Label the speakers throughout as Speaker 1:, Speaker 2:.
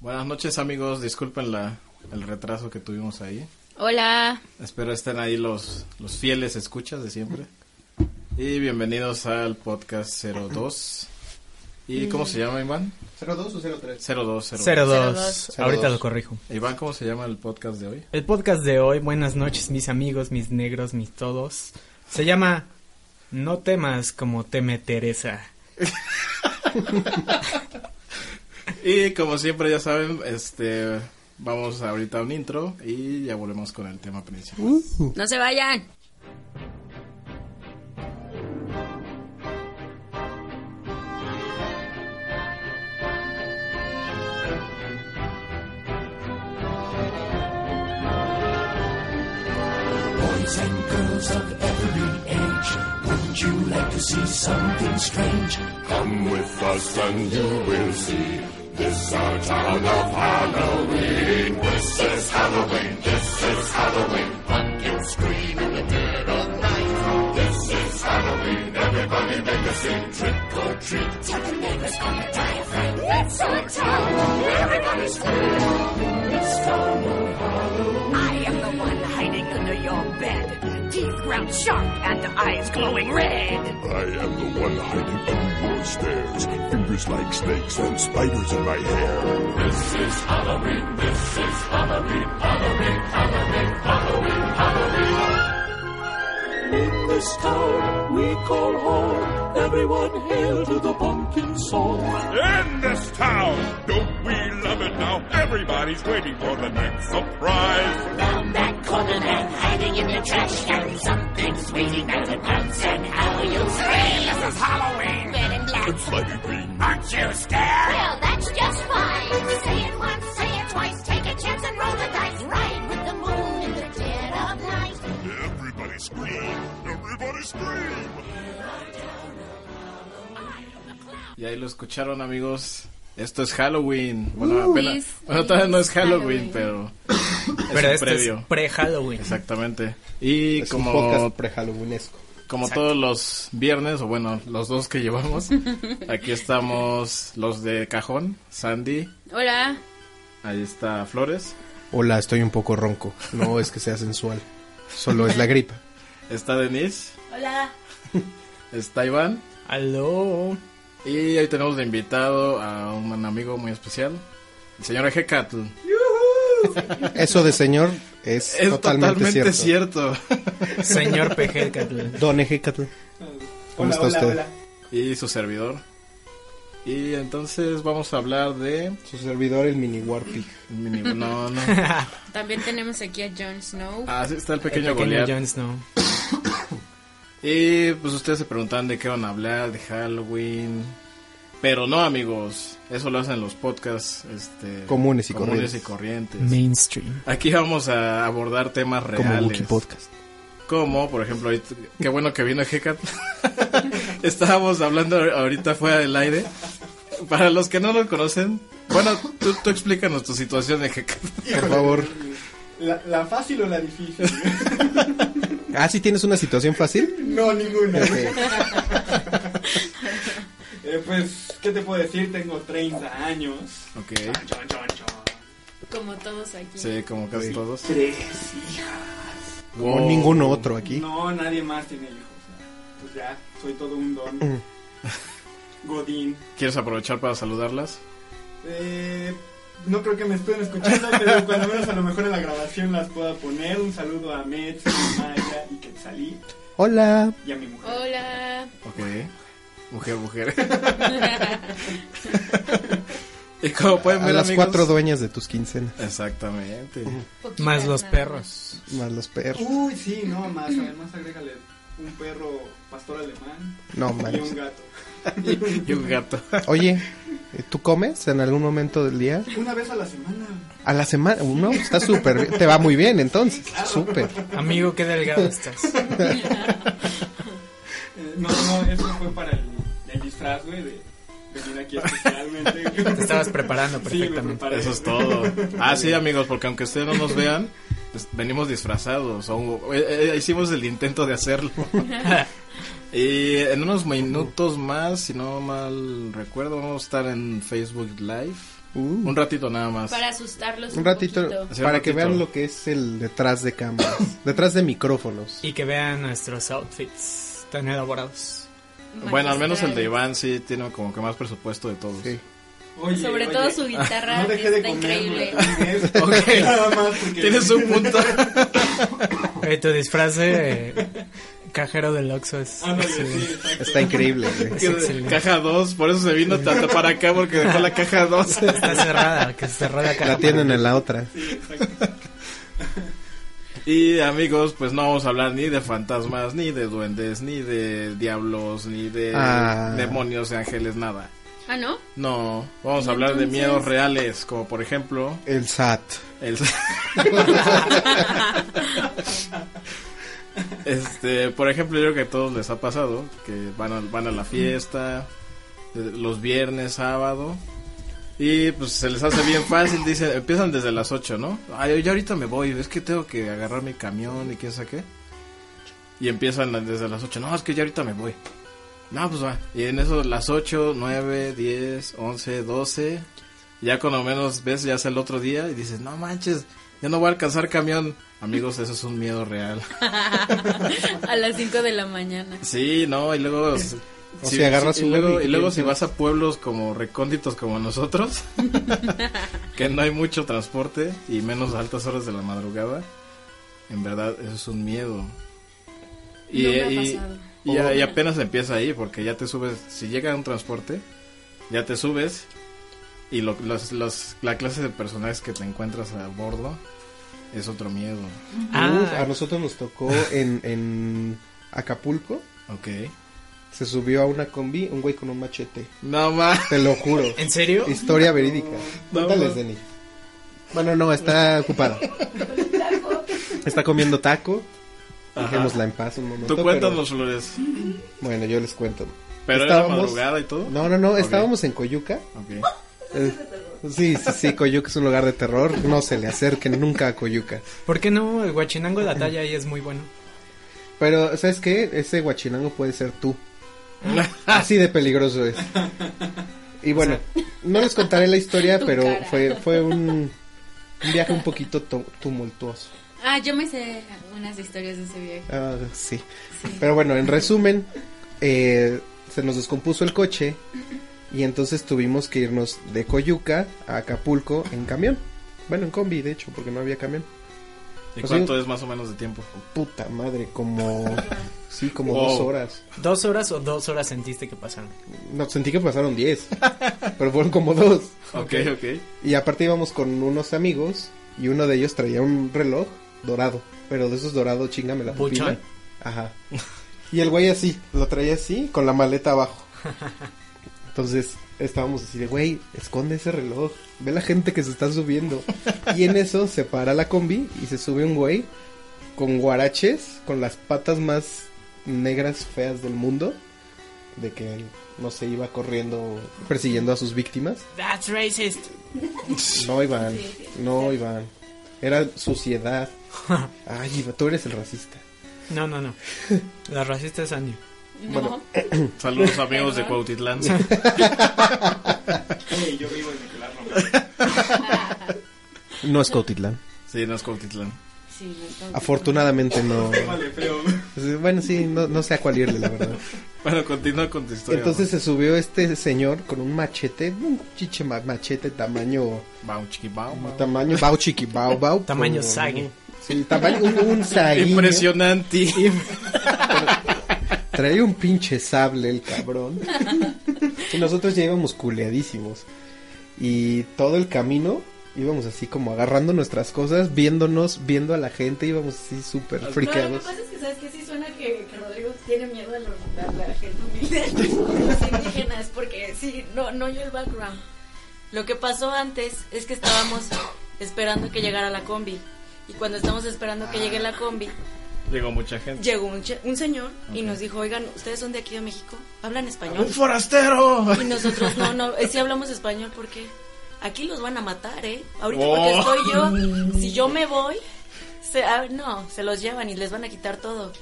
Speaker 1: Buenas noches amigos, disculpen la, el retraso que tuvimos ahí.
Speaker 2: Hola.
Speaker 1: Espero estén ahí los, los fieles escuchas de siempre. Y bienvenidos al podcast 02. ¿Y cómo se llama Iván?
Speaker 3: ¿02 o 03?
Speaker 1: 02.
Speaker 2: 02.
Speaker 4: 02. Ahorita lo corrijo.
Speaker 1: Iván, ¿cómo se llama el podcast de hoy?
Speaker 4: El podcast de hoy, buenas noches mis amigos, mis negros, mis todos, se llama No temas como teme Teresa.
Speaker 1: Y como siempre ya saben, este vamos ahorita a un intro y ya volvemos con el tema principal.
Speaker 2: No se vayan.
Speaker 5: Boys and girls of every age, would you like to see something strange? Come with us and you will see. This is our town of Halloween. This is Halloween. This is Halloween. Pumpkins scream in the dead of night. This is Halloween. Everybody make a scene. Trick or treat. Tell the neighbors on your diaphragm. It's our town. Everybody scream. It's Halloween.
Speaker 6: I am the one hiding under your bed. Teeth ground sharp and eyes glowing red.
Speaker 5: I am the one hiding under your stairs. Fingers like snakes and spiders in my hair. This is Halloween. This is Halloween. Halloween. Halloween. Halloween. Halloween. In this town we call home. Everyone hail to the pumpkin soul. In this town, don't we love it now? Everybody's waiting for the next surprise.
Speaker 6: Found that Conan and hiding in the trash can. Something's waiting out to pounce and how you scream. This is Halloween. Red and black.
Speaker 5: It's like a green.
Speaker 6: Aren't you scared?
Speaker 7: Well, that's just fine. Say it once, say it twice, take a chance and roll the dice. Ride with the moon in the dead of night.
Speaker 5: Everybody scream! Everybody scream!
Speaker 1: Y ahí lo escucharon amigos. Esto es Halloween. Bueno, apenas-
Speaker 2: Yes,
Speaker 1: bueno, todavía no es
Speaker 2: yes,
Speaker 1: Halloween,
Speaker 2: Halloween.
Speaker 1: pero es
Speaker 4: Pero
Speaker 1: un
Speaker 4: este
Speaker 1: previo.
Speaker 4: es pre-Halloween.
Speaker 1: Exactamente. Y
Speaker 3: Es un
Speaker 1: como
Speaker 3: podcast pre-halloweenesco.
Speaker 1: Como todos los viernes, o bueno, los dos que llevamos, aquí estamos los de cajón, Sandy,
Speaker 2: Hola.
Speaker 1: ahí está Flores,
Speaker 3: Hola, estoy un poco ronco. No es que sea sensual. Solo es la gripa.
Speaker 1: está Denise,
Speaker 2: Hola.
Speaker 1: está Iván,
Speaker 4: Aló.
Speaker 1: y hoy tenemos de invitado a un amigo muy especial, el señor Ejecatl.
Speaker 3: Eso de señor es,
Speaker 1: Es
Speaker 3: totalmente,
Speaker 1: totalmente,
Speaker 3: cierto.
Speaker 1: cierto.
Speaker 4: Señor Pejecatl.
Speaker 3: Don Ejecatl. ¿Cómo está usted?
Speaker 1: y su servidor. Y entonces vamos a hablar de...
Speaker 3: Su servidor, el mini Warpig.
Speaker 1: mini- No, no.
Speaker 2: También tenemos aquí a Jon Snow.
Speaker 1: Ah, sí, está el
Speaker 4: El
Speaker 1: pequeño,
Speaker 4: pequeño
Speaker 1: Goliat.
Speaker 4: Jon Snow.
Speaker 1: Y pues ustedes se preguntan de qué van a hablar, de Halloween. Pero no, amigos, eso lo hacen los podcasts este,
Speaker 3: Comunes y
Speaker 1: comunes
Speaker 3: corrientes.
Speaker 1: y corrientes.
Speaker 4: Mainstream.
Speaker 1: Aquí vamos a abordar temas
Speaker 3: Como
Speaker 1: reales.
Speaker 3: Wiki Podcast.
Speaker 1: Como, por ejemplo, ahorita- qué bueno que vino Hecat. Estábamos hablando ahorita fuera del aire. Para los que no lo conocen, bueno, tú, tú explícanos tu situación de Hecat.
Speaker 3: Por favor.
Speaker 8: La, la fácil o la difícil?
Speaker 3: Ah, ¿sí tienes una situación fácil?
Speaker 8: no, ninguna.
Speaker 3: Ok.
Speaker 8: Eh, pues, ¿qué te puedo decir? Tengo 30 años.
Speaker 1: Ok,
Speaker 8: Chon, chon, chon.
Speaker 2: Como todos aquí.
Speaker 1: sí, como casi todos.
Speaker 8: Tres hijas.
Speaker 3: Como
Speaker 1: Wow.
Speaker 3: ningún otro aquí.
Speaker 8: No, nadie más tiene hijos. Pues ya, soy todo un
Speaker 3: Mm.
Speaker 8: don. Godín.
Speaker 1: ¿Quieres aprovechar para saludarlas?
Speaker 8: Eh, no creo que me estén escuchando, pero cuando menos a lo mejor en la grabación las pueda poner. Un saludo a Metz, a Maya y Quetzalí
Speaker 3: Hola.
Speaker 8: y a mi mujer.
Speaker 2: Hola.
Speaker 1: Ok. Mujer, mujer. y como pueden
Speaker 3: A
Speaker 1: ver,
Speaker 3: las
Speaker 1: Pues, amigos-
Speaker 3: cuatro dueñas de tus quincenas.
Speaker 1: Exactamente.
Speaker 4: Más los perros.
Speaker 3: Más los perros.
Speaker 8: Uy, sí, no, más. Además, agrégale un perro pastor alemán
Speaker 3: No,
Speaker 8: y un
Speaker 3: mames.
Speaker 8: gato.
Speaker 1: y un gato.
Speaker 3: Oye, ¿eh, ¿tú comes en algún momento del día?
Speaker 8: Una vez a la semana.
Speaker 3: A la semana, uno está súper bien. Te va muy bien, entonces. Súper.
Speaker 4: Amigo, qué delgado estás.
Speaker 8: Eh, no, no, eso fue para el, el disfraz, güey, de venir aquí especialmente.
Speaker 4: Te estabas preparando
Speaker 8: Sí, me
Speaker 4: perfectamente.
Speaker 8: preparé.
Speaker 1: Eso es todo. Ah, sí, amigos, porque aunque ustedes no nos vean, pues, venimos disfrazados. o- eh, eh, hicimos el intento de hacerlo. Y en unos minutos más, si no mal recuerdo, vamos a estar en Facebook Live.
Speaker 3: Uh,
Speaker 1: Un ratito nada más.
Speaker 2: Para asustarlos.
Speaker 3: un ratito
Speaker 2: poquito.
Speaker 1: Sí, un
Speaker 3: para que
Speaker 1: ratito.
Speaker 3: vean lo que es el detrás de cámaras, detrás de micrófonos.
Speaker 4: Y que vean nuestros outfits tan elaborados.
Speaker 1: Bueno, al menos el de
Speaker 2: Magistrales.
Speaker 1: Iván sí tiene como que más presupuesto de todos.
Speaker 3: Sí.
Speaker 8: Oye,
Speaker 2: Sobre
Speaker 8: oye,
Speaker 2: todo su guitarra.
Speaker 8: No dejé de
Speaker 2: está
Speaker 8: comer.
Speaker 2: increíble.
Speaker 1: Ok.
Speaker 8: Nada más porque-
Speaker 1: Tienes un punto.
Speaker 4: Oye, Eh, tu disfraz de eh, cajero del Oxxo es...
Speaker 8: Ah, no,
Speaker 4: es,
Speaker 8: sí,
Speaker 4: eh,
Speaker 8: exacto.
Speaker 3: Está increíble, güey.
Speaker 4: Es excelente.
Speaker 1: caja 2, por eso se vino tanto para acá porque dejó la caja 2.
Speaker 4: Está cerrada, que cerró la caja.
Speaker 3: La tienen en la otra.
Speaker 1: Y amigos, pues no vamos a hablar ni de fantasmas, ni de duendes, ni de diablos, ni de
Speaker 3: Ah.
Speaker 1: demonios, de ángeles, nada.
Speaker 2: Ah, ¿no?
Speaker 1: No, vamos a
Speaker 2: ¿Y
Speaker 1: hablar de
Speaker 2: entonces?
Speaker 1: miedos reales, como por ejemplo
Speaker 3: El SAT.
Speaker 1: el... este, por ejemplo, yo creo que a todos les ha pasado que van a, van a la fiesta eh, los viernes, sábado y pues se les hace bien fácil, dicen, empiezan desde las 8, ¿no? Ay, yo ahorita me voy, es que tengo que agarrar mi camión y quién sabe qué. Y empiezan la- desde las 8, no, es que yo ahorita me voy. No, pues va. Y en eso las 8, 9, 10, 11, 12. Ya cuando menos ves, ya es el otro día y dices, no manches, ya no voy a alcanzar camión. Amigos, eso es un miedo real.
Speaker 2: A las 5 de la mañana.
Speaker 1: Sí, no, y luego...
Speaker 3: o si agarras
Speaker 1: y
Speaker 3: un
Speaker 1: luego,
Speaker 3: Uber y
Speaker 1: y luego
Speaker 3: te
Speaker 1: si vas a pueblos como recónditos como nosotros, que no hay mucho transporte y menos a altas horas de la madrugada, en verdad eso es un miedo. Y,
Speaker 2: No me ha
Speaker 1: y-
Speaker 2: pasado. Oh,
Speaker 1: y- y apenas empieza ahí, porque ya te subes, si llega un transporte, ya te subes y lo- los- los- la clase de personajes que te encuentras a bordo es otro miedo.
Speaker 4: Ah.
Speaker 3: Uh, a nosotros nos tocó en, en Acapulco.
Speaker 1: Ok.
Speaker 3: Se subió a una combi un güey con un machete.
Speaker 1: No más.
Speaker 3: Te lo juro.
Speaker 4: ¿En serio?
Speaker 3: Historia verídica.
Speaker 1: No,
Speaker 3: Cuéntales,
Speaker 1: no.
Speaker 3: Denny. Bueno, no, está ocupada. Está comiendo taco.
Speaker 1: Ajá.
Speaker 3: Dejémosla en paz un momento.
Speaker 1: Tú
Speaker 3: pero-
Speaker 1: cuéntanos, Flores.
Speaker 3: Bueno, yo les cuento.
Speaker 1: Pero era
Speaker 3: Estábamos-
Speaker 1: madrugada y todo.
Speaker 3: No, no, no,
Speaker 1: Ok.
Speaker 3: estábamos en Coyuca.
Speaker 1: Ok.
Speaker 3: Eh, sí, sí, sí, Coyuca es un lugar de terror. No se le acerquen nunca a Coyuca.
Speaker 4: ¿Por qué no? El guachinango de la talla ahí es muy bueno.
Speaker 3: Pero, ¿sabes qué? Ese guachinango puede ser tú. Así de peligroso es. Y bueno, no les contaré la historia,
Speaker 2: Tu
Speaker 3: pero
Speaker 2: cara.
Speaker 3: fue, fue un, un viaje un poquito tu- tumultuoso.
Speaker 2: Ah, yo me sé unas historias de ese viaje.
Speaker 3: Ah, sí.
Speaker 2: Sí.
Speaker 3: Pero bueno, en resumen, eh, se nos descompuso el coche y entonces tuvimos que irnos de Coyuca a Acapulco en camión. Bueno, en combi, de hecho, porque no había camión.
Speaker 1: ¿Y
Speaker 3: Pues
Speaker 1: cuánto es más o menos de tiempo?
Speaker 3: Puta madre, como... Sí, como
Speaker 1: Wow.
Speaker 3: dos horas.
Speaker 4: ¿Dos horas o dos horas sentiste que pasaron?
Speaker 3: No, sentí que pasaron diez, pero fueron como dos.
Speaker 1: Ok, ok.
Speaker 3: Y aparte íbamos con unos amigos y uno de ellos traía un reloj dorado, pero de esos dorados chingame la pupila.
Speaker 4: Buchón.
Speaker 3: Ajá. Y el güey así, lo traía así con la maleta abajo. Entonces estábamos así de, güey, esconde ese reloj, ve la gente que se está subiendo. Y en eso se para la combi y se sube un güey con guaraches, con las patas más negras feas del mundo, de que no se iba corriendo persiguiendo a sus víctimas.
Speaker 4: That's racist.
Speaker 3: No, Iván. No, Iván. Era suciedad. Ay, Iván, tú eres el racista.
Speaker 4: No, no, no. Los racistas han ido.
Speaker 2: No.
Speaker 3: Bueno.
Speaker 1: Saludos amigos de
Speaker 2: Perdón.
Speaker 1: Cuautitlán.
Speaker 8: Oye, yo vivo en Nicolás
Speaker 3: No es Cautitlán.
Speaker 1: Sí, no es Cuautitlán.
Speaker 2: Sí, no está-
Speaker 3: Afortunadamente no.
Speaker 8: Vale, feo.
Speaker 3: Sí, Bueno, sí, no, no sé a cuál irle, la verdad.
Speaker 1: Bueno, continúa con tu historia.
Speaker 3: Entonces se subió este señor con un machete, un chiche ma- machete tamaño,
Speaker 1: Va un chiquibauma.
Speaker 3: tamaño bau chiqui bau bau.
Speaker 4: Tamaño
Speaker 3: como-
Speaker 4: sague.
Speaker 3: Sí, tamaño un, un saguiño.
Speaker 1: Impresionante.
Speaker 3: Traía un pinche sable el cabrón. y nosotros ya íbamos culeadísimos. Y todo el camino íbamos así como agarrando nuestras cosas, viéndonos, viendo a la gente, íbamos así súper
Speaker 9: No, lo
Speaker 3: friqueados.
Speaker 9: que pasa es que, ¿sabes qué? Sí suena que, que Rodrigo tiene miedo a, lo- a la gente humilde, los indígenas, porque sí, no, no yo el background.
Speaker 10: Lo que pasó antes es que estábamos esperando que llegara la combi. Y cuando estamos esperando que llegue la combi,
Speaker 1: Llegó mucha gente.
Speaker 10: llegó un, che- un señor y nos dijo, oigan, ¿ustedes son de aquí de México? ¿Hablan español?
Speaker 1: ¡Un forastero!
Speaker 10: Y nosotros, no, no, eh, sí hablamos español porque aquí los van a matar, ¿eh? Ahorita
Speaker 1: Oh.
Speaker 10: porque estoy yo, si yo me voy, se, ah, no, se los llevan y les van a quitar todo.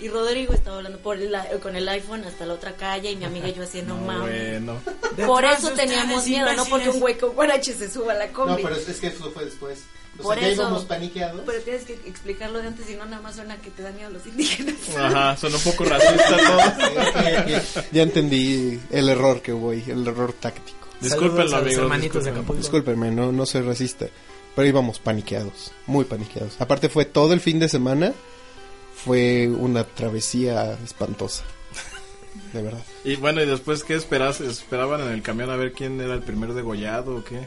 Speaker 10: Y Rodrigo estaba hablando por el i- con el iPhone hasta la otra calle y mi amiga y yo haciendo no,
Speaker 1: Bueno.
Speaker 10: Por
Speaker 11: Detrás
Speaker 10: eso
Speaker 11: de
Speaker 10: teníamos
Speaker 11: ustedes,
Speaker 10: miedo, no porque un güey con guarache se suba a la
Speaker 11: No,
Speaker 10: combi.
Speaker 11: pero es, es que eso fue después. O
Speaker 10: Por
Speaker 11: sea, ya
Speaker 10: eso.
Speaker 11: íbamos paniqueados.
Speaker 10: Pero tienes que explicarlo de antes, si no nada más suena que te da miedo los indígenas.
Speaker 1: Ajá, suena un poco racista todo.
Speaker 3: Ya entendí el error que hubo ahí, el error táctico.
Speaker 1: Discúlpenlo, Saludos a los amigos, hermanitos de discúlpenlo. Acapulco.
Speaker 3: Discúlpenme, no, no soy racista. Pero íbamos paniqueados, muy paniqueados. Aparte fue todo el fin de semana, fue una travesía espantosa. De verdad.
Speaker 1: Y bueno, ¿y después qué esperas? ¿Esperaban en el camión a ver quién era el primer degollado o qué?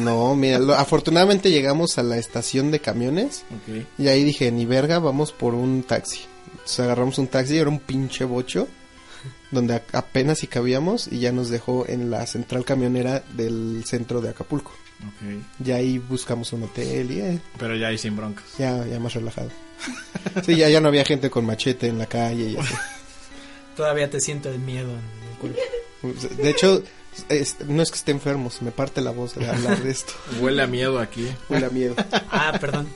Speaker 3: No, mira, lo- afortunadamente llegamos a la estación de camiones.
Speaker 1: Ok.
Speaker 3: Y ahí dije, ni verga, vamos por un taxi. Entonces agarramos un taxi, era un pinche bocho. Donde a- apenas si cabíamos y ya nos dejó en la central camionera del centro de Acapulco.
Speaker 1: Ok.
Speaker 3: Y ahí buscamos un hotel y eh,
Speaker 1: Pero ya ahí sin broncas.
Speaker 3: ya, ya más relajado. Sí, ya, ya no había gente con machete en la calle y así.
Speaker 4: Todavía te siento el miedo en el cuerpo.
Speaker 3: De hecho, es- no es que esté enfermo, se me parte la voz de hablar de esto.
Speaker 1: Huele a miedo aquí.
Speaker 3: Huele a miedo.
Speaker 4: Ah, perdón.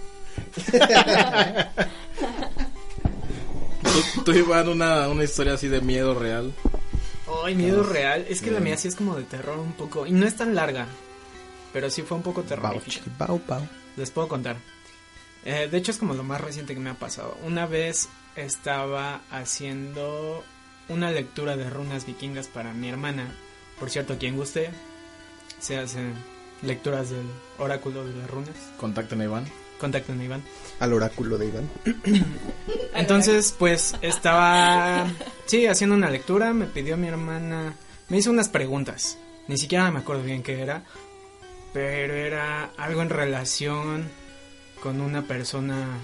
Speaker 1: ¿Tú, tú Iván, una, una historia así de miedo real?
Speaker 4: Ay, miedo
Speaker 1: Uf,
Speaker 4: real. Es que la
Speaker 1: miedo.
Speaker 4: mía sí es como de terror un poco. Y no es tan larga. Pero sí fue un poco terrorífica.
Speaker 3: Pau, pau.
Speaker 4: Les puedo contar. Eh, de hecho, es como lo más reciente que me ha pasado. Una vez estaba haciendo una lectura de runas vikingas para mi hermana. Por cierto, quien guste, se hacen lecturas del oráculo de las runas.
Speaker 1: Contacten a Iván.
Speaker 4: Contacten a Iván.
Speaker 3: Al oráculo de Iván.
Speaker 4: Entonces, pues estaba, sí, haciendo una lectura, me pidió mi hermana, me hizo unas preguntas, ni siquiera me acuerdo bien qué era, pero era algo en relación con una persona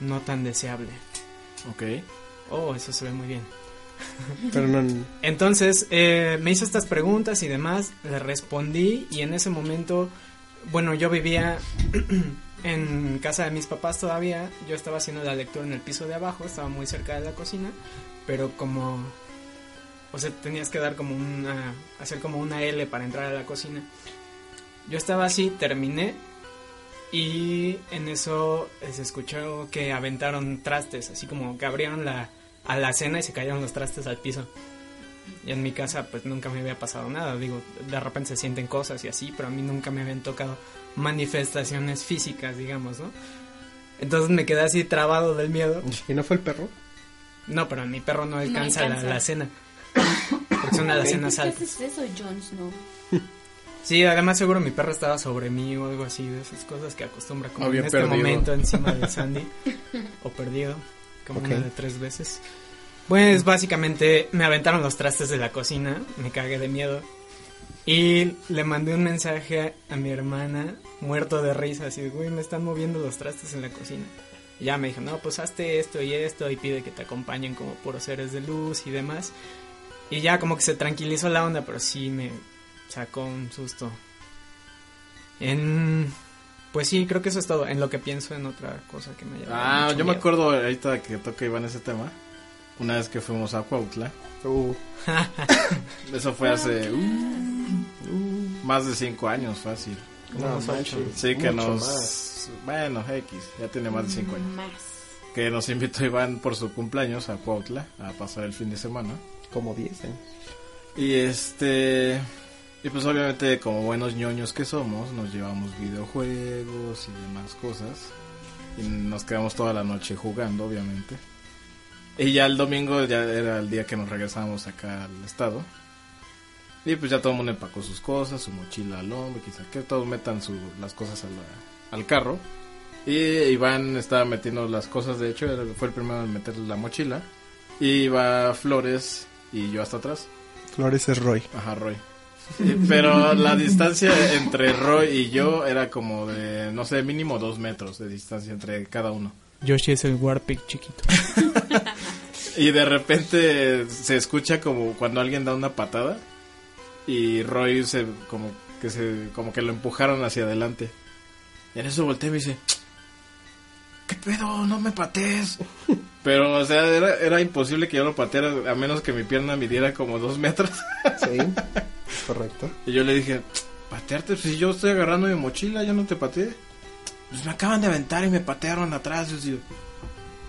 Speaker 4: no tan deseable.
Speaker 1: Ok.
Speaker 4: Oh, eso se ve muy bien.
Speaker 3: Pero no-
Speaker 4: Entonces, eh, me hizo estas preguntas y demás, le respondí y en ese momento, bueno, yo vivía en casa de mis papás todavía, yo estaba haciendo la lectura en el piso de abajo, estaba muy cerca de la cocina, pero como, o sea, tenías que dar como una, hacer como una L para entrar a la cocina. Yo estaba así, terminé y en eso eh, se escuchó que aventaron trastes, así como que abrieron la a la cena y se cayeron los trastes al piso. Y en mi casa pues nunca me había pasado nada, digo, de repente se sienten cosas y así, pero a mí nunca me habían tocado manifestaciones físicas, digamos, ¿no? Entonces me quedé así trabado del miedo.
Speaker 3: ¿Y no fue el perro?
Speaker 4: No, pero mi perro no alcanza,
Speaker 2: alcanza.
Speaker 4: La, la cena. Porque son las cenas
Speaker 2: ¿Por qué
Speaker 4: altas.
Speaker 2: haces eso, Jon Snow?
Speaker 4: Sí, además seguro mi perro estaba sobre mí o algo así, de esas cosas que acostumbra como
Speaker 1: Había
Speaker 4: en este
Speaker 1: perdido.
Speaker 4: momento encima de Sandy o perdido, como
Speaker 1: Ok.
Speaker 4: una de tres veces. Pues básicamente me aventaron los trastes de la cocina, me cagué de miedo y le mandé un mensaje a mi hermana muerto de risa, así, de, güey, me están moviendo los trastes en la cocina. Y ya me dijo, no, pues hazte esto y esto y pide que te acompañen como por seres de luz y demás. Y ya como que se tranquilizó la onda, pero sí me sacó un susto. En... Pues sí, creo que eso es todo. En lo que pienso en otra cosa que me haya. dado
Speaker 1: Ah, yo
Speaker 4: mucho
Speaker 1: me
Speaker 4: miedo.
Speaker 1: acuerdo ahorita que toca Iván ese tema. Una vez que fuimos a Cuautla.
Speaker 3: Uh,
Speaker 1: Eso fue hace uh, uh, más de cinco años, fácil.
Speaker 3: No
Speaker 1: Unos
Speaker 3: manches,
Speaker 1: ocho. Sí, que
Speaker 3: mucho
Speaker 1: nos...
Speaker 3: más.
Speaker 1: Bueno, X, ya tiene más de cinco años.
Speaker 2: Más.
Speaker 1: Que nos invitó Iván por su cumpleaños a Cuautla a pasar el fin de semana.
Speaker 3: Como ¿eh? 10 años.
Speaker 1: Y este. Y pues obviamente, como buenos ñoños que somos, nos llevamos videojuegos y demás cosas. Y nos quedamos toda la noche jugando, obviamente. Y ya el domingo ya era el día que nos regresábamos acá al estado. Y pues ya todo el mundo empacó sus cosas, su mochila al hombro, quizá que todos metan su- las cosas a la- al carro. Y Iván estaba metiendo las cosas, de hecho, era- fue el primero en meter la mochila. Y iba Flores y yo hasta atrás.
Speaker 3: Flores es Roy.
Speaker 1: Ajá, Roy. Y- Pero la distancia entre Roy y yo era como de, no sé, mínimo dos metros de distancia entre cada uno.
Speaker 4: Yoshi es el Warpick chiquito.
Speaker 1: Y de repente se escucha como cuando alguien da una patada y Roy se como que se como que lo empujaron hacia adelante. Y en eso volteé y me dice, ¿qué pedo? No me patees. Pero, o sea, era, era imposible que yo lo pateara a menos que mi pierna midiera como dos metros.
Speaker 3: Sí, correcto.
Speaker 1: Y yo le dije, patearte, si yo estoy agarrando Pues, mi mochila, yo no te pateé. Pues me acaban de aventar y me patearon atrás. Yo así,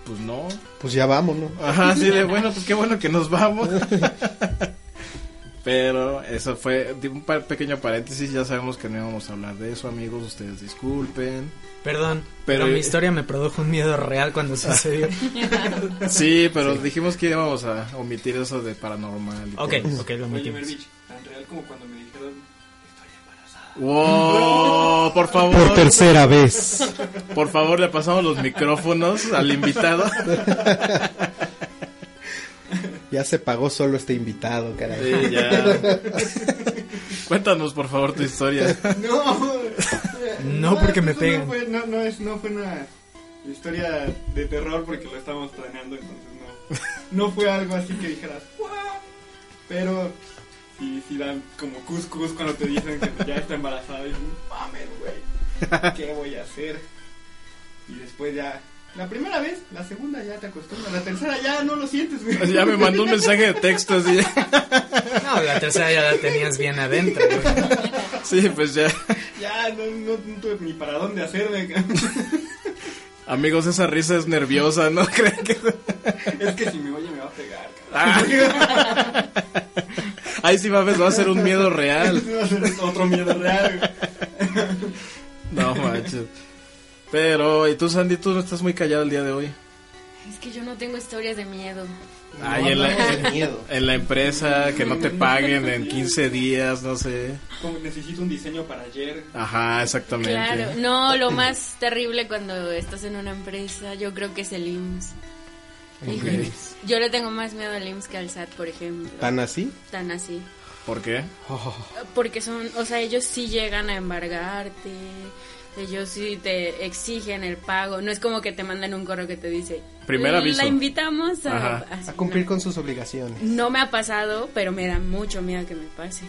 Speaker 1: pues no.
Speaker 3: Pues ya vámonos.
Speaker 1: Ajá, sí, de bueno, pues qué bueno que nos vamos. Pero eso fue di un pa- pequeño paréntesis, ya sabemos que no íbamos a hablar de eso, amigos, ustedes disculpen.
Speaker 4: Perdón,
Speaker 1: Pero-
Speaker 4: pero, mi historia me produjo un miedo real cuando sucedió.
Speaker 1: Sí, pero dijimos que íbamos a omitir eso de paranormal. y
Speaker 4: Ok,
Speaker 1: todo eso.
Speaker 4: ok, lo
Speaker 8: Oye,
Speaker 4: omitimos.
Speaker 8: Mervich, tan real como cuando me dijeron.
Speaker 1: Wow, por favor.
Speaker 3: Por tercera vez.
Speaker 1: Por favor, le pasamos los micrófonos al invitado.
Speaker 3: Ya se pagó solo este invitado, caray.
Speaker 1: Sí, ya. Cuéntanos, por favor, tu historia.
Speaker 8: No,
Speaker 4: No, porque me
Speaker 8: eso
Speaker 4: pegan.
Speaker 8: No fue, no, no es, no fue una historia de terror porque lo estábamos planeando, entonces no, no fue algo así que dijeras, "What?". Pero si dan como cuscus cuando te dicen que ya está embarazada y dices, mames, güey, ¿qué voy a hacer? Y después ya. La primera vez, la segunda ya te acostumbras, la tercera ya no lo sientes, güey.
Speaker 1: Ya me mandó un mensaje de texto así.
Speaker 4: No, la tercera ya la tenías bien adentro. güey.
Speaker 1: Sí, pues ya.
Speaker 8: Ya no, no, no tuve ni para dónde hacerme.
Speaker 1: Amigos, esa risa es nerviosa, ¿no creen que?
Speaker 8: Es que si me oye me va a pegar,
Speaker 1: Ah.
Speaker 8: cabrón.
Speaker 1: Ahí sí, mames, va a ser un miedo real.
Speaker 8: Ese va a ser Otro miedo real. güey.
Speaker 1: No manches. Pero, ¿y tú, Sandy? Tú no estás muy callada el día de hoy.
Speaker 12: Es que yo no tengo historias de miedo.
Speaker 1: Ay, en, la,
Speaker 13: no, miedo.
Speaker 1: en la empresa, que no te paguen en 15 días, no sé.
Speaker 8: Como necesito un diseño para ayer.
Speaker 1: Ajá, exactamente.
Speaker 12: Claro, no, lo más terrible cuando estás en una empresa, yo creo que es el IMSS. Híjole, Yo le tengo más miedo al IMSS que al SAT, por ejemplo.
Speaker 3: ¿Tan así?
Speaker 12: Tan así.
Speaker 1: ¿Por qué?
Speaker 12: Porque son, o sea, ellos sí llegan a embargarte, ellos sí te exigen el pago. No es como que te mandan un correo que te dice.
Speaker 1: Primer aviso".
Speaker 12: La invitamos a,
Speaker 1: Ajá.
Speaker 12: así,
Speaker 3: A cumplir con sus obligaciones.
Speaker 12: No, No me ha pasado, pero me da mucho miedo que me pase.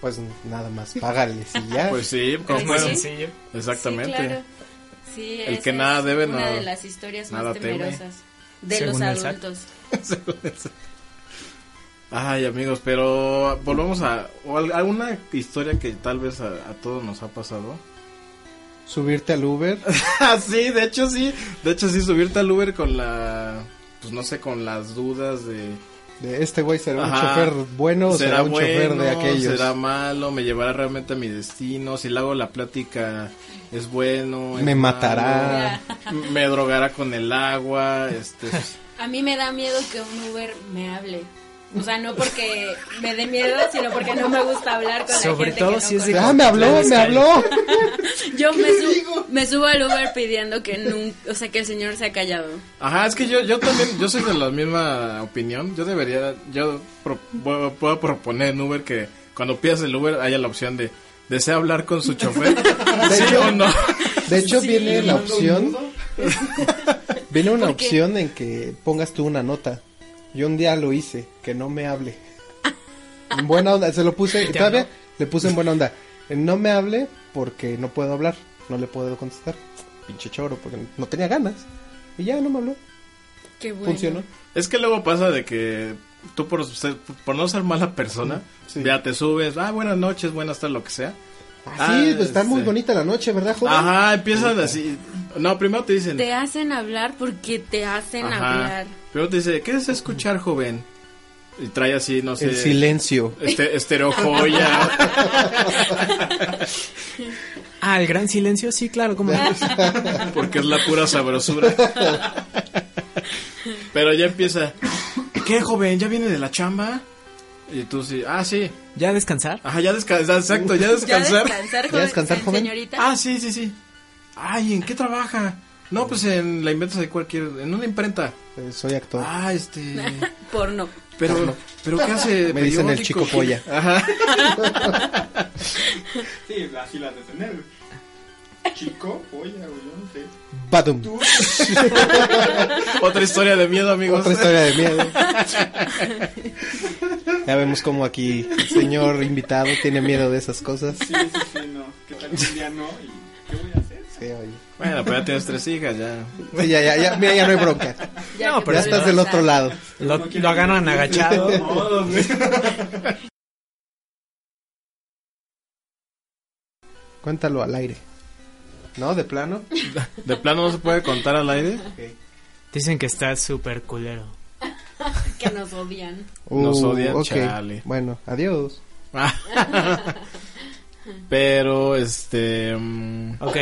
Speaker 3: Pues nada más, págales y ya.
Speaker 1: Pues sí, pues
Speaker 12: Sí,
Speaker 1: bueno.
Speaker 12: Ah, sí.
Speaker 4: Sencillo.
Speaker 1: Exactamente.
Speaker 12: Sí, claro. Sí,
Speaker 1: El
Speaker 12: esa
Speaker 1: que nada
Speaker 12: es
Speaker 1: debe,
Speaker 12: una
Speaker 1: nada-
Speaker 12: de las historias más
Speaker 1: nada teme.
Speaker 12: temerosas de
Speaker 4: Según el
Speaker 12: los
Speaker 4: SAT.
Speaker 12: adultos.
Speaker 1: Ay, amigos, pero volvamos a, o al- alguna historia que tal vez a, a todos nos ha pasado.
Speaker 3: Subirte al Uber.
Speaker 1: Ah, sí, de hecho sí. De hecho sí, subirte al Uber con la, pues no sé, con las dudas de...
Speaker 3: De este güey será un
Speaker 1: Ajá.
Speaker 3: chofer bueno o será, un chofer de
Speaker 1: bueno,
Speaker 3: aquellos.
Speaker 1: Será malo, me llevará realmente a mi destino. Si le hago la plática, es bueno. es
Speaker 3: Me
Speaker 1: malo,
Speaker 3: matará.
Speaker 1: Me drogará con el agua. Este,
Speaker 12: A mí me da miedo que un Uber me hable. O sea, no porque me dé miedo, sino porque no me gusta hablar con la
Speaker 4: Sobre
Speaker 12: gente
Speaker 4: todo
Speaker 12: que no
Speaker 4: si es de-
Speaker 3: Ah, me habló, me habló.
Speaker 12: conozco. Yo me, su- me subo al Uber pidiendo que nunca, o sea, que el señor se ha callado.
Speaker 1: Ajá, es que yo, yo también, yo soy de la misma opinión. Yo debería, yo pro- puedo, puedo proponer en Uber que cuando pidas el Uber haya la opción de, ¿desea hablar con su chofer? ¿Sí
Speaker 3: hecho-
Speaker 1: o no?
Speaker 3: De hecho,
Speaker 12: Sí.
Speaker 3: viene la opción. Viene una
Speaker 12: ¿Por qué?
Speaker 3: opción en que pongas tú una nota. Yo un día lo hice, que no me hable. En buena onda, se lo puse,
Speaker 4: ¿Y te
Speaker 3: todavía
Speaker 4: habló?
Speaker 3: le puse en buena onda. En No me hable porque no puedo hablar, no le puedo contestar. Pinche choro, porque no tenía ganas. Y ya no me habló,
Speaker 12: Qué bueno.
Speaker 3: funcionó.
Speaker 1: Es que luego pasa de que tú por, ser- por no ser mala persona,
Speaker 3: Sí.
Speaker 1: ya te subes, ah, buenas noches, buenas tardes, lo que sea.
Speaker 3: Así,
Speaker 1: Ah,
Speaker 3: está muy
Speaker 1: sí.
Speaker 3: bonita la noche, ¿verdad, joven?
Speaker 1: Ajá, empiezan así. No, primero te dicen.
Speaker 12: Te hacen hablar porque te hacen
Speaker 1: Ajá.
Speaker 12: hablar.
Speaker 1: Primero te dice, ¿qué es escuchar, joven? Y trae así, no sé.
Speaker 3: El silencio.
Speaker 1: Este, estereojoya.
Speaker 4: Ah, el gran silencio, sí, claro, como
Speaker 1: porque es la pura sabrosura. Pero ya empieza. ¿Qué, joven? ¿Ya viene de la chamba? Y tú sí, ah, sí.
Speaker 4: ya descansar.
Speaker 1: Ajá, ya descansar, exacto, ya
Speaker 12: Ya
Speaker 1: descansar.
Speaker 12: descansar,
Speaker 3: ¿Ya
Speaker 12: joven-
Speaker 3: descansar, joven?
Speaker 12: señorita.
Speaker 1: Ah, sí, sí, sí. Ay, ¿en qué trabaja? No, pues en la imprenta de cualquier, en una imprenta.
Speaker 3: Eh, Soy actor.
Speaker 1: Ah, este,
Speaker 12: Porno.
Speaker 1: pero, pero ¿qué hace?
Speaker 3: Me dicen el
Speaker 1: Periódico. Ah,
Speaker 3: chico polla.
Speaker 1: Ajá.
Speaker 8: Sí, así las de tener. güey. Chico, polla, güey, yo no sé.
Speaker 3: Badum.
Speaker 8: Tú,
Speaker 1: Otra historia de miedo, amigos.
Speaker 3: Otra historia de miedo. Ya vemos como aquí el señor invitado tiene miedo de esas cosas.
Speaker 8: sí, sí, sí, no. ¿Qué tal que un día no? ¿Y qué voy a hacer?
Speaker 3: Sí, oye.
Speaker 1: Bueno, pero ya tienes tres hijas, ya.
Speaker 3: Sí, ya, ya, ya, mira, ya no hay bronca.
Speaker 12: Ya
Speaker 4: No,
Speaker 12: que
Speaker 4: pero
Speaker 3: ya
Speaker 12: te
Speaker 3: estás del
Speaker 12: regresas.
Speaker 3: otro lado.
Speaker 4: Lo, lo agarran agachado.
Speaker 8: De modos, güey.
Speaker 3: Cuéntalo al aire. ¿No? ¿De plano?
Speaker 1: ¿De plano no se puede contar al aire?
Speaker 4: Te Dicen que está súper culero.
Speaker 2: que nos odian.
Speaker 1: Nos
Speaker 3: Uh,
Speaker 1: odian,
Speaker 3: ok.
Speaker 1: chale.
Speaker 3: Bueno, adiós.
Speaker 1: Ah. Pero, este... mm,
Speaker 4: Ok,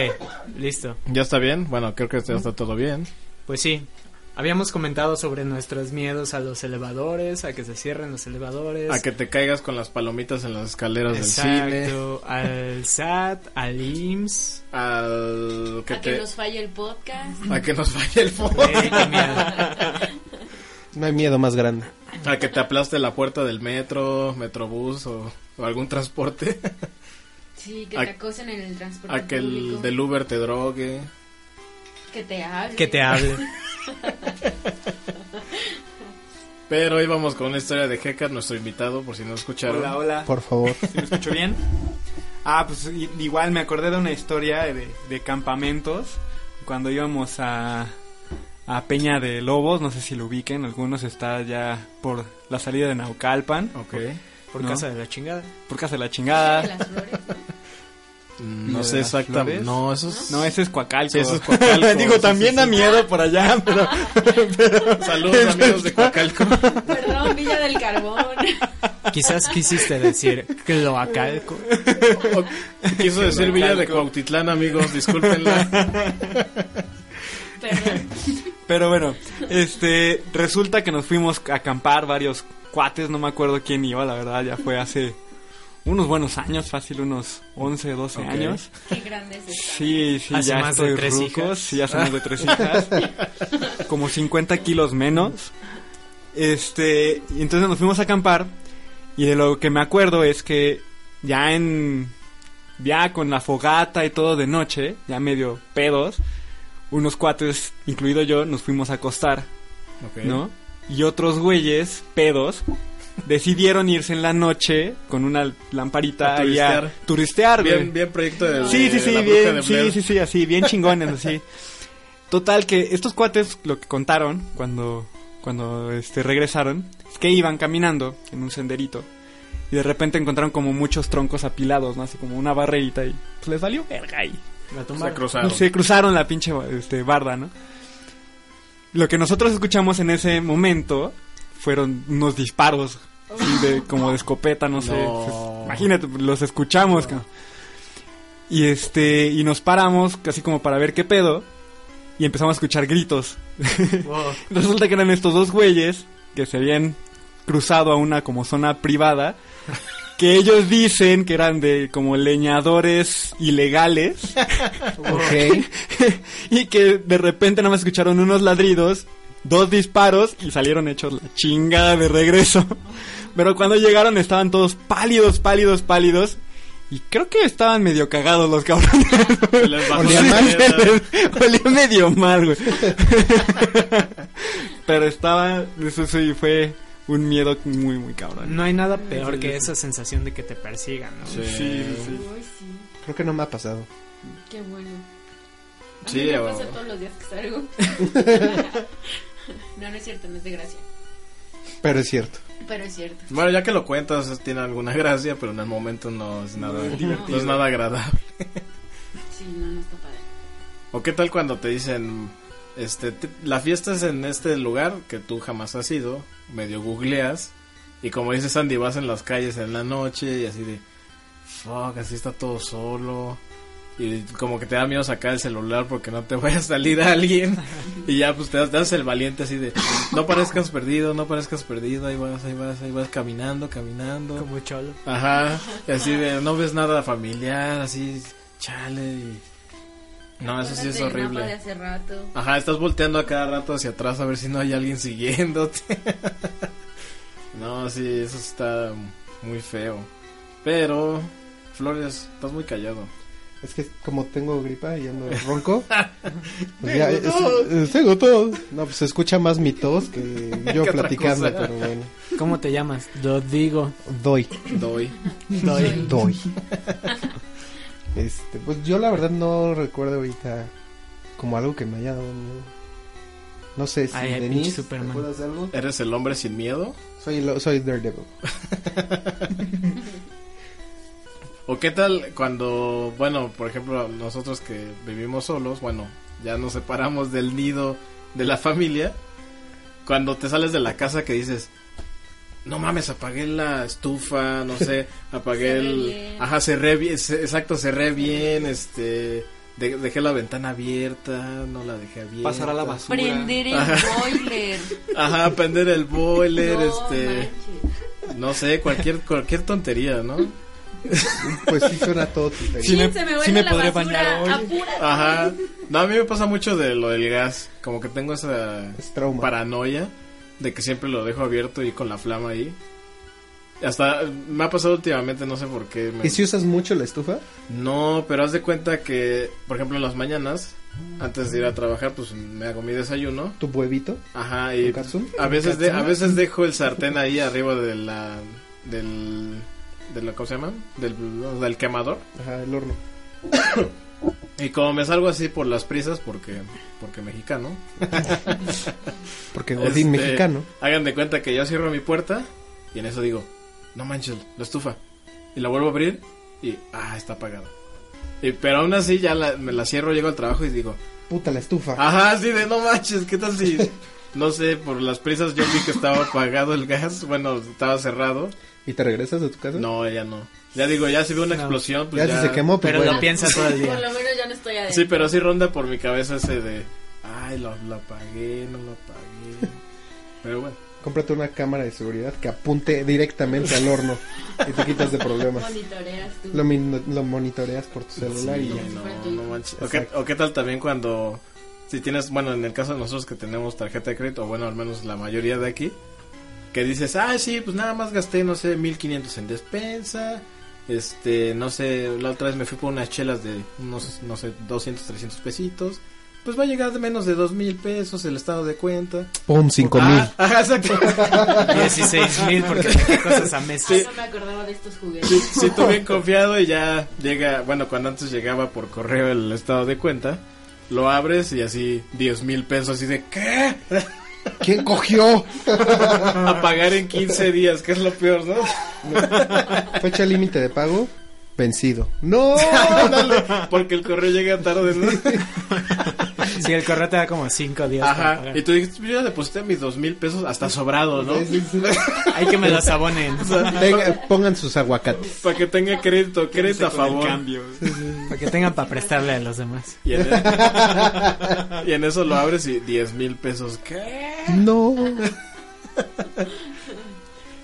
Speaker 4: listo.
Speaker 1: ¿Ya está bien? Bueno, creo que ya está todo bien.
Speaker 4: Pues sí, habíamos comentado sobre nuestros miedos a los elevadores, a que se cierren los elevadores.
Speaker 1: A que te caigas con las palomitas en las escaleras del cine.
Speaker 4: Exacto, al SAT, al IMSS.
Speaker 1: Al que
Speaker 2: a
Speaker 1: te...
Speaker 2: que nos falle el podcast.
Speaker 1: A que nos falle el
Speaker 4: Güey, Eh, qué
Speaker 3: No hay miedo más grande.
Speaker 1: A que te aplaste la puerta del metro, metrobús o, o algún transporte.
Speaker 2: Sí, que
Speaker 1: A-
Speaker 2: te acosen en el transporte
Speaker 1: A que el
Speaker 2: público.
Speaker 1: del Uber te drogue.
Speaker 2: Que te hable.
Speaker 4: Que te hable.
Speaker 1: Pero íbamos con una historia de Hecat, nuestro invitado, por si no escucharon.
Speaker 8: Hola, hola.
Speaker 3: Por favor.
Speaker 8: ¿Sí ¿Me escucho bien? Ah, pues i- igual me acordé de una historia de, de campamentos. Cuando íbamos a, a Peña de Lobos, no sé si lo ubiquen, algunos está ya por la salida de Naucalpan.
Speaker 1: Ok.
Speaker 4: Por
Speaker 8: ¿No?
Speaker 4: casa de la chingada.
Speaker 8: Por Casa de la Chingada.
Speaker 1: No
Speaker 8: ¿Lo
Speaker 1: sé
Speaker 8: de las
Speaker 1: exactamente.
Speaker 8: flores?
Speaker 1: No, eso es.
Speaker 8: No, ese es Coacalco.
Speaker 1: Sí, eso es Coacalco.
Speaker 8: Digo,
Speaker 1: Sí,
Speaker 8: también da miedo por allá, pero...
Speaker 1: Saludos, amigos
Speaker 8: Este-
Speaker 1: de Coacalco.
Speaker 2: Perdón, Villa del Carbón.
Speaker 4: Quizás quisiste decir cloacalco.
Speaker 1: Quiso decir Villa de Cuautitlán, amigos, discúlpenla.
Speaker 8: Pero bueno, este, resulta que nos fuimos a acampar varios cuates, no me acuerdo quién iba, la verdad, ya fue hace unos buenos años, fácil unos 11, 12
Speaker 1: Ok.
Speaker 8: años.
Speaker 2: Qué grande es esto.
Speaker 8: Sí, sí,
Speaker 4: Hace
Speaker 8: ya
Speaker 4: más
Speaker 8: estoy
Speaker 4: de tres
Speaker 8: ruco,
Speaker 4: hijas.
Speaker 8: Sí, hace más de tres hijas. Como 50 kilos menos. Este, y entonces nos fuimos a acampar y de lo que me acuerdo es que ya en ya con la fogata y todo de noche, ya medio pedos, unos cuates, incluido yo, nos fuimos a acostar,
Speaker 1: Ok.
Speaker 8: ¿no? Y otros güeyes, pedos, decidieron irse en la noche con una lamparita
Speaker 1: A
Speaker 8: ahí a
Speaker 1: turistear.
Speaker 8: turistear, güey.
Speaker 1: Bien, bien proyecto de.
Speaker 8: Sí, sí,
Speaker 1: de
Speaker 8: sí,
Speaker 1: la bruja de
Speaker 8: bien, sí,
Speaker 1: Blair.
Speaker 8: sí, sí, así, bien chingones, así. Total, que estos cuates lo que contaron cuando, cuando este, regresaron es que iban caminando en un senderito y de repente encontraron como muchos troncos apilados, ¿no? Así como una barrerita y pues les valió verga y
Speaker 4: La
Speaker 1: Se
Speaker 4: tumba.
Speaker 1: cruzaron.
Speaker 8: se cruzaron la pinche este, barda, ¿no? Lo que nosotros escuchamos en ese momento fueron unos disparos así de, como de escopeta, no, sé.
Speaker 1: No.
Speaker 8: Pues, Imagínate, los escuchamos. cabrón. Y este y nos paramos casi como para ver qué pedo y empezamos a escuchar gritos.
Speaker 4: Wow.
Speaker 8: Resulta que eran estos dos güeyes que se habían cruzado a una como zona privada que ellos dicen que eran de como leñadores ilegales
Speaker 3: Ok.
Speaker 8: y que de repente nada más escucharon unos ladridos, dos disparos y salieron hechos la chingada de regreso. Pero cuando llegaron estaban todos pálidos, pálidos, pálidos. Y creo que estaban medio cagados los cabrones.
Speaker 1: Les bajó
Speaker 3: Olía
Speaker 1: la
Speaker 3: mal.
Speaker 1: mierda.
Speaker 8: Olía medio mal, güey. Pero estaba, eso sí, fue un miedo muy, muy cabrón.
Speaker 4: No hay nada peor que esa sensación de que te persigan, ¿no?
Speaker 1: Sí,
Speaker 8: Sí, sí.
Speaker 2: Uy, sí.
Speaker 3: Creo que no me ha pasado.
Speaker 2: Qué bueno. A
Speaker 1: Sí,
Speaker 2: mí me
Speaker 1: o-
Speaker 2: pasa todos los días que salgo. no, no es cierto, no es de gracia.
Speaker 3: Pero es cierto.
Speaker 2: Pero es cierto.
Speaker 1: Bueno, ya que lo cuentas, tiene alguna gracia, pero en el momento no es nada,
Speaker 8: es
Speaker 1: no,
Speaker 8: divertido.
Speaker 1: es nada agradable.
Speaker 2: Sí, no, no está padre.
Speaker 1: ¿O qué tal cuando te dicen, este, te- la fiesta es en este lugar que tú jamás has ido, medio googleas, y como dice Sandy, vas en las calles en la noche y así de, fuck, así está todo solo, y como que te da miedo sacar el celular porque no te vaya a salir alguien, y ya pues te das, te das el valiente así de, no parezcas perdido, no parezcas perdido, ahí vas, ahí vas, ahí vas caminando, caminando.
Speaker 4: Como cholo.
Speaker 1: Ajá, y así de no ves nada familiar, así, chale. y- No, eso sí es
Speaker 2: Acuérdate del mapa de
Speaker 1: horrible.
Speaker 2: hace rato.
Speaker 1: Ajá, estás volteando a cada rato hacia atrás a ver si no hay alguien siguiéndote. no, sí, eso está muy feo. Pero, Flores, estás muy callado.
Speaker 3: Es que como tengo gripa y ando ronco. pues ya, es- es- tengo todo. No, pues se escucha más mi tos que yo
Speaker 1: Que otra
Speaker 3: platicando,
Speaker 1: cosa.
Speaker 3: pero bueno.
Speaker 4: ¿Cómo te llamas? Lo digo.
Speaker 3: Doy.
Speaker 1: Doy.
Speaker 4: Doy.
Speaker 3: Doy. Este, pues yo la verdad no recuerdo ahorita como algo que me haya dado miedo. No sé si
Speaker 4: Ay, ay,
Speaker 3: Denise,
Speaker 4: pinche Superman.
Speaker 3: ¿recuerdas algo?
Speaker 1: ¿Eres el hombre sin miedo?
Speaker 3: Soy, lo- soy Daredevil.
Speaker 1: ¿O qué tal cuando, bueno, por ejemplo, nosotros que vivimos solos, bueno, ya nos separamos del nido de la familia, cuando te sales de la casa que dices, no mames, apagué la estufa, no sé, apagué
Speaker 2: Cerré
Speaker 1: el...
Speaker 2: bien.
Speaker 1: Ajá, cerré bien, se- exacto, cerré bien, este... de- dejé la ventana abierta, no la dejé abierta.
Speaker 12: Pasar a la basura.
Speaker 2: Prender el
Speaker 1: Ajá.
Speaker 2: boiler.
Speaker 1: Ajá, prender el boiler,
Speaker 2: No
Speaker 1: este... No sé, cualquier, cualquier tontería, ¿no?
Speaker 3: Pues sí suena todo tontería.
Speaker 1: Sí me-
Speaker 2: Se me
Speaker 1: sí
Speaker 2: vuelve
Speaker 1: me
Speaker 2: la
Speaker 1: podré
Speaker 2: basura.
Speaker 1: bañar hoy.
Speaker 2: Apúrate.
Speaker 1: Ajá. No, a mí me pasa mucho de lo del gas. Como que tengo esa paranoia de que siempre lo dejo abierto y con la flama ahí. Hasta me ha pasado últimamente, no sé por qué. me-
Speaker 3: ¿Y si usas mucho la estufa?
Speaker 1: No, pero haz de cuenta que, por ejemplo, en las mañanas, antes de ir a trabajar, pues me hago mi desayuno.
Speaker 3: ¿Tu huevito?
Speaker 1: Ajá, y
Speaker 3: ¿Con katsu?
Speaker 1: a veces,
Speaker 3: ¿Con
Speaker 1: de-
Speaker 3: katsu?
Speaker 1: a veces dejo el sartén ahí arriba de la, del, de la- ¿cómo se llama? Del, del quemador.
Speaker 3: Ajá, el horno.
Speaker 1: Y como me salgo así por las prisas, porque, porque mexicano.
Speaker 3: Porque Este, Godín
Speaker 1: Este.
Speaker 3: mexicano.
Speaker 1: Hagan de cuenta que yo cierro mi puerta y en eso digo, no manches, la estufa. Y la vuelvo a abrir y, ah, está apagada. Y, pero aún así ya la- me la cierro, llego al trabajo y digo,
Speaker 3: Puta la estufa.
Speaker 1: Ajá, sí, de no manches, ¿qué tal si...? No sé, por las prisas yo vi que estaba apagado el gas, bueno, estaba cerrado.
Speaker 3: ¿Y te regresas a tu casa?
Speaker 1: No, ya no. Ya digo, ya si veo una explosión, pues
Speaker 3: Ya
Speaker 1: ya...
Speaker 3: si se quemó, pues Pero lo bueno.
Speaker 1: piensa
Speaker 3: piensas todo el día.
Speaker 2: Por lo menos ya no estoy adentro.
Speaker 1: Sí, pero sí ronda por mi cabeza ese de... Ay, lo, lo apagué, no lo apagué. Pero bueno.
Speaker 3: Cómprate una cámara de seguridad que apunte directamente al horno y te quitas de problemas.
Speaker 2: Monitoreas tú.
Speaker 3: Lo, min- lo monitoreas por tu celular
Speaker 1: Sí,
Speaker 3: y ya.
Speaker 1: no, no manches. O qué, o qué tal también cuando... Si tienes, bueno, en el caso de nosotros que tenemos tarjeta de crédito, o bueno, al menos la mayoría de aquí, que dices, ah, sí, pues nada más gasté, no sé, 1500 en despensa, este, no sé, la otra vez me fui por unas chelas de unos, no sé, 200, 300 pesitos, pues va a llegar de menos de 2000 pesos el estado de cuenta.
Speaker 3: Pum, 5000.
Speaker 1: Ah, ajá, exacto.
Speaker 4: 16,000 porque dejé cosas a meses.
Speaker 1: Sí.
Speaker 2: Ah, No me acordaba de estos juguetes.
Speaker 1: Sí, sí, tú bien confiado y ya llega, bueno, cuando antes llegaba por correo el estado de cuenta, lo abres y así 10 mil pesos, así de ¿qué?
Speaker 3: ¿Quién cogió? Ah.
Speaker 1: A pagar en 15 días, que es lo peor, ¿no?
Speaker 3: Fecha límite de pago, vencido. ¡No!
Speaker 1: Ándale, porque el correo llega tarde, ¿no?
Speaker 4: Sí, el correo te da como 5 días. para
Speaker 1: Ajá,
Speaker 4: pagar.
Speaker 1: y tú dijiste, yo ya deposité mis 2 mil pesos hasta sobrado, ¿no?
Speaker 4: Hay que me los abonen.
Speaker 3: Venga, pongan sus aguacates.
Speaker 1: Para que tenga crédito, crédito a
Speaker 4: con el
Speaker 1: favor.
Speaker 4: cambio. Para que tengan para prestarle a los demás.
Speaker 1: Y en, y en eso lo abres y 10 mil pesos, ¿qué?
Speaker 3: No.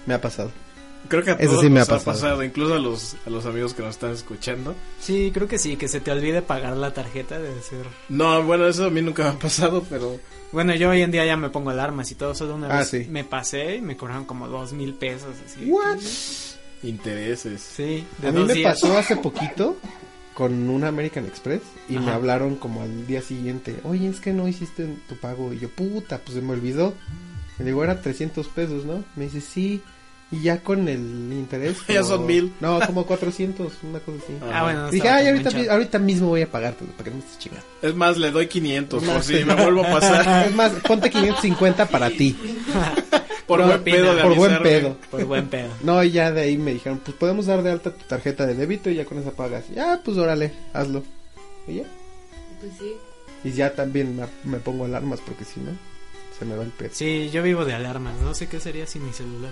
Speaker 3: Me ha pasado.
Speaker 1: Creo que a
Speaker 3: Eso
Speaker 1: todos
Speaker 3: sí me
Speaker 1: nos
Speaker 3: ha
Speaker 1: ha
Speaker 3: pasado.
Speaker 1: pasado, incluso a los, a los amigos que nos están escuchando.
Speaker 4: Sí, creo que sí, que se te olvide pagar la tarjeta de ser...
Speaker 1: No, bueno, eso a mí nunca me ha pasado, pero...
Speaker 4: Bueno, yo hoy en día ya me pongo alarmas y todo, solo una
Speaker 1: Ah,
Speaker 4: vez
Speaker 1: sí.
Speaker 4: me pasé y me cobraron como dos mil pesos, así.
Speaker 1: Intereses.
Speaker 4: Sí, de
Speaker 3: A mí
Speaker 4: dos
Speaker 3: me
Speaker 4: días.
Speaker 3: pasó hace poquito con un American Express y me
Speaker 4: Ajá.
Speaker 3: hablaron como al día siguiente, oye, es que no hiciste tu pago. Y yo, puta, pues se me olvidó. Le digo, era 300 pesos, ¿no? Me dice, sí. Y ya con el interés.
Speaker 1: Ya
Speaker 3: como-
Speaker 1: son mil.
Speaker 3: No, como 400, una cosa así.
Speaker 1: Ah, bueno, no
Speaker 3: Dije,
Speaker 1: estaba
Speaker 3: ay,
Speaker 1: tan
Speaker 3: ahorita,
Speaker 1: manchado.
Speaker 3: mi- ahorita mismo voy a pagarte, para que no me estés chingando.
Speaker 1: Es más, le doy 500 por
Speaker 3: Más,
Speaker 1: si
Speaker 3: sí.
Speaker 1: me vuelvo a pasar.
Speaker 3: Es más, ponte 550 para ti.
Speaker 1: Por
Speaker 3: No,
Speaker 1: buen pedo de
Speaker 3: Por buen
Speaker 1: avisarme.
Speaker 3: pedo.
Speaker 4: Pues
Speaker 1: Por buen pedo.
Speaker 3: No, y ya de ahí me dijeron, pues podemos dar de alta tu tarjeta de débito y ya con esa pagas. Ya, pues órale, hazlo. Y ya.
Speaker 2: Pues sí.
Speaker 3: Y ya también me, me pongo alarmas porque si no, se me va el pedo.
Speaker 4: Sí, yo vivo de alarmas, no sé qué sería sin mi celular.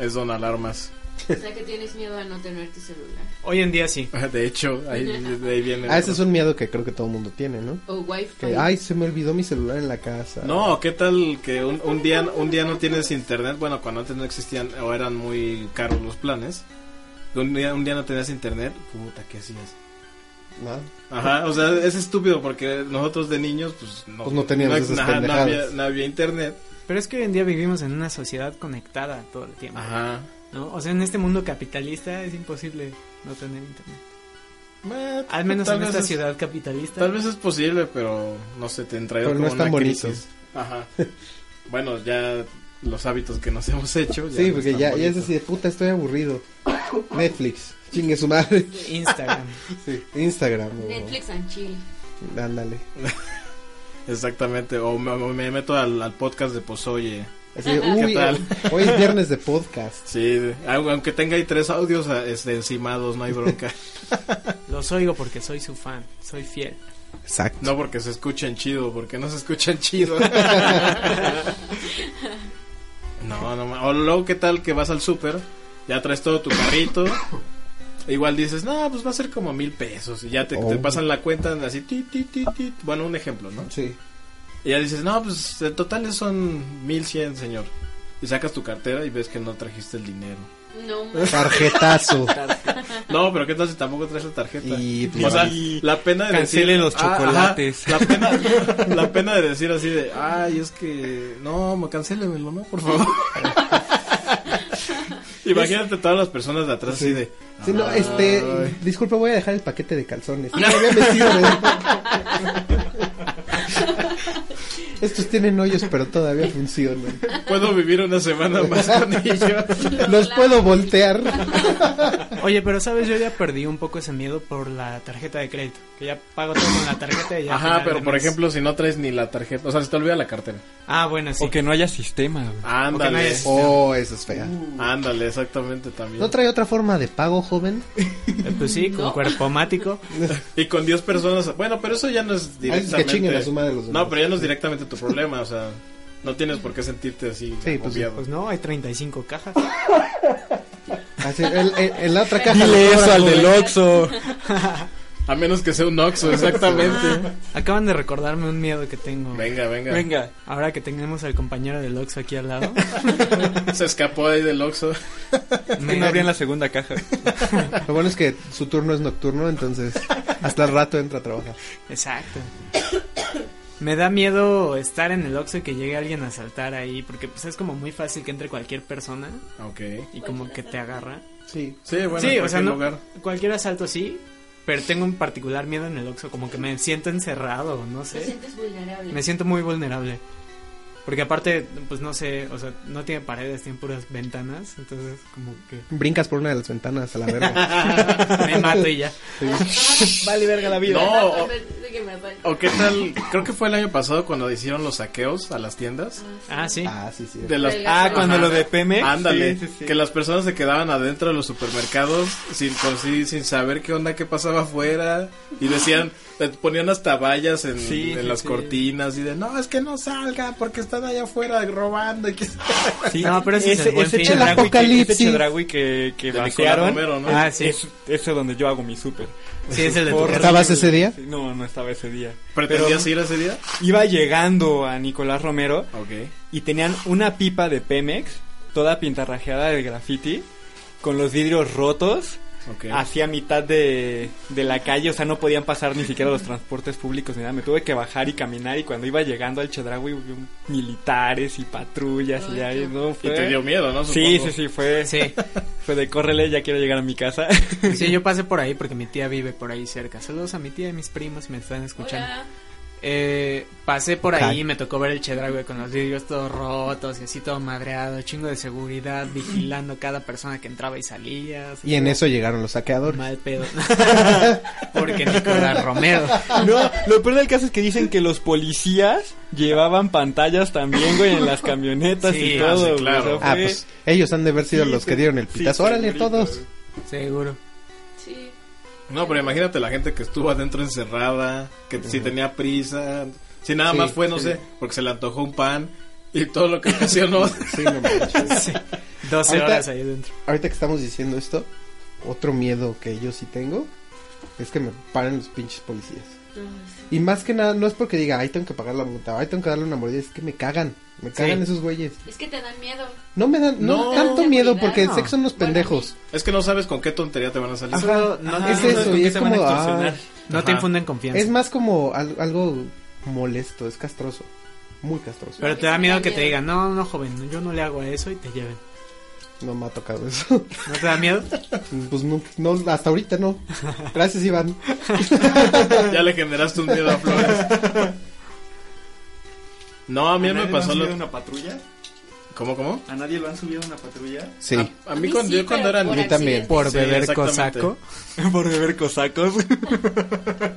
Speaker 1: Es don alarmas.
Speaker 2: O sea que tienes miedo a no tener tu celular.
Speaker 4: Hoy en día sí.
Speaker 1: De hecho, ahí, de ahí viene...
Speaker 3: Ah, ese es un miedo que creo que todo el mundo tiene, ¿no?
Speaker 2: O wifi.
Speaker 3: Que, ay, se me olvidó mi celular en la casa.
Speaker 1: No, ¿qué tal que un, un día un día no tienes internet? Bueno, cuando antes no existían o eran muy caros los planes. Un día, un día no tenías internet, puta, ¿qué hacías?
Speaker 3: Nada.
Speaker 1: Ajá, o sea, es estúpido porque nosotros de niños, pues no,
Speaker 3: Pues no teníamos esas
Speaker 1: ajá, no, había,
Speaker 3: pendejadas.
Speaker 1: no había internet.
Speaker 4: Pero es que hoy en día vivimos en una sociedad conectada todo el tiempo.
Speaker 1: Ajá.
Speaker 4: ¿no? O sea, en este mundo capitalista es imposible no tener internet.
Speaker 1: Eh,
Speaker 4: Al menos
Speaker 1: tal
Speaker 4: en
Speaker 1: vez
Speaker 4: esta
Speaker 1: es-
Speaker 4: ciudad capitalista.
Speaker 1: Tal vez es posible, pero no sé, te entrañó
Speaker 3: Pero no
Speaker 1: como
Speaker 3: es tan
Speaker 1: una
Speaker 3: bonito.
Speaker 1: crisis. Ajá. bueno, ya los hábitos que nos hemos hecho.
Speaker 3: sí, porque
Speaker 1: no
Speaker 3: ya,
Speaker 1: están
Speaker 3: ya es
Speaker 1: bonitos.
Speaker 3: así de puta, estoy aburrido. Netflix, chingue su madre.
Speaker 4: Instagram.
Speaker 3: Sí, Instagram. ¿no?
Speaker 2: Netflix and chill.
Speaker 3: Ándale.
Speaker 1: Exactamente, o me, o me meto al, al podcast de Pozoye
Speaker 3: Así de, uy, eh,
Speaker 1: ¿Qué tal?
Speaker 3: hoy es viernes de podcast.
Speaker 1: Sí, au- aunque tenga ahí tres audios ah, este, encimados, no hay bronca.
Speaker 4: Los oigo porque soy su fan, soy fiel.
Speaker 3: Exacto.
Speaker 1: No porque se escuchen chido, porque no se escuchan chido. no, no. ma- O luego, ¿qué tal que vas al súper? Ya traes todo tu carrito. E Igual dices, no, pues va a ser como mil pesos. Y ya te, te
Speaker 3: Oh.
Speaker 1: pasan la cuenta así, ti, ti, ti, ti. Bueno, un ejemplo, ¿no?
Speaker 3: Sí.
Speaker 1: Y ya dices, no, pues en total son mil cien, señor. Y sacas tu cartera y ves que no trajiste el dinero.
Speaker 2: No.
Speaker 3: Tarjetazo.
Speaker 1: No, pero qué tal si tampoco traes la tarjeta.
Speaker 3: Y-
Speaker 1: o sea,
Speaker 12: y-
Speaker 1: la pena de
Speaker 12: Cancelen
Speaker 1: decir,
Speaker 12: los
Speaker 1: "Ah,
Speaker 12: chocolates".
Speaker 1: ajá, la pena, la pena de decir así de, ay, es que no, me cancélemelo, ¿no? Por favor. Imagínate todas las personas de atrás así de.
Speaker 3: Sí, no,
Speaker 1: "Ay".
Speaker 3: este, disculpa, voy a dejar el paquete de calzones. No había metido de- Estos tienen hoyos, pero todavía funcionan.
Speaker 1: Puedo vivir una semana más con ellos.
Speaker 3: Los puedo voltear.
Speaker 4: Oye, pero sabes, yo ya perdí un poco ese miedo por la tarjeta de crédito. Que ya pago todo con la tarjeta y ya.
Speaker 1: Ajá,
Speaker 4: final de
Speaker 1: pero por
Speaker 4: mes.
Speaker 1: ejemplo, si no traes ni la tarjeta, o sea, se te olvida la cartera.
Speaker 4: Ah, bueno, sí. Ah,
Speaker 12: O que no haya sistema, güey.
Speaker 4: O que no haya
Speaker 1: Ándale.
Speaker 4: sistema.
Speaker 3: Oh, eso es fea.
Speaker 1: Ándale, exactamente también.
Speaker 3: ¿No trae otra forma de pago, joven?
Speaker 4: Eh, Pues sí, con cuerpo mático.
Speaker 1: Y con 10 personas. Bueno, pero eso ya no es directamente.
Speaker 3: que chinguen a su madre los demás.
Speaker 1: No, pero ya no es directamente tu problema. O sea, no tienes por qué sentirte así.
Speaker 3: Sí, pues sí.
Speaker 1: agobiado.
Speaker 4: Pues no, hay 35 cajas.
Speaker 3: Así, el- el- en la otra caja.
Speaker 12: Dile
Speaker 3: lo
Speaker 12: eso
Speaker 3: cobran,
Speaker 12: al
Speaker 3: joven.
Speaker 12: del Oxxo.
Speaker 1: A menos que sea un Oxxo, exactamente.
Speaker 4: Acaban de recordarme un miedo que tengo.
Speaker 1: Ah. Venga, venga,
Speaker 12: Venga.
Speaker 4: Ahora que tenemos al compañero del Oxxo aquí al lado.
Speaker 1: Se escapó ahí del Oxxo.
Speaker 12: Que no abrían la segunda caja.
Speaker 3: Lo bueno es que su turno es nocturno, entonces hasta el rato entra a trabajar.
Speaker 4: Exacto. Me da miedo estar en el Oxxo y que llegue alguien a saltar ahí, porque pues es como muy fácil que entre cualquier persona
Speaker 1: Ok.
Speaker 4: y como que te agarra.
Speaker 3: Sí.
Speaker 1: Sí, bueno,
Speaker 4: sí,
Speaker 1: en
Speaker 4: o sea,
Speaker 1: cualquier
Speaker 4: no-
Speaker 1: lugar.
Speaker 4: cualquier asalto sí, pero tengo un particular miedo en el Oxxo, como que me siento encerrado, no
Speaker 2: Te
Speaker 4: sé.
Speaker 2: sientes vulnerable.
Speaker 4: Me siento muy vulnerable. Porque aparte, pues no sé, o sea, no tiene paredes, tiene puras ventanas, entonces como que
Speaker 3: Brincas por una de las ventanas a la verga.
Speaker 4: me mato y ya. vale verga la vida.
Speaker 1: No,
Speaker 2: Ah,
Speaker 1: o,
Speaker 2: pues, de que me apague.
Speaker 1: o qué tal. Creo que fue el año pasado cuando hicieron los saqueos a las tiendas.
Speaker 4: Ah, sí.
Speaker 3: Ah, sí, sí.
Speaker 1: De las,
Speaker 2: De las-
Speaker 12: Ah, cuando
Speaker 1: Ajá.
Speaker 12: lo de Pemex.
Speaker 1: Ándale,
Speaker 8: Sí, sí, sí.
Speaker 1: que las personas se quedaban adentro de los supermercados sin, con- sí, sin saber qué onda, qué pasaba afuera. Y decían, eh, ponían hasta vallas en,
Speaker 12: Sí,
Speaker 1: en
Speaker 12: sí,
Speaker 1: las
Speaker 12: sí.
Speaker 1: cortinas y de, no, es que no salgan porque están allá afuera robando. Y que...
Speaker 12: Sí.
Speaker 4: No, pero ese es el buen fin.
Speaker 12: Chedraui
Speaker 4: El
Speaker 12: que-
Speaker 3: apocalipsis.
Speaker 12: Ese Chedraui que, que
Speaker 1: De Nicolás
Speaker 12: vaciaron.
Speaker 1: Romero, ¿no?
Speaker 12: Ah,
Speaker 4: Ah, sí.
Speaker 12: Es, ese donde yo hago mi súper.
Speaker 4: Sí, es el de
Speaker 12: Por-
Speaker 4: tu
Speaker 3: ¿Estabas ese día?
Speaker 12: Sí, No, no estaba ese día.
Speaker 1: ¿Pretendías ir ese día?
Speaker 12: Iba llegando a Nicolás Romero
Speaker 1: Ok.
Speaker 12: y tenían una pipa de Pemex, toda pintarrajeada de graffiti, con los vidrios rotos,
Speaker 1: ok.
Speaker 12: hacia mitad de, de la calle, o sea, no podían pasar ni siquiera los transportes públicos ni nada. Me tuve que bajar y caminar y cuando iba llegando al Chedraui, vi un- militares y patrullas y ya, no
Speaker 1: y
Speaker 12: fue...
Speaker 1: te dio miedo, ¿no?
Speaker 12: Sí,
Speaker 1: Supongo.
Speaker 12: sí, sí, fue,
Speaker 4: Sí.
Speaker 12: fue de córrele, ya quiero llegar a mi casa.
Speaker 4: Sí, yo pasé por ahí porque mi tía vive por ahí cerca. Saludos a mi tía y mis primos si me están escuchando.
Speaker 2: Hola.
Speaker 4: Eh, pasé por ahí
Speaker 3: Ay.
Speaker 4: y me tocó ver el Chedragüe con los vidrios todos rotos y así todo madreado, chingo de seguridad, vigilando cada persona que entraba y salía. así
Speaker 3: Y en
Speaker 4: todo
Speaker 3: eso llegaron los saqueadores.
Speaker 4: Mal pedo. porque Nicolás Romero.
Speaker 12: Ah, No, lo peor del caso es que dicen que los policías llevaban pantallas también, güey, en las camionetas
Speaker 4: Sí,
Speaker 12: y
Speaker 4: ah,
Speaker 12: todo.
Speaker 4: sí,
Speaker 12: güey, o sea,
Speaker 1: claro.
Speaker 3: Ah,
Speaker 12: fue-
Speaker 3: pues ellos han de haber sido
Speaker 12: Sí,
Speaker 3: los que
Speaker 12: sí,
Speaker 3: dieron el
Speaker 12: sí,
Speaker 3: pitazo. Órale,
Speaker 12: segurito,
Speaker 3: todos.
Speaker 12: güey.
Speaker 4: Seguro.
Speaker 2: Sí.
Speaker 1: No, pero imagínate la gente que estuvo adentro encerrada, que si tenía prisa, si nada
Speaker 3: Sí,
Speaker 1: más fue, no sé, porque se le antojó un pan y todo lo que ocasionó.
Speaker 3: Sí, no manches.
Speaker 4: 12
Speaker 3: Ahorita-
Speaker 4: horas ahí dentro.
Speaker 3: Ahorita que estamos diciendo esto, otro miedo que yo sí tengo es que me paren los pinches policías. Y más que nada, no es porque diga, ay, tengo que pagar la multa, ay, tengo que darle una mordida, es que me cagan. Me cagan
Speaker 4: Sí.
Speaker 3: esos güeyes.
Speaker 2: Es que te dan miedo.
Speaker 3: No me dan, no,
Speaker 1: No.
Speaker 3: tanto miedo porque el
Speaker 4: No.
Speaker 3: sexo unos
Speaker 2: Bueno,
Speaker 3: pendejos.
Speaker 1: es que no sabes con qué tontería te van a salir.
Speaker 4: Solo no,
Speaker 3: es
Speaker 4: no-
Speaker 12: sabes
Speaker 3: eso,
Speaker 12: con
Speaker 3: y
Speaker 12: qué
Speaker 3: es
Speaker 12: te van a
Speaker 3: como,
Speaker 12: extorsionar.
Speaker 3: ah,
Speaker 4: no te
Speaker 1: Ajá.
Speaker 4: infunden confianza.
Speaker 3: es más como al- algo molesto, es castroso, muy castroso.
Speaker 4: Pero te da miedo que te digan, no, no, joven, yo no le hago a eso y te lleven.
Speaker 3: No me ha tocado eso.
Speaker 4: ¿No te da miedo?
Speaker 3: pues no, no, hasta ahorita no. Gracias, Iván.
Speaker 1: Ya le generaste un miedo a Flores. No, a mí me
Speaker 8: nadie
Speaker 1: pasó lo...
Speaker 8: lo han subido a una patrulla?
Speaker 1: ¿Cómo, cómo?
Speaker 8: ¿A nadie lo han subido a una patrulla?
Speaker 3: Sí.
Speaker 1: A, a mí
Speaker 2: Sí,
Speaker 1: cuando, yo
Speaker 2: pero
Speaker 1: cuando era
Speaker 2: por
Speaker 1: niño-
Speaker 2: accidente.
Speaker 3: también.
Speaker 4: Por
Speaker 1: Sí,
Speaker 4: beber
Speaker 1: exactamente.
Speaker 4: cosaco.
Speaker 12: Por beber cosacos.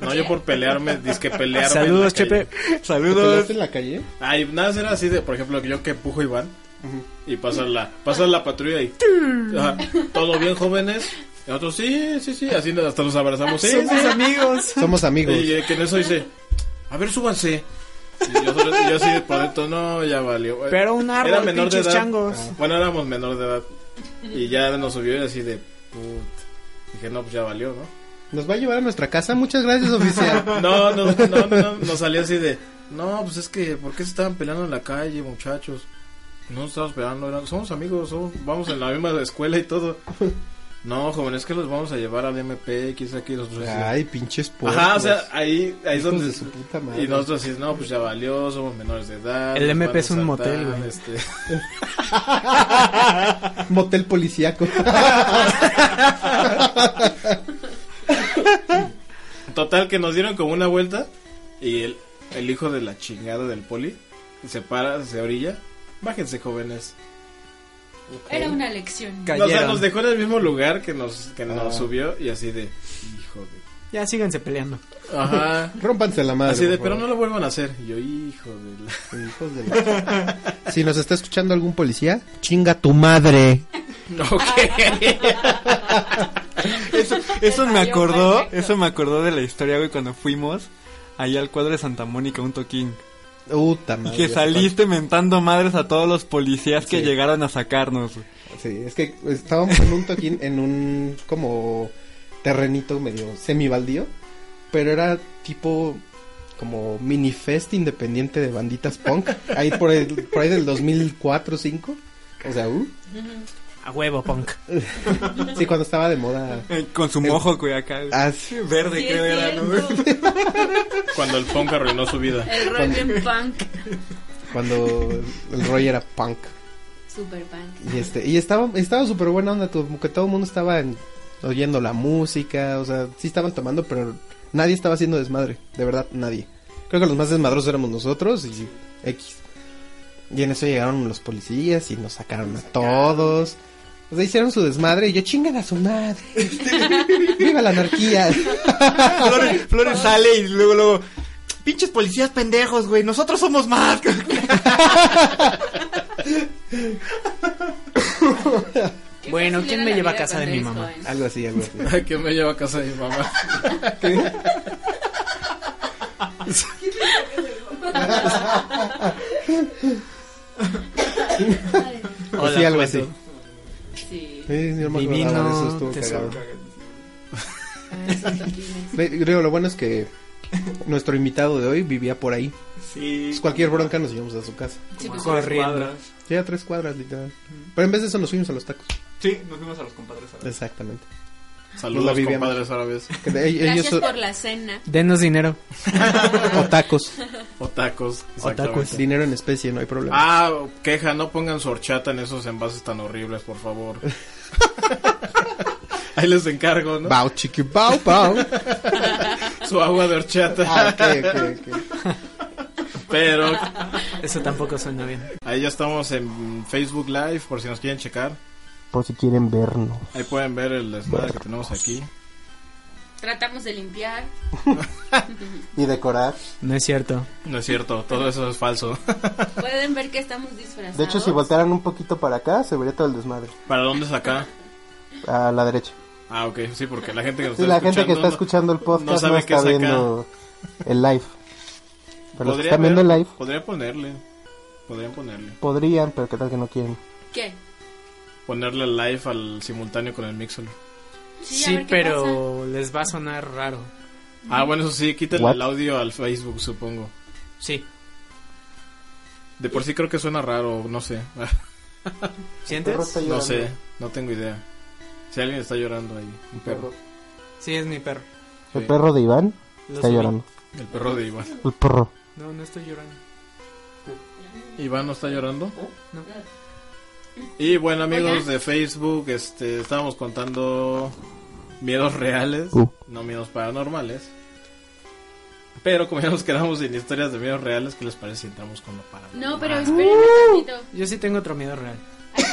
Speaker 1: No, yo por pelearme, disque pelearme. en la
Speaker 4: Saludos,
Speaker 1: calle.
Speaker 4: Chepe.
Speaker 3: ¿Te
Speaker 12: Saludos.
Speaker 3: peleaste en la calle?
Speaker 1: Ay, nada, era así de, por ejemplo, yo que empujo a Iván. Y pasa la, pasa la patrulla y ajá, todo bien jóvenes. Y nosotros sí, sí, sí, así hasta nos abrazamos. Sí,
Speaker 4: Somos
Speaker 1: sí.
Speaker 4: amigos.
Speaker 3: Somos amigos.
Speaker 1: Y eh, que en eso dice, a ver, súbanse. Y nosotros- y yo así de por dentro, no, ya valió.
Speaker 4: Pero un árbol, pinches
Speaker 1: edad. Ah.
Speaker 4: changos.
Speaker 1: Bueno, éramos menor de edad. Y ya nos subió y así de, put. Dije, no, pues ya valió, ¿no?
Speaker 3: Nos va a llevar a nuestra casa. Muchas gracias, oficial.
Speaker 1: No, no, no, no, no, nos salió así de, no, pues es que, ¿por qué se estaban peleando en la calle, muchachos? No nos estábamos peleando, eran- somos amigos, somos- vamos en la misma escuela y todo. No, joven, es que los vamos a llevar al MPX aquí nosotros. así de-
Speaker 3: Ay, pinches puercos.
Speaker 1: Ajá, o sea, ahí, ahí es
Speaker 3: Hijos
Speaker 1: donde...
Speaker 3: de su puta madre.
Speaker 1: Y nosotros así, no, pues ya valió, somos menores de edad.
Speaker 4: El
Speaker 1: nos
Speaker 4: MP
Speaker 1: van a
Speaker 4: es un motel,
Speaker 1: asaltar,
Speaker 4: güey.
Speaker 1: este.
Speaker 3: Motel policíaco.
Speaker 1: Total, que nos dieron como una vuelta y el, el hijo de la chingada del poli se para, se orilla. Bájense, jóvenes.
Speaker 2: Era una lección.
Speaker 1: No, o sea, nos dejó en el mismo lugar que nos, que nos subió y así de, hijo de...
Speaker 4: Ya síganse peleando.
Speaker 1: Ajá.
Speaker 3: Rómpanse la madre.
Speaker 1: así de,
Speaker 3: por
Speaker 1: pero no
Speaker 3: favor.
Speaker 1: lo vuelvan a hacer. Y yo, hijo de... la-".
Speaker 3: Hijos de la- Si nos está escuchando algún policía, chinga tu madre.
Speaker 12: Eso, eso me acordó, eso me acordó de la historia, güey, cuando fuimos ahí al cuadro de Santa Mónica, un toquín.
Speaker 3: Puta
Speaker 12: Y
Speaker 3: madre.
Speaker 12: que saliste mentando madres a todos los policías que
Speaker 3: Sí.
Speaker 12: llegaron a sacarnos, güey.
Speaker 3: Sí, es que estábamos en un toquín, en un como terrenito medio semibaldío, pero era tipo como mini fest independiente de banditas punk, ahí por, el- por ahí del 2004 5 o sea, uh,
Speaker 4: A huevo, punk.
Speaker 3: sí, cuando estaba de moda.
Speaker 12: Eh, Con su mojo, güey, acá. güey.
Speaker 3: Ah, sí.
Speaker 12: Verde,
Speaker 2: Sí,
Speaker 12: creo
Speaker 2: es
Speaker 12: era, ¿no, güey?
Speaker 1: Cuando el punk arruinó su vida.
Speaker 2: El rol bien punk.
Speaker 3: Cuando el Roy era punk.
Speaker 2: Super punk.
Speaker 3: Y este, y estaba, estaba súper buena onda, como que todo el mundo estaba en- oyendo la música, o sea, sí estaban tomando, pero nadie estaba haciendo desmadre, de verdad, nadie. Creo que los más desmadrosos éramos nosotros y X. Y en eso llegaron los policías y nos sacaron a todos. O sea, hicieron su desmadre y yo chingan a su madre. ¡Viva la anarquía!
Speaker 12: Flores, Flores sale y luego, luego, pinches policías pendejos, güey, nosotros somos más.
Speaker 4: Bueno, ¿quién me lleva a casa de mi
Speaker 2: cuando
Speaker 4: mamá?
Speaker 2: eres
Speaker 3: Algo así, algo así.
Speaker 1: que me lleva a casa de mi mamá.
Speaker 3: O sí, algo así.
Speaker 2: Sí.
Speaker 3: Sí, yo me acordaba de eso,
Speaker 4: Divino
Speaker 3: estuvo
Speaker 4: tesoro.
Speaker 3: cagado.
Speaker 2: Ay, esos toquines.
Speaker 3: Le- Creo lo bueno es que nuestro invitado de hoy vivía por ahí.
Speaker 12: Sí.
Speaker 3: Pues cualquier bronca nos llevamos a su casa.
Speaker 2: Sí, pues,
Speaker 4: Corriendo.
Speaker 3: Sí, a tres cuadras, literal. Pero en vez de eso nos fuimos a los tacos.
Speaker 12: Sí, nos fuimos a los compadres.
Speaker 3: Exactamente. La
Speaker 1: Saludos,
Speaker 3: Viviana.
Speaker 1: compadres árabes.
Speaker 3: Que de- ellos
Speaker 2: Gracias
Speaker 3: son-
Speaker 2: por la cena.
Speaker 4: Denos dinero.
Speaker 3: o tacos.
Speaker 1: O tacos.
Speaker 4: tacos.
Speaker 1: exactamente.
Speaker 3: Dinero en especie, no hay problema.
Speaker 1: Ah, queja, no pongan su horchata en esos envases tan horribles, por favor. Ahí les encargo, ¿no?
Speaker 3: Bau, chiqui, bau, bau.
Speaker 1: Su agua de
Speaker 3: Ah,
Speaker 1: horchata.
Speaker 3: ok, ok, ok.
Speaker 1: Pero
Speaker 4: Eso tampoco suena bien.
Speaker 1: ahí ya estamos en Facebook Live, por si nos quieren checar.
Speaker 3: Por si quieren vernos.
Speaker 1: Ahí pueden ver el desmadre que tenemos aquí.
Speaker 2: Tratamos de limpiar.
Speaker 3: Y decorar.
Speaker 4: No es cierto.
Speaker 1: No es cierto, todo eso es falso.
Speaker 2: Pueden ver que estamos disfrazados.
Speaker 3: De hecho, si voltearan un poquito para acá, se vería todo el desmadre.
Speaker 1: ¿Para dónde es acá?
Speaker 3: A la derecha.
Speaker 1: Ah, ok, sí, porque la gente que nos
Speaker 3: Sí,
Speaker 1: está
Speaker 3: la gente que
Speaker 1: Pues
Speaker 3: está
Speaker 1: no-
Speaker 3: escuchando el podcast
Speaker 1: no
Speaker 3: no,
Speaker 1: sabe qué
Speaker 3: está
Speaker 1: es acá.
Speaker 3: viendo el live. Pero los que
Speaker 1: podría
Speaker 3: están viendo el
Speaker 1: ver-
Speaker 3: live
Speaker 1: Podría ponerle. Podrían ponerle.
Speaker 3: podrían, pero qué tal que no quieren.
Speaker 2: ¿Qué?
Speaker 1: Ponerle live al simultáneo con el Mixel.
Speaker 2: a
Speaker 4: Sí,
Speaker 2: ver qué
Speaker 4: pero les va a sonar raro.
Speaker 1: Ah, bueno, eso sí, quítale
Speaker 3: What?
Speaker 1: el audio al Facebook, supongo.
Speaker 4: Sí.
Speaker 1: De por sí creo que suena raro, no sé.
Speaker 3: Perro
Speaker 4: ¿Sientes?
Speaker 3: está
Speaker 1: No
Speaker 3: llorando.
Speaker 1: sé, no tengo idea. Si alguien está llorando ahí, un perro.
Speaker 4: Sí, es mi perro.
Speaker 3: El
Speaker 1: Sí.
Speaker 3: perro de Iván
Speaker 4: Lo
Speaker 3: está
Speaker 4: subí.
Speaker 3: llorando.
Speaker 1: El perro de Iván.
Speaker 3: El perro.
Speaker 4: No, no estoy llorando.
Speaker 1: Iván no está llorando.
Speaker 4: ¿Eh? No.
Speaker 1: Y bueno, amigos de Facebook, este, estábamos contando miedos reales,
Speaker 3: Uh.
Speaker 1: no miedos paranormales. Pero como ya nos quedamos sin historias de miedos reales, ¿qué les parece si entramos con lo paranormal?
Speaker 2: No, pero espérenme tantito.
Speaker 4: Yo sí tengo otro miedo real.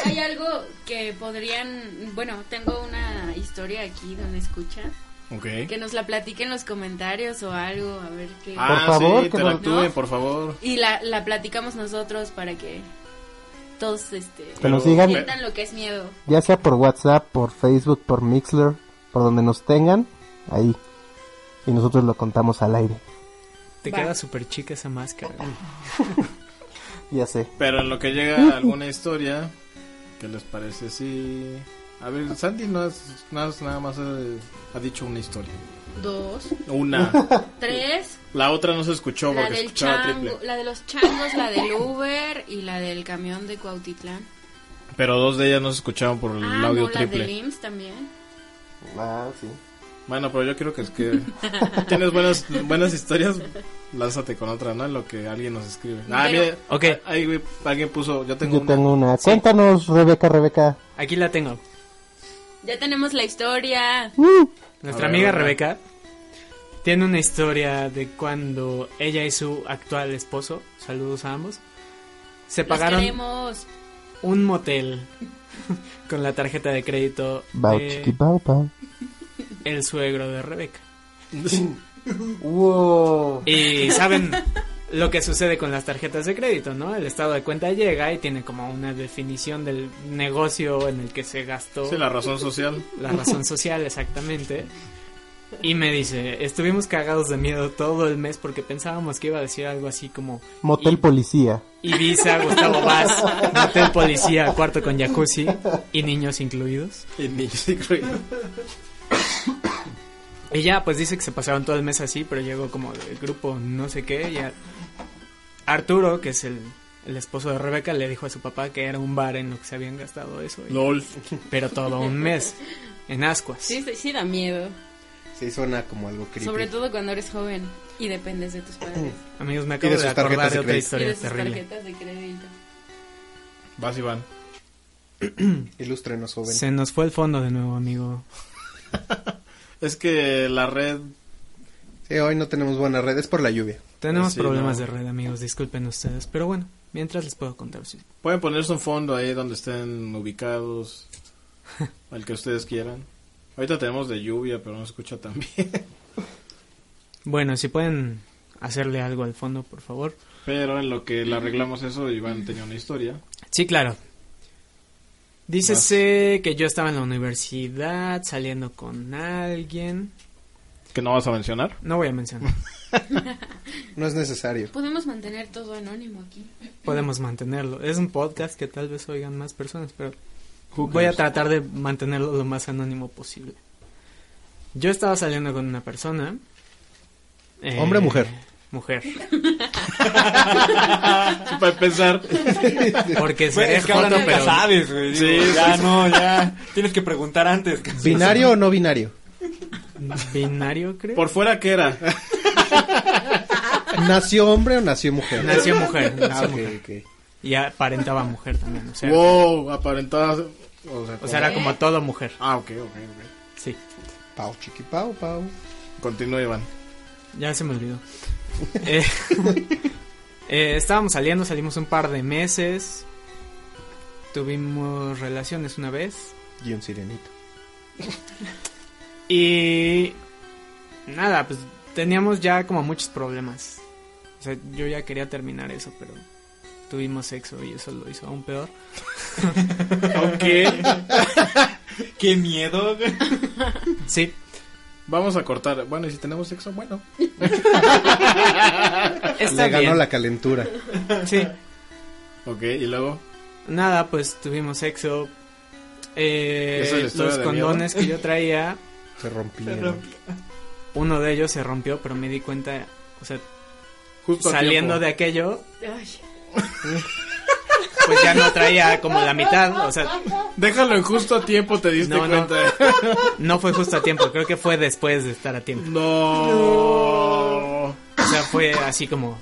Speaker 2: Hay, hay algo que podrían. Bueno, tengo una historia aquí donde escucha.
Speaker 1: Ok.
Speaker 2: Que nos la platiquen en los comentarios o algo. A ver qué.
Speaker 1: Ah,
Speaker 3: Por favor,
Speaker 1: sí,
Speaker 3: que nos-
Speaker 1: interactúen,
Speaker 2: ¿No?
Speaker 1: por favor.
Speaker 2: Y la, la platicamos nosotros para que todos este,
Speaker 14: Que nos digan-
Speaker 2: sientan lo que es miedo.
Speaker 14: Ya sea por WhatsApp, por Facebook, por Mixler, por donde nos tengan, ahí. Y nosotros lo contamos al aire.
Speaker 4: Te
Speaker 2: Va.
Speaker 4: queda súper chica esa máscara.
Speaker 14: Ya sé.
Speaker 1: Pero en lo que llega alguna historia, que les parece así? A ver, Santi no has- no has- nada más eh, ha dicho una historia.
Speaker 2: Dos,
Speaker 1: Una.
Speaker 2: tres,
Speaker 1: La otra no se escuchó
Speaker 2: la
Speaker 1: porque
Speaker 2: del
Speaker 1: escuchaba triple.
Speaker 2: chango, la de los changos, la del Uber y la del camión de Cuautitlán.
Speaker 1: Pero dos de ellas no se escuchaban por el
Speaker 2: Ah,
Speaker 1: audio
Speaker 2: no, la del
Speaker 1: triple.
Speaker 2: IMSS también.
Speaker 14: Ah, sí.
Speaker 1: Bueno, pero yo quiero que, que tienes buenas buenas historias, lánzate con otra, ¿no? En lo que alguien nos escribe. Ah,
Speaker 4: Pero-
Speaker 1: mira, ahí, güey, alguien puso, yo tengo
Speaker 14: Yo
Speaker 1: una.
Speaker 14: tengo una. Cuéntanos, Rebeca, Rebeca.
Speaker 4: Aquí la tengo.
Speaker 2: Ya tenemos la historia.
Speaker 4: Nuestra
Speaker 12: A ver,
Speaker 4: amiga
Speaker 12: ahora.
Speaker 4: Rebeca tiene una historia de cuando ella y su actual esposo, saludos a ambos, se
Speaker 2: Los
Speaker 4: pagaron
Speaker 2: queremos.
Speaker 4: un motel con la tarjeta de crédito
Speaker 14: Bau,
Speaker 3: Eh.
Speaker 4: de
Speaker 14: chiqui, bau, bau.
Speaker 4: el suegro de Rebeca.
Speaker 14: Wow.
Speaker 4: Y saben lo que sucede con las tarjetas de crédito, ¿no? El estado de cuenta llega y tiene como una definición del negocio en el que se gastó.
Speaker 1: Sí, la razón social.
Speaker 4: La razón social, exactamente. Y me dice, estuvimos cagados de miedo todo el mes porque pensábamos que iba a decir algo así como
Speaker 14: Motel policía.
Speaker 4: Ibiza, Gustavo Vaz, motel policía, cuarto con jacuzzi y niños incluidos.
Speaker 1: Y niños incluidos.
Speaker 4: Y ya, pues dice que se pasaron todo el mes así, pero llegó como el grupo no sé qué. Y a- Arturo, que es el, el esposo de Rebeca, le dijo a su papá que era un bar en lo que se habían gastado eso. y-
Speaker 1: LOL.
Speaker 4: Pero todo un mes, en ascuas.
Speaker 2: Sí, sí, sí da miedo.
Speaker 3: Sí, suena como algo creepy.
Speaker 2: Sobre todo cuando eres joven y dependes de tus padres.
Speaker 4: Amigos, me
Speaker 3: Y
Speaker 4: acabo
Speaker 3: de
Speaker 4: de,
Speaker 3: sus
Speaker 4: acordar
Speaker 3: tarjetas de
Speaker 4: de otra
Speaker 3: crédito.
Speaker 2: y
Speaker 4: historia
Speaker 2: de sus
Speaker 4: terrible.
Speaker 2: tarjetas de crédito.
Speaker 1: Vas, Iván.
Speaker 3: Ilústrenos, joven.
Speaker 4: Se nos fue el fondo de nuevo, amigo.
Speaker 1: Es que la red
Speaker 3: Sí, hoy no tenemos buena red, es por la lluvia.
Speaker 4: Tenemos
Speaker 1: Sí,
Speaker 4: problemas
Speaker 1: no.
Speaker 4: de red, amigos, disculpen ustedes. Pero bueno, mientras les puedo contar. sí.
Speaker 1: Pueden ponerse un fondo ahí donde estén ubicados, al que ustedes quieran. Ahorita tenemos de lluvia, pero no se escucha tan bien.
Speaker 4: Bueno, si pueden hacerle algo al fondo, por favor.
Speaker 1: Pero en lo que le arreglamos eso, Iván tenía una historia.
Speaker 4: Sí, claro. Dícese que yo estaba en la universidad saliendo con alguien.
Speaker 1: ¿Que no vas a mencionar?
Speaker 4: No voy a mencionar.
Speaker 3: No es necesario.
Speaker 2: Podemos mantener todo anónimo aquí.
Speaker 4: Podemos mantenerlo. Es un podcast que tal vez oigan más personas, pero
Speaker 1: Who
Speaker 4: voy a
Speaker 1: cares?
Speaker 4: tratar de mantenerlo lo más anónimo posible. Yo estaba saliendo con una persona. eh,
Speaker 3: ¿Hombre o mujer?
Speaker 4: Mujer.
Speaker 1: Para empezar.
Speaker 4: Porque
Speaker 12: Güey,
Speaker 4: seré
Speaker 12: es que ahora
Speaker 4: joto,
Speaker 12: nunca
Speaker 4: pero-
Speaker 12: sabes, güey. Digo,
Speaker 4: Sí,
Speaker 12: ya
Speaker 4: sí, sí.
Speaker 12: no, ya. Tienes que preguntar antes.
Speaker 3: ¿Binario o no binario?
Speaker 4: ¿Binario, creo?
Speaker 1: ¿Por fuera qué era?
Speaker 3: ¿Nació hombre o nació mujer?
Speaker 4: Nació mujer.
Speaker 3: Ah,
Speaker 4: nació
Speaker 3: ok,
Speaker 4: mujer.
Speaker 3: ok.
Speaker 4: Y aparentaba mujer también. O sea,
Speaker 1: wow, aparentaba. O sea,
Speaker 4: o sea, era como todo mujer.
Speaker 1: Ah, ok, ok, ok.
Speaker 4: Sí.
Speaker 3: Pau, chiqui, pau, pau.
Speaker 1: Continúa, Iván.
Speaker 4: Ya se me olvidó. Eh, eh, estábamos saliendo, salimos un par de meses. Tuvimos relaciones una vez.
Speaker 3: Y un sirenito.
Speaker 4: Y nada, pues teníamos ya como muchos problemas. O sea, yo ya quería terminar eso, pero tuvimos sexo y eso lo hizo aún peor.
Speaker 12: Ok. Qué miedo, güey.
Speaker 4: Sí.
Speaker 1: Vamos a cortar. Bueno, y si tenemos sexo, bueno.
Speaker 4: Está
Speaker 3: Le ganó
Speaker 4: bien.
Speaker 3: la calentura.
Speaker 4: Sí.
Speaker 1: Ok, y luego.
Speaker 4: Nada, pues tuvimos sexo. Eh,
Speaker 1: ¿Esa es la historia
Speaker 4: los
Speaker 1: de
Speaker 4: condones
Speaker 1: miedo?
Speaker 4: que yo traía,
Speaker 3: Se rompía.
Speaker 4: Se rompió. uno de ellos se rompió, pero me di cuenta, o sea,
Speaker 1: Justo a
Speaker 4: saliendo
Speaker 1: tiempo.
Speaker 4: de aquello,
Speaker 2: Ay.
Speaker 4: pues ya no traía como la mitad, o sea,
Speaker 1: Déjalo en justo a tiempo, te diste
Speaker 4: No, no.
Speaker 1: cuenta.
Speaker 4: no fue justo a tiempo, creo que fue después de estar a tiempo.
Speaker 1: No.
Speaker 4: O sea, fue así como,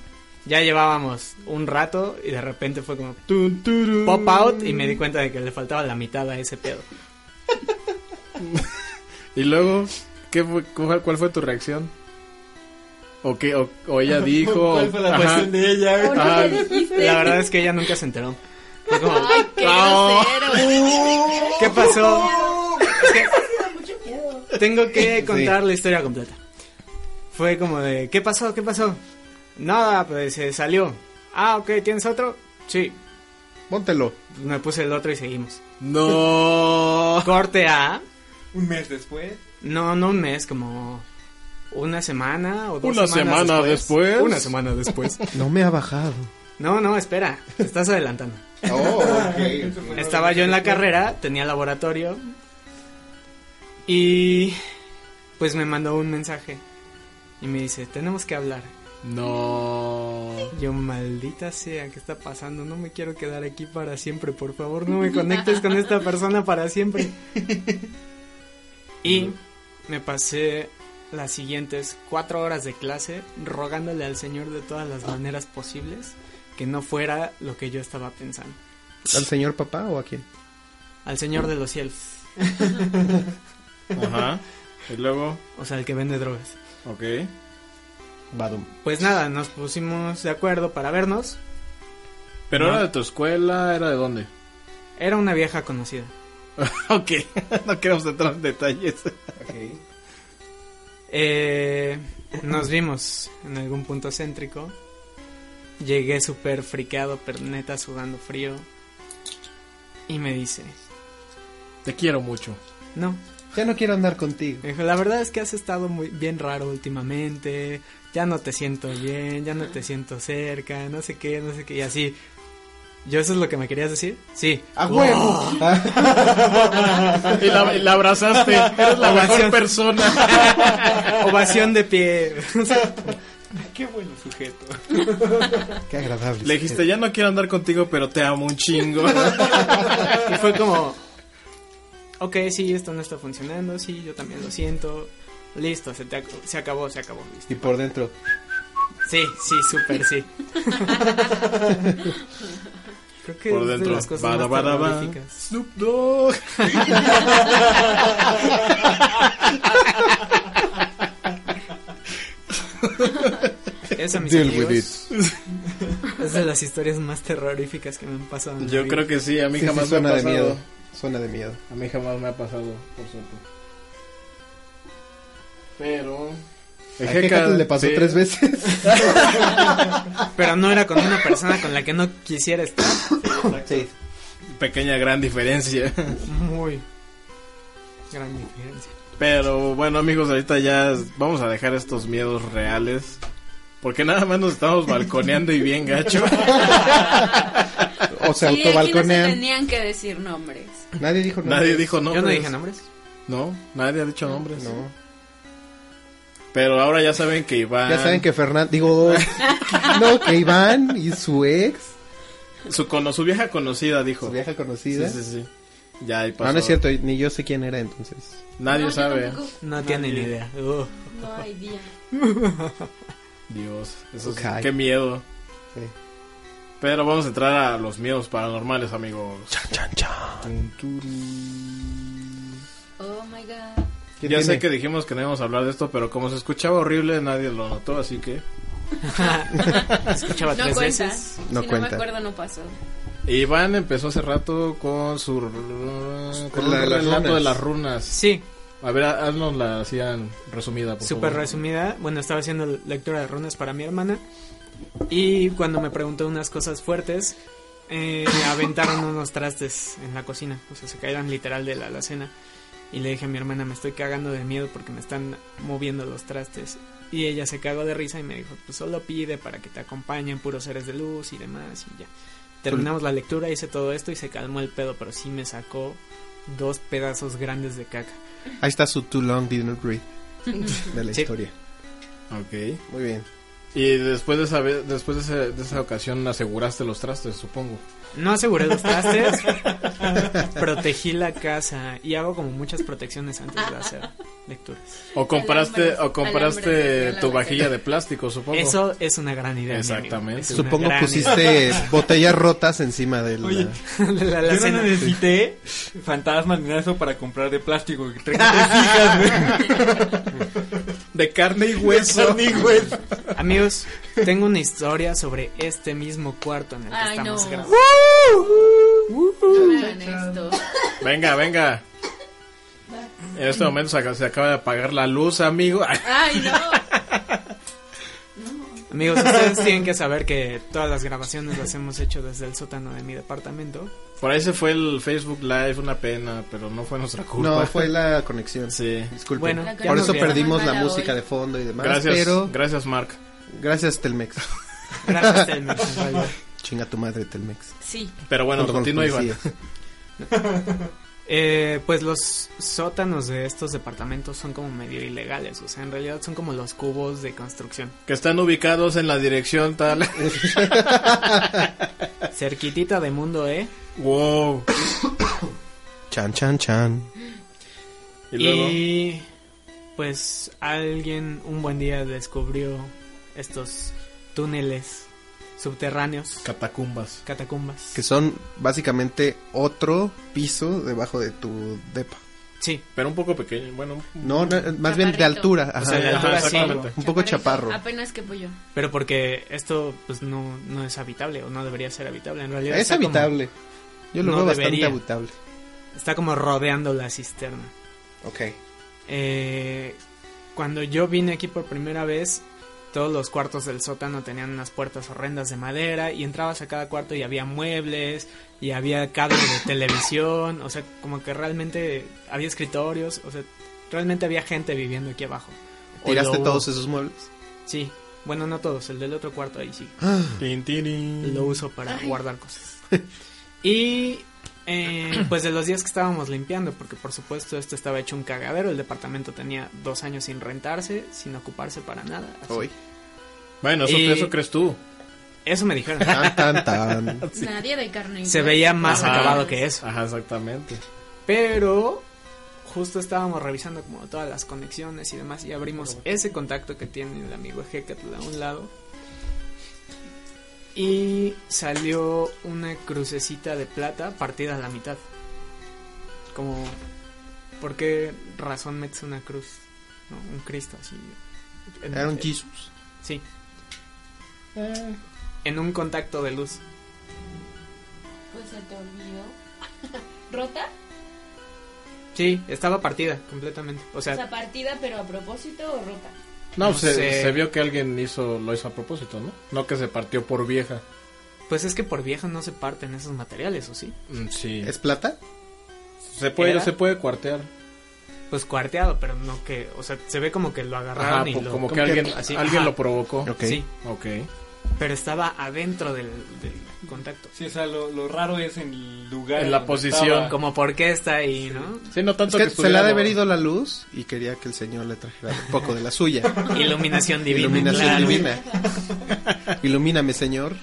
Speaker 4: ya llevábamos un rato y de repente fue como
Speaker 1: Tun, turun.
Speaker 4: pop out y me di cuenta de que le faltaba la mitad a ese pedo.
Speaker 1: Y luego, ¿qué fue- cuál, cuál fue tu reacción? ¿O, qué, o, o ella dijo?
Speaker 12: ¿Cuál fue la
Speaker 1: Ajá.
Speaker 12: cuestión de ella,
Speaker 8: pues,
Speaker 12: güey?
Speaker 1: Ajá.
Speaker 4: La verdad es que ella nunca se enteró. Fue como,
Speaker 2: ¡Qué
Speaker 1: No.
Speaker 2: grosero!
Speaker 4: ¿Qué pasó? Tengo que contar la historia completa. Fue como de, ¿qué eh, pasó? ¿Qué pasó? Nada, pues se salió. Ah, ok, ¿tienes otro? Sí.
Speaker 3: Póntelo.
Speaker 4: Me puse el otro y seguimos.
Speaker 1: No.
Speaker 4: Corte a.
Speaker 8: Oh. Un mes después.
Speaker 4: No, no un mes, como una semana o dos
Speaker 1: Una
Speaker 4: semanas
Speaker 1: semana después.
Speaker 4: Una semana después.
Speaker 3: No me ha bajado.
Speaker 4: No, no, espera, te estás adelantando.
Speaker 3: Oh,
Speaker 8: ok.
Speaker 4: Estaba yo en la carrera, tenía laboratorio y pues me mandó un mensaje y me dice, tenemos que hablar.
Speaker 1: No.
Speaker 4: Yo maldita sea, ¿qué está pasando? No me quiero quedar aquí para siempre, por favor, no me conectes con esta persona para siempre. Y me pasé las siguientes cuatro horas de clase rogándole al Señor de todas las maneras posibles que no fuera lo que yo estaba pensando.
Speaker 3: ¿Al señor papá o a quién?
Speaker 4: Al Señor de los cielos.
Speaker 1: Ajá. Y luego.
Speaker 4: O sea, el que vende drogas.
Speaker 1: Ok.
Speaker 3: Badum.
Speaker 4: Pues nada, nos pusimos de acuerdo para vernos.
Speaker 1: Pero
Speaker 4: No.
Speaker 1: era de tu escuela, era de dónde.
Speaker 4: Era una vieja conocida.
Speaker 1: ok, no queremos entrar en detalles.
Speaker 4: Eh, nos vimos en algún punto céntrico. Llegué súper friqueado, pero neta sudando frío. Y me dice,
Speaker 1: Te quiero mucho.
Speaker 4: no.
Speaker 3: Ya no quiero andar contigo.
Speaker 4: la verdad es que has estado muy bien raro últimamente. Ya no te siento bien, ya no te siento cerca, no sé qué, no sé qué. Y así. ¿Yo eso es lo que me querías decir? Sí.
Speaker 3: ¡A huevo! Ah.
Speaker 1: y, la, y la abrazaste. Eres la mejor
Speaker 4: Ovación.
Speaker 1: persona.
Speaker 4: Ovación de pie.
Speaker 8: Qué buen sujeto.
Speaker 3: Qué agradable.
Speaker 1: Le dijiste, ya no quiero andar contigo, pero te amo un chingo.
Speaker 4: Y fue como, ok, sí, esto no está funcionando, sí, yo también lo siento. Listo, se, te ac- se acabó, se acabó. listo.
Speaker 3: Y por dentro.
Speaker 4: Sí, sí, súper, sí. Creo que
Speaker 1: Por
Speaker 4: es de
Speaker 1: dentro,
Speaker 4: las cosas
Speaker 1: bada,
Speaker 4: más
Speaker 1: bada, ba.
Speaker 4: terroríficas.
Speaker 1: Snoop Dogg.
Speaker 4: Esa, mis
Speaker 1: Deal with
Speaker 4: amigos, es de las historias más terroríficas que me han pasado. en la
Speaker 1: Yo
Speaker 4: vida.
Speaker 1: creo que sí, a mí
Speaker 3: Sí, sí,
Speaker 1: jamás
Speaker 3: suena
Speaker 1: me ha
Speaker 3: de
Speaker 1: pasado.
Speaker 3: miedo. Suena de miedo.
Speaker 1: A mí jamás me ha pasado, por suerte. Pero.
Speaker 3: ¿A qué gato le pasó tres veces?
Speaker 4: Pero no era con una persona con la que no quisiera estar.
Speaker 3: Sí.
Speaker 1: Pequeña gran diferencia.
Speaker 4: Muy gran diferencia.
Speaker 1: Pero bueno, amigos, ahorita ya vamos a dejar estos miedos reales. Porque nada más nos estamos balconeando y bien gacho.
Speaker 3: O se
Speaker 2: Sí, aquí no se
Speaker 3: autobalconean.
Speaker 2: tenían que decir nombres.
Speaker 3: Nadie dijo nombres.
Speaker 1: Nadie dijo pues,
Speaker 4: Yo
Speaker 1: nombres.
Speaker 4: no dije nombres.
Speaker 1: No, nadie ha dicho nombres.
Speaker 3: No.
Speaker 1: Pero ahora ya saben que Iván.
Speaker 3: Ya saben que Fernando. Digo. no, que Iván y su ex.
Speaker 1: Su, cono- su vieja conocida dijo.
Speaker 3: Su vieja conocida.
Speaker 1: Sí, sí, sí. Ya ahí pasó.
Speaker 3: No, no es cierto. Ni yo sé quién era entonces.
Speaker 1: Nadie
Speaker 2: No, yo
Speaker 1: sabe.
Speaker 2: tampoco.
Speaker 4: No tiene ni idea. Ugh.
Speaker 2: No hay día.
Speaker 1: Dios, eso es-
Speaker 3: Ok.
Speaker 1: qué miedo.
Speaker 3: Sí.
Speaker 1: Pero vamos a entrar a los miedos paranormales, amigos. Chan, chan, chan.
Speaker 2: Oh my god.
Speaker 1: Ya
Speaker 3: ¿Qué
Speaker 1: sé
Speaker 3: tiene?
Speaker 1: que dijimos que no íbamos a hablar de esto, pero como se escuchaba horrible, nadie lo notó, así que.
Speaker 4: Escuchaba
Speaker 2: No
Speaker 4: tres
Speaker 2: cuenta.
Speaker 4: veces.
Speaker 3: No
Speaker 2: si
Speaker 3: cuenta.
Speaker 2: no me acuerdo, no pasó.
Speaker 1: Iván empezó hace rato con su. r- Con
Speaker 3: La
Speaker 1: un
Speaker 3: de las
Speaker 1: relato
Speaker 3: runas.
Speaker 1: de las runas.
Speaker 4: Sí,
Speaker 1: A ver, haznos la hacían resumida, por
Speaker 4: súper
Speaker 1: favor.
Speaker 4: resumida. Bueno, estaba haciendo lectura de runas para mi hermana. Y cuando me preguntó unas cosas fuertes, eh, aventaron unos trastes en la cocina. O sea, se cayeron literal de la alacena. Y le dije a mi hermana, me estoy cagando de miedo porque me están moviendo los trastes. Y ella se cagó de risa y me dijo, pues solo pide para que te acompañen puros seres de luz y demás y ya. Terminamos la lectura, hice todo esto y se calmó el pedo, pero sí me sacó dos pedazos grandes de caca.
Speaker 3: Ahí está su Too Long Did Not Read. De la
Speaker 4: Sí.
Speaker 3: historia.
Speaker 1: Ok.
Speaker 3: Muy bien.
Speaker 1: Y después de esa, ve- después de, ese- de esa ocasión aseguraste los trastes, supongo.
Speaker 4: No aseguré los trastes, protegí la casa y hago como muchas protecciones antes de hacer lecturas.
Speaker 1: O compraste,
Speaker 2: Alambres,
Speaker 1: o
Speaker 2: alambres,
Speaker 1: compraste
Speaker 2: alambres.
Speaker 1: tu vajilla de plástico, supongo.
Speaker 4: Eso es una gran idea. mi amigo.
Speaker 1: Exactamente.
Speaker 4: Es una
Speaker 3: Supongo
Speaker 4: gran
Speaker 3: pusiste botellas rotas encima de la-
Speaker 12: Oye.
Speaker 4: idea. La- la- la
Speaker 12: Yo no
Speaker 4: cena.
Speaker 12: necesité fantasmas ni nada de eso para comprar de plástico. Que traigo tres hijas, güey.
Speaker 1: De carne y hueso.
Speaker 12: Ni hueso.
Speaker 4: Amigos, tengo una historia sobre este mismo cuarto en el que
Speaker 2: Ay,
Speaker 4: estamos
Speaker 2: no.
Speaker 4: grabando.
Speaker 2: No me hagan esto.
Speaker 1: Venga, venga. En este momento se, ac- se acaba de apagar la luz, amigo.
Speaker 2: Ay, no.
Speaker 4: Amigos, ustedes tienen que saber que todas las grabaciones las hemos hecho desde el sótano de mi departamento.
Speaker 1: Por ahí se fue el Facebook Live, una pena, pero no fue nuestra culpa.
Speaker 3: No, fue la conexión.
Speaker 1: Sí.
Speaker 3: Disculpen.
Speaker 4: Bueno, La
Speaker 3: por
Speaker 4: conexión
Speaker 3: eso
Speaker 4: está
Speaker 3: perdimos
Speaker 4: muy
Speaker 3: la
Speaker 4: mala
Speaker 3: música
Speaker 4: hoy.
Speaker 3: de fondo y demás.
Speaker 1: Gracias,
Speaker 3: pero
Speaker 1: gracias Mark.
Speaker 3: gracias Telmex.
Speaker 4: Gracias, Telmex, en realidad.
Speaker 3: Chinga tu madre Telmex.
Speaker 10: Sí.
Speaker 1: Pero bueno,
Speaker 3: Junto con los
Speaker 1: continúa Iván.
Speaker 3: policías.
Speaker 4: Eh, pues los sótanos de estos departamentos son como medio ilegales, o sea, en realidad son como los cubos de construcción.
Speaker 1: Que están ubicados en la dirección tal.
Speaker 4: Cerquitita de mundo, ¿eh?
Speaker 1: wow.
Speaker 3: Chan chan chan.
Speaker 4: Y, pues alguien un buen día descubrió estos túneles subterráneos.
Speaker 1: Catacumbas.
Speaker 4: Catacumbas.
Speaker 3: Que son básicamente otro piso debajo de tu depa.
Speaker 4: Sí.
Speaker 1: Pero un poco pequeño, bueno.
Speaker 3: No, no, más bien de
Speaker 2: Chaparrito.
Speaker 3: altura.
Speaker 4: O sea, de
Speaker 3: ajá,
Speaker 4: altura, sí.
Speaker 3: exactamente. Un poco chaparro.
Speaker 2: Apenas que pollo.
Speaker 4: Pero porque esto pues no, no es habitable o no debería ser habitable en realidad.
Speaker 3: Es
Speaker 4: está como-
Speaker 3: habitable. Yo lo veo bastante habitable.
Speaker 4: Está como rodeando la cisterna.
Speaker 3: Ok.
Speaker 4: Eh, cuando yo vine aquí por primera vez, todos los cuartos del sótano tenían unas puertas horrendas de madera y entrabas a cada cuarto y había muebles y había cable de televisión, o sea, como que realmente había escritorios, o sea, realmente había gente viviendo aquí abajo. O
Speaker 3: ¿Tiraste
Speaker 4: lo hubo.
Speaker 3: todos esos muebles?
Speaker 4: Sí, bueno, no todos, el del otro cuarto ahí sí. Lo uso para
Speaker 1: Ay.
Speaker 4: guardar cosas. Y eh, pues de los días que estábamos limpiando, porque por supuesto esto estaba hecho un cagadero, el departamento tenía dos años sin rentarse, sin ocuparse para nada. así.
Speaker 1: Hoy. Bueno, eso,
Speaker 4: Y-
Speaker 1: eso crees tú.
Speaker 4: Eso me dijeron.
Speaker 1: Tan, tan, tan.
Speaker 2: Nadie de carne. y
Speaker 4: Se
Speaker 2: hueso.
Speaker 4: veía más
Speaker 1: Ajá.
Speaker 4: acabado que eso.
Speaker 1: Ajá, exactamente.
Speaker 4: Pero justo estábamos revisando como todas las conexiones y demás y abrimos ese contacto que tiene el amigo Hecatl a un lado. Y salió una crucecita de plata partida a la mitad. Como, ¿por qué razón metes una cruz? No, un Cristo así. En-
Speaker 3: Era un Eh.
Speaker 4: eh,
Speaker 3: Jesus.
Speaker 4: Sí. En un contacto de luz.
Speaker 2: Pues se te olvidó. ¿Rota?
Speaker 4: Sí, estaba partida completamente. O sea,
Speaker 2: O sea, partida, pero a propósito o rota.
Speaker 1: No,
Speaker 4: No
Speaker 1: se,
Speaker 4: sé.
Speaker 1: se vio que alguien hizo lo hizo a propósito, ¿no? No que se partió por vieja.
Speaker 4: Pues es que por vieja no se parten esos materiales, ¿o sí?
Speaker 1: Mm, Sí.
Speaker 3: ¿Es plata?
Speaker 1: Se puede,
Speaker 4: ¿Era?
Speaker 1: se puede cuartear.
Speaker 4: Pues cuarteado, pero no que, o sea, se ve como que lo agarraron
Speaker 1: Ajá,
Speaker 4: y
Speaker 1: po-
Speaker 4: lo-
Speaker 1: como que alguien,
Speaker 4: así,
Speaker 1: alguien
Speaker 4: ajá.
Speaker 1: lo provocó.
Speaker 4: Sí,
Speaker 1: Ok.
Speaker 4: pero estaba adentro del, del contacto.
Speaker 8: Sí, o sea, lo, lo raro es en el lugar. donde estaba.
Speaker 4: Como por qué está ahí, ¿no?
Speaker 1: Sí, no
Speaker 3: Es que se le ha de haber ido la luz y quería que el señor le trajera un poco de la suya.
Speaker 4: Iluminación divina,
Speaker 3: Iluminación
Speaker 4: claro.
Speaker 3: divina. Ilumíname, señor.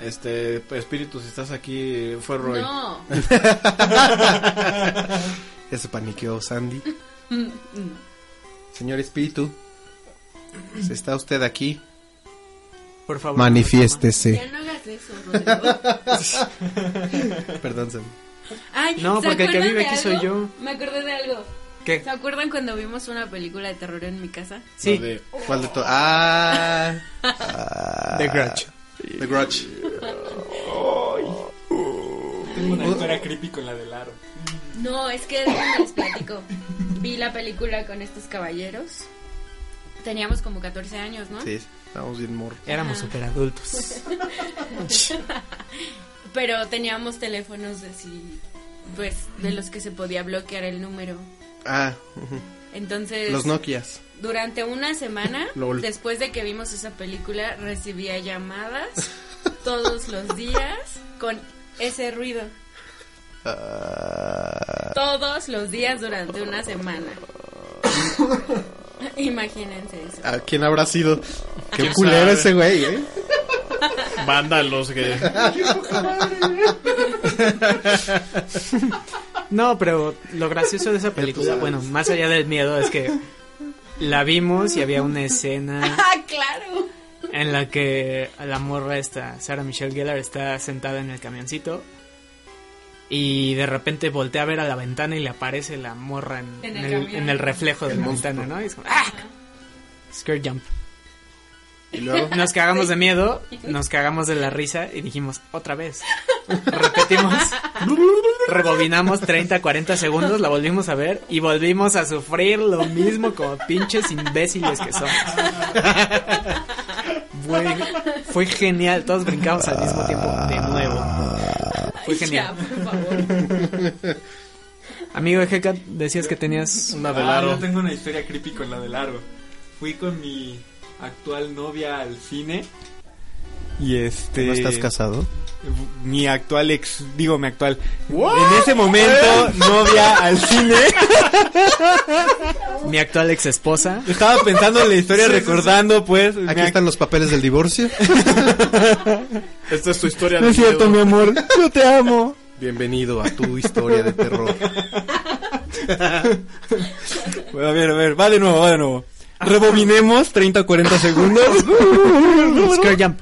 Speaker 1: Este, espíritu, si estás aquí, fue Roy.
Speaker 2: No.
Speaker 3: Ya se paniqueó Sandy.
Speaker 2: Mm,
Speaker 3: Señor espíritu, si está usted aquí,
Speaker 4: Por favor.
Speaker 2: Ya
Speaker 3: manifiéstese.
Speaker 2: no hagas eso, Rodrigo.
Speaker 3: Perdón, Sandy.
Speaker 2: Ay,
Speaker 4: No,
Speaker 2: ¿se
Speaker 4: porque el que
Speaker 2: acuerdan
Speaker 4: vive
Speaker 2: de
Speaker 4: aquí soy
Speaker 2: algo?
Speaker 4: yo.
Speaker 2: Me acordé de algo.
Speaker 4: ¿Qué?
Speaker 2: ¿Se acuerdan cuando vimos una película de terror en mi casa?
Speaker 3: Lo de-
Speaker 2: Oh.
Speaker 3: ¿Cuál de to- Ah. ah.
Speaker 4: The Grudge.
Speaker 3: The Grudge.
Speaker 8: Tengo una historia creepy con la del aro.
Speaker 2: No, es que déjenme les platico. Vi la película con estos caballeros. Teníamos como 14 años, ¿no?
Speaker 3: Sí, estamos bien morros.
Speaker 4: Éramos super adultos.
Speaker 2: Pero teníamos teléfonos así, pues, de los que se podía bloquear el número.
Speaker 3: Ah, ujú.
Speaker 2: Entonces...
Speaker 3: los Nokias.
Speaker 2: Durante una semana,
Speaker 3: Lol.
Speaker 2: después de que vimos esa película, recibía llamadas todos los días con ese ruido.
Speaker 3: Ah.
Speaker 2: Todos los días durante una semana. Imagínense eso.
Speaker 3: ¿A quién habrá sido? Qué
Speaker 1: ¿Quién
Speaker 3: culero
Speaker 1: sabe?
Speaker 3: ese güey, ¿eh?
Speaker 1: Vándalos que.
Speaker 4: No, pero lo gracioso de esa película, bueno, más allá del miedo, es que la vimos y había una escena
Speaker 2: ¡Ah, claro!
Speaker 4: en la que la morra esta, Sarah Michelle Gellar, está sentada en el camioncito y de repente voltea a ver a la ventana y le aparece la morra en,
Speaker 2: En
Speaker 4: en
Speaker 2: el
Speaker 4: el,
Speaker 2: camión.
Speaker 4: en el reflejo de
Speaker 2: El
Speaker 4: la
Speaker 2: monstruo.
Speaker 4: ventana, ¿no? Y es como, ¡ah! Scare jump.
Speaker 3: Y
Speaker 2: luego?
Speaker 4: Nos cagamos de miedo, nos cagamos de la risa y dijimos, otra vez. Repetimos, rebobinamos 30, 40 segundos, la volvimos a ver y volvimos a sufrir lo mismo como pinches imbéciles que somos. Fue, fue genial. Todos brincamos al mismo tiempo de nuevo. Fue genial. Amigo de Hecat, decías que tenías
Speaker 3: Ah,
Speaker 1: una
Speaker 4: velada.
Speaker 8: Ah, yo tengo una historia creepy con la del aro. Fui con mi actual novia al cine. Y este.
Speaker 3: ¿No estás casado?
Speaker 8: Mi actual ex, digo mi actual. En ese
Speaker 3: Eh.
Speaker 8: momento, novia al cine.
Speaker 4: Mi actual ex esposa.
Speaker 8: Estaba pensando en la historia,
Speaker 4: Sí, sí, sí.
Speaker 8: recordando, pues.
Speaker 3: Aquí están los papeles del divorcio.
Speaker 1: Esta es tu historia.
Speaker 3: No
Speaker 1: de
Speaker 3: es cierto,
Speaker 1: miedo.
Speaker 3: mi amor. Yo te amo.
Speaker 8: Bienvenido a tu historia de terror. bueno, a ver, a ver, va de nuevo, va de nuevo. Rebobinemos 30 o 40 segundos.
Speaker 4: Scare jump.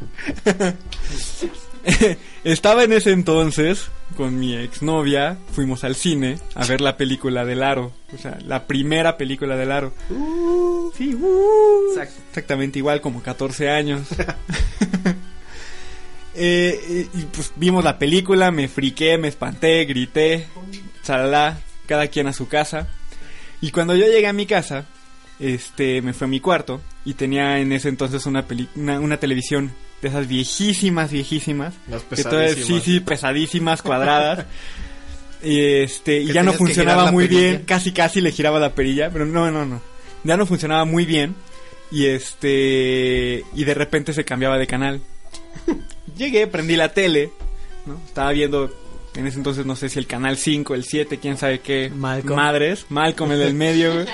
Speaker 8: Estaba en ese entonces con mi exnovia, fuimos al cine a ver la película del aro, o sea, la primera película del aro. sí, uh. Exactamente igual, como 14 años. Eh, eh, y pues vimos la película, me friqué, me espanté, grité, salá, cada quien a su casa. Y cuando yo llegué a mi casa, este, me fue a mi cuarto y tenía en ese entonces una, peli- una, una televisión de esas viejísimas, viejísimas.
Speaker 1: Las
Speaker 8: que todavía-
Speaker 1: pesadísimas.
Speaker 8: sí, sí, pesadísimas, cuadradas. Y este, y
Speaker 1: Que
Speaker 8: ya
Speaker 1: tenías que
Speaker 8: no
Speaker 1: girar
Speaker 8: funcionaba
Speaker 1: la
Speaker 8: muy
Speaker 1: perilla.
Speaker 8: bien, casi casi le giraba la perilla, pero no, no, no. Ya no funcionaba muy bien y este y de repente se cambiaba de canal. Llegué, prendí la tele, ¿no? Estaba viendo en ese entonces no sé si el canal 5, el 7, quién sabe qué madres, Malcolm el del medio, güey.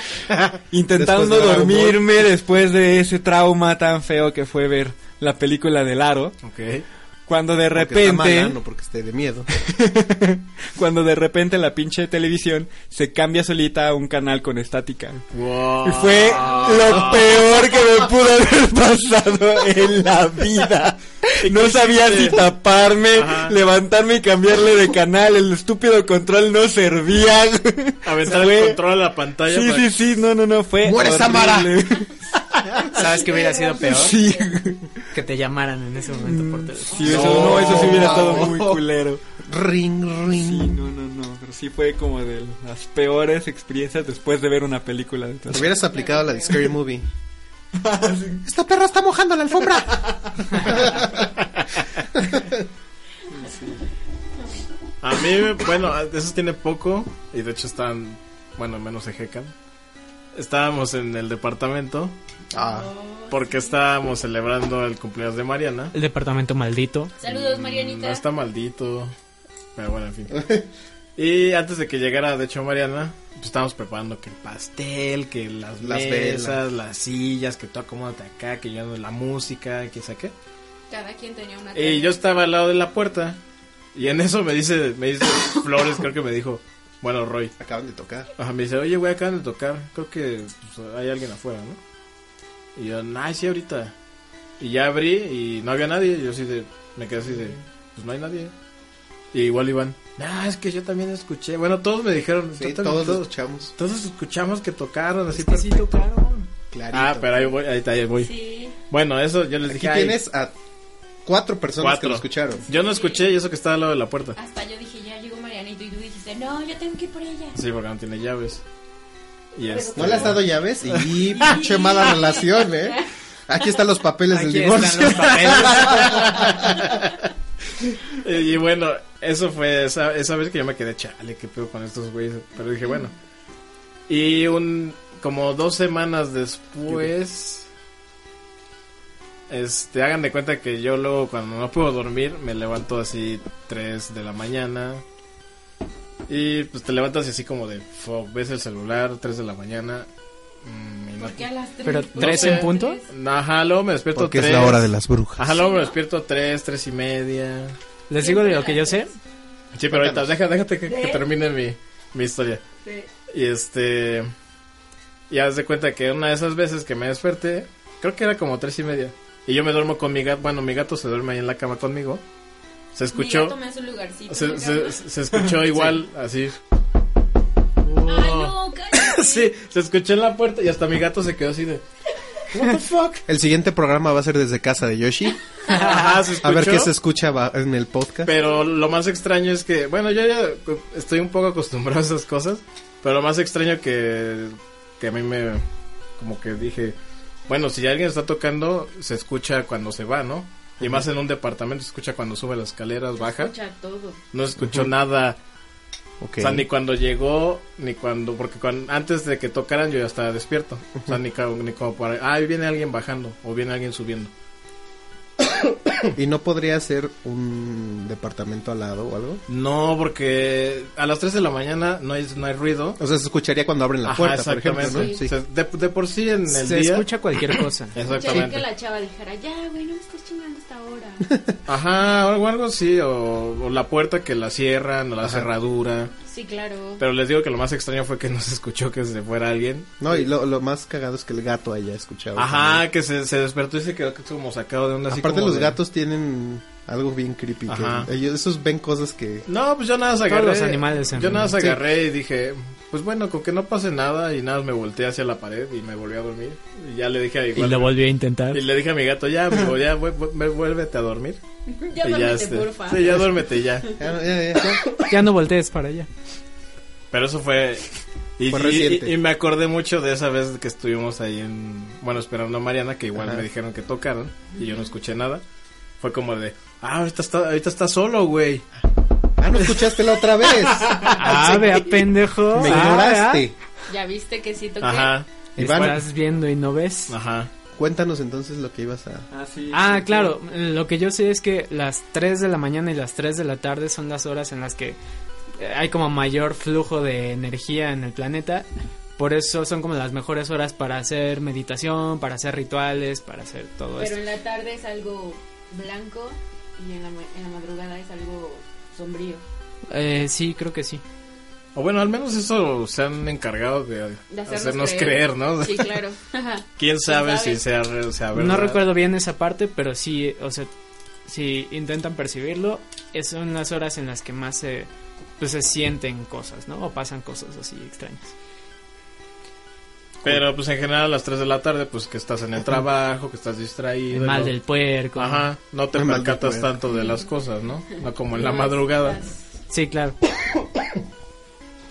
Speaker 8: intentando
Speaker 3: Después de Dragon Ball.
Speaker 8: dormirme después de ese trauma tan feo que fue ver la película del aro.
Speaker 3: Ok.
Speaker 8: Cuando de
Speaker 3: Porque está
Speaker 8: repente
Speaker 3: mala, no porque esté de miedo.
Speaker 8: cuando de repente la pinche televisión se cambia solita a un canal con estática. Y fue lo peor que me pudo haber pasado en la vida. No sabía si taparme, levantarme y cambiarle de canal. El estúpido control no servía.
Speaker 1: Aventar
Speaker 8: Fue-
Speaker 1: el control a la pantalla.
Speaker 8: Sí,
Speaker 1: para
Speaker 8: sí, sí, no, no, no, fue.
Speaker 1: ¡Muere, Samara!
Speaker 4: ¿Sabes qué hubiera sido peor?
Speaker 8: Sí. Mm,
Speaker 4: Que te llamaran en ese momento por teléfono.
Speaker 8: Sí, eso, no, eso sí hubiera estado muy culero.
Speaker 3: Ring, ring.
Speaker 8: Sí, no, no, no. Pero sí fue como de las peores experiencias después de ver una película. de terror.
Speaker 3: Hubieras aplicado la de Scary Movie. Esta perra está mojando la alfombra.
Speaker 1: A mí, bueno, eso tiene poco. Y de hecho están, bueno, menos ejecan. Estábamos en el departamento.
Speaker 3: Ah,
Speaker 1: Porque estábamos celebrando el cumpleaños de Mariana.
Speaker 4: El departamento maldito.
Speaker 12: Saludos,
Speaker 1: No
Speaker 12: Marianita.
Speaker 1: está maldito. Pero bueno, en fin. Y antes de que llegara, de hecho, Mariana, pues estábamos preparando que el pastel, que las,
Speaker 3: Las
Speaker 1: mesas,
Speaker 3: velas.
Speaker 1: las sillas, que tú acomódate acá, que yo ando en la música, que saqué.
Speaker 12: Cada quien tenía una
Speaker 1: Y yo estaba al lado de la puerta. Y en eso me dice, me dice Flores, creo que me dijo, bueno, Roy.
Speaker 3: Acaban de tocar.
Speaker 1: Ajá, me dice, oye, güey, acaban de tocar. Creo que pues, hay alguien afuera, ¿no? Y yo, nah, sí, ahorita. Y ya abrí y no había nadie. Y yo así de, me quedé así de, pues no hay nadie. Y igual Iván, nah, es que yo también escuché. Bueno, todos me dijeron.
Speaker 3: Sí,
Speaker 1: "Yo también-
Speaker 3: todos lo escuchamos.
Speaker 1: Todos escuchamos que tocaron, así
Speaker 4: Sí,
Speaker 1: perfecto".
Speaker 4: tocaron.
Speaker 3: Clarito.
Speaker 1: Ah, pero ahí voy, ahí, está, ahí voy. Bueno, eso yo les
Speaker 3: Aquí
Speaker 1: dije. "Ay,
Speaker 3: tienes a cuatro personas que lo escucharon.
Speaker 1: Yo no escuché y eso que estaba al lado de la puerta.
Speaker 12: Hasta yo dije, ya llegó Marianita y tú dijiste, no, yo tengo que ir por ella.
Speaker 1: Sí, porque no tiene llaves. Y este-
Speaker 3: No le has dado llaves y pinche mala relación, ¿eh? Aquí están los papeles
Speaker 1: Aquí
Speaker 3: del
Speaker 1: están
Speaker 3: divorcio.
Speaker 1: los papeles. y bueno, eso fue esa, esa vez que yo me quedé chale, qué pedo con estos güeyes. Pero dije, bueno. Y un como dos semanas después, este, hagan de cuenta que yo luego cuando no puedo dormir me levanto así 3 de la mañana. Y pues te levantas y así como de, fuck, ves el celular 3 de la mañana. mm, y no-
Speaker 12: ¿Por qué a las tres?
Speaker 4: ¿Pero
Speaker 1: No
Speaker 4: tres
Speaker 1: sé.
Speaker 4: en punto?
Speaker 1: No, Ajá, luego me despierto
Speaker 3: Porque es
Speaker 1: tres.
Speaker 3: la hora de las brujas.
Speaker 1: Ajá, luego me despierto a tres, tres y media.
Speaker 4: ¿Les digo de lo que yo sé?
Speaker 1: Sí, pero ahorita, deja- déjate que, que
Speaker 12: ¿Eh?
Speaker 4: Sí.
Speaker 1: termine mi, mi historia.
Speaker 4: Sí.
Speaker 1: Y este. Y haz de cuenta que una de esas veces que me desperté, creo que era como tres y media. Y yo me duermo con mi gato. Bueno, mi gato se duerme ahí en la cama conmigo. Se
Speaker 12: Mi
Speaker 1: escuchó.
Speaker 12: gato me hace un lugarcito.
Speaker 1: Se,
Speaker 12: mi
Speaker 1: se-
Speaker 12: gato.
Speaker 1: se escuchó igual, así. Oh. sí, se escuchó en la puerta y hasta mi gato se quedó así de. What the fuck?
Speaker 3: El siguiente programa va a ser desde casa de Yoshi.
Speaker 1: Ajá, se escuchó.
Speaker 3: A ver qué se escucha ba- en el podcast.
Speaker 1: Pero lo más extraño es que, bueno, yo ya cu- estoy un poco acostumbrado a esas cosas, pero lo más extraño que, que a mí me, como que dije, Bueno, si alguien está tocando, se escucha cuando se va, ¿no? Y más en un departamento se escucha cuando sube las escaleras, baja.
Speaker 2: Escucha todo.
Speaker 1: No escuchó
Speaker 2: Ujú.
Speaker 1: nada.
Speaker 3: Ok.
Speaker 1: O sea, ni cuando llegó, ni cuando, porque cuan- antes de que tocaran yo ya estaba despierto. O sea, ni, ca- ni como para, ah, ahí viene alguien bajando o viene alguien subiendo.
Speaker 3: ¿Y no podría ser un departamento al lado o algo?
Speaker 1: No, porque a las 3 de la mañana no hay, no hay ruido.
Speaker 3: O sea, se escucharía cuando abren la
Speaker 1: Ajá,
Speaker 3: puerta, por ejemplo,
Speaker 1: exactamente.
Speaker 3: ¿no?
Speaker 1: O sea, de, de por sí en el
Speaker 4: Se
Speaker 1: día.
Speaker 4: escucha cualquier cosa.
Speaker 2: Escucharía que
Speaker 1: Exactamente.
Speaker 2: la chava dijera, ya, güey, no me estás chingando hasta ahora.
Speaker 1: Ajá, o algo, algo así. O, o la puerta que la cierran, o la cerradura.
Speaker 2: Sí, claro.
Speaker 1: Pero les digo que lo más extraño fue que no se escuchó que se fuera alguien.
Speaker 3: No, y lo, lo más cagado es que el gato haya escuchado.
Speaker 1: Ajá, que se, se despertó y se quedó como sacado de una así
Speaker 3: Aparte
Speaker 1: como
Speaker 3: los
Speaker 1: de-
Speaker 3: gatos tienen algo bien creepy. que
Speaker 1: Ajá.
Speaker 3: ellos, esos ven cosas que...
Speaker 1: No, pues yo nada más agarré. yo nada más
Speaker 3: Sí.
Speaker 1: agarré y dije, pues bueno, con que no pase nada y nada más me volteé hacia la pared y me volví a dormir. Y ya le dije a igual.
Speaker 12: Y lo volvió a intentar.
Speaker 1: Y le dije a mi gato, ya, amigo, ya, vué- vué- vuélvete a dormir.
Speaker 2: Ya
Speaker 1: Y
Speaker 2: duérmete,
Speaker 1: este,
Speaker 2: porfa.
Speaker 1: Sí, ya duérmete ya.
Speaker 3: "Ah, eh,
Speaker 4: Ya no voltees para allá.
Speaker 1: Pero eso fue... Y,
Speaker 4: Fue
Speaker 1: y-
Speaker 4: reciente.
Speaker 1: y- y me acordé mucho de esa vez que estuvimos ahí en... Bueno, esperando a Mariana, que igual
Speaker 12: Ajá.
Speaker 1: me dijeron que tocaron y yo no escuché nada. Fue como de, ah, ahorita está, ahorita está solo, güey.
Speaker 3: Ah, no escuchaste la otra vez.
Speaker 4: Ah, vea, pendejo.
Speaker 1: Me
Speaker 4: Ah,
Speaker 1: ignoraste.
Speaker 4: vea.
Speaker 2: Ya viste que sí toqué.
Speaker 1: Ajá.
Speaker 3: Iván.
Speaker 4: Estás viendo y no ves.
Speaker 1: Ajá.
Speaker 3: Cuéntanos entonces lo que ibas a...
Speaker 8: Ah, sí.
Speaker 4: Ah, claro, lo que yo sé es que las 3 de la mañana y las 3 de la tarde son las horas en las que eh, hay como mayor flujo de energía en el planeta. Por eso son como las mejores horas para hacer meditación, para hacer rituales, para hacer todo
Speaker 2: Pero
Speaker 4: esto.
Speaker 2: en la tarde es algo blanco y en la, ma- en la madrugada es algo sombrío.
Speaker 4: Eh, sí, creo que sí.
Speaker 1: O bueno, al menos eso se han encargado de, hacernos, creer, ¿no?
Speaker 2: Sí, claro.
Speaker 1: ¿Quién sabe,
Speaker 2: sabe?
Speaker 1: si sea, re- sea verdad?
Speaker 4: No recuerdo bien esa parte, pero sí, o sea, si intentan percibirlo, es- son las horas en las que más se, pues, se sienten cosas, ¿no? O pasan cosas así extrañas.
Speaker 1: Pero pues en general a las 3 de la tarde, pues que estás en el trabajo, que estás distraído.
Speaker 4: El mal
Speaker 1: ¿no?
Speaker 4: del puerco.
Speaker 1: Ajá, no te
Speaker 4: El Ah, mal del
Speaker 1: percatas
Speaker 4: puerco.
Speaker 1: tanto de las cosas, ¿no? No como en la madrugada.
Speaker 4: Sí, claro.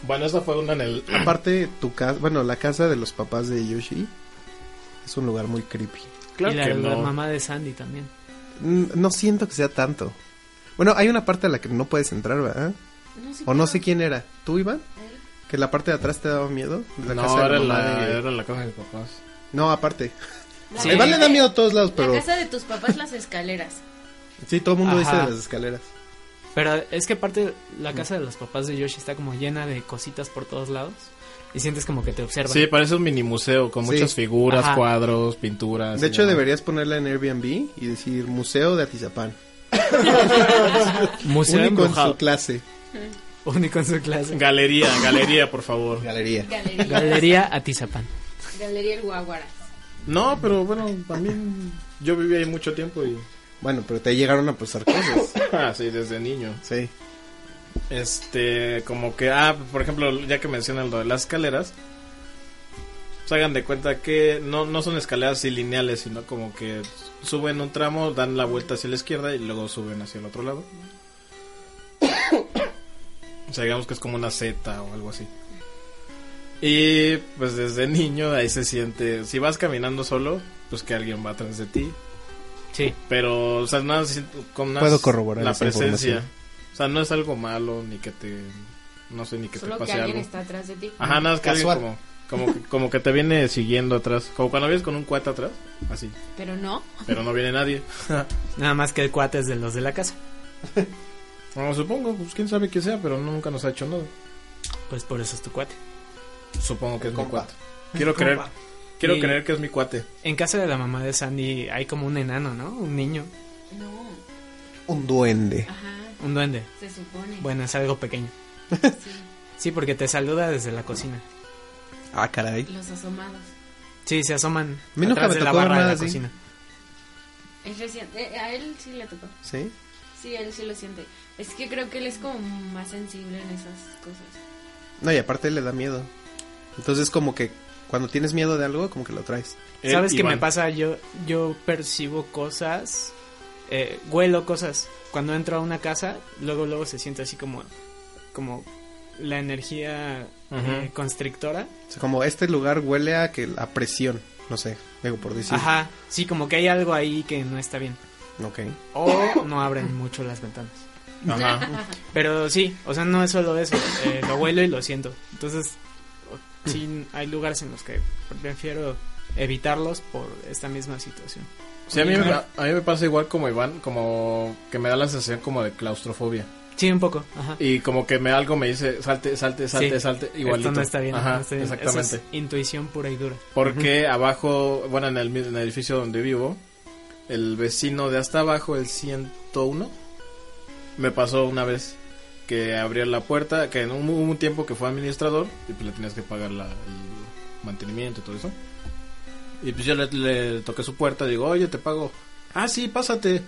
Speaker 1: Bueno, esa fue una en el...
Speaker 3: Aparte, tu casa... Bueno, la casa de los papás de Yoshi es un lugar muy creepy.
Speaker 4: y la, la mamá de Sandy también.
Speaker 3: Mm, No siento que sea tanto. Bueno, hay una parte a la que no puedes entrar, ¿verdad?
Speaker 2: No, sí
Speaker 3: o no sé quién era. ¿Tú, Iván? ¿Que la parte de atrás te daba miedo? La
Speaker 1: no,
Speaker 3: casa de
Speaker 1: era,
Speaker 3: mamá
Speaker 1: la,
Speaker 3: de-
Speaker 1: era la casa de mis papás.
Speaker 3: No, aparte.
Speaker 2: La
Speaker 3: A Iván le
Speaker 2: casa
Speaker 3: da
Speaker 2: de-
Speaker 3: miedo a todos lados, pero...
Speaker 2: La casa de tus papás, las escaleras.
Speaker 3: Sí, todo el mundo dice
Speaker 4: Ajá.
Speaker 3: de las escaleras.
Speaker 4: Pero es que aparte la casa de los papás de Yoshi está como llena de cositas por todos lados y sientes como que te observan.
Speaker 1: Sí, parece un mini museo con
Speaker 4: Sí.
Speaker 1: muchas figuras,
Speaker 4: Ajá.
Speaker 1: cuadros, pinturas.
Speaker 3: De
Speaker 1: y
Speaker 3: hecho,
Speaker 1: demás.
Speaker 3: deberías ponerla en Airbnb y decir Museo de Atizapán.
Speaker 4: Museo
Speaker 3: Único en
Speaker 4: embrujado.
Speaker 3: su clase.
Speaker 4: Único en su clase.
Speaker 1: Galería, galería, por favor.
Speaker 3: Galería.
Speaker 2: Galería.
Speaker 4: Galería Atizapán.
Speaker 2: Galería El Guaguara.
Speaker 1: No, pero bueno, también yo viví ahí mucho tiempo y...
Speaker 3: Bueno, pero te llegaron a pasar cosas.
Speaker 1: Ah, sí, desde niño.
Speaker 3: Sí.
Speaker 1: Este, como que, ah, por ejemplo, ya que mencionan lo de las escaleras, pues hagan de cuenta que no, no son escaleras así lineales, sino como que suben un tramo, dan la vuelta hacia la izquierda y luego suben hacia el otro lado. O sea, digamos que es como una Z o algo así. Y pues desde niño ahí se siente, si vas caminando solo, pues que alguien va atrás de ti.
Speaker 4: Sí.
Speaker 1: Pero, o sea, nada, siento- con nada-
Speaker 3: Puedo corroborar
Speaker 1: la
Speaker 3: esa
Speaker 1: presencia.
Speaker 3: información.
Speaker 1: O sea, no es algo malo, ni que te, no sé, ni que
Speaker 2: Solo
Speaker 1: te
Speaker 2: que
Speaker 1: pase
Speaker 2: alguien
Speaker 1: algo.
Speaker 2: está atrás de ti.
Speaker 1: Ajá, nada, es que alguien
Speaker 2: Casual.
Speaker 1: como, como, que, como que te viene siguiendo atrás. Como cuando vienes con un cuate atrás, así.
Speaker 2: Pero no.
Speaker 1: Pero no viene nadie.
Speaker 4: Nada más que el cuate es de los de la casa.
Speaker 1: No, supongo, pues quién sabe qué sea, pero nunca nos ha hecho nada.
Speaker 4: Pues por eso es tu cuate.
Speaker 1: Supongo que es mi cuate.
Speaker 4: El
Speaker 1: Quiero creer,
Speaker 4: compa.
Speaker 1: quiero
Speaker 4: Y-
Speaker 1: creer que es mi cuate.
Speaker 4: En casa de la mamá de Sandy hay como un enano, ¿no? Un niño,
Speaker 2: No.
Speaker 3: Un duende.
Speaker 2: Ajá.
Speaker 4: un duende.
Speaker 2: Se supone.
Speaker 4: Bueno, es algo pequeño. sí, porque te saluda desde la cocina.
Speaker 3: Ah, caray.
Speaker 2: Los asomados.
Speaker 4: Sí, se asoman.
Speaker 3: A mí nunca
Speaker 4: atrás
Speaker 3: me
Speaker 4: de la
Speaker 3: tocó ver
Speaker 4: barra de
Speaker 3: nada
Speaker 4: la
Speaker 3: así.
Speaker 4: cocina.
Speaker 2: Es reciente. Eh, a él sí le tocó.
Speaker 3: ¿Sí?
Speaker 2: Sí, él sí lo siente. Es que creo que él es como más sensible en esas cosas.
Speaker 3: No, y aparte le da miedo. Entonces, como que cuando tienes miedo de algo, como que lo traes.
Speaker 4: ¿Sabes qué me pasa? Yo, yo percibo cosas, eh, huelo cosas. Cuando entro a una casa, luego, luego se siente así como, como la energía eh,
Speaker 3: Ujú.
Speaker 4: constrictora.
Speaker 3: O sea, como este lugar huele a que a presión. No sé, digo por decir.
Speaker 4: Ajá, sí, como que hay algo ahí que no está bien.
Speaker 3: Ok.
Speaker 4: O no abren mucho las ventanas.
Speaker 3: Ajá.
Speaker 4: Pero sí, o sea, no es solo eso. eh, lo huelo y lo siento. Entonces, o- sí, hay lugares en los que prefiero evitarlos por esta misma situación.
Speaker 1: Sí, a mí, me, a mí me pasa igual como Iván, como que me da la sensación como de claustrofobia.
Speaker 4: Sí, un poco. Ajá.
Speaker 1: Y como que me algo me dice, salte, salte, salte,
Speaker 4: Sí,
Speaker 1: salte, igualito.
Speaker 4: Esto no está bien.
Speaker 1: Ajá,
Speaker 4: no está bien. Eso es
Speaker 1: exactamente.
Speaker 4: intuición pura y dura.
Speaker 1: Porque abajo, bueno, en el, mi- en el edificio donde vivo, el vecino de hasta abajo, el 101, me pasó una vez que abría la puerta, que en un, hubo un tiempo que fue administrador y pues le tenías que pagar la- el mantenimiento y todo eso. Y pues yo le, le toqué su puerta, digo, oye, te pago. Ah, sí, pásate.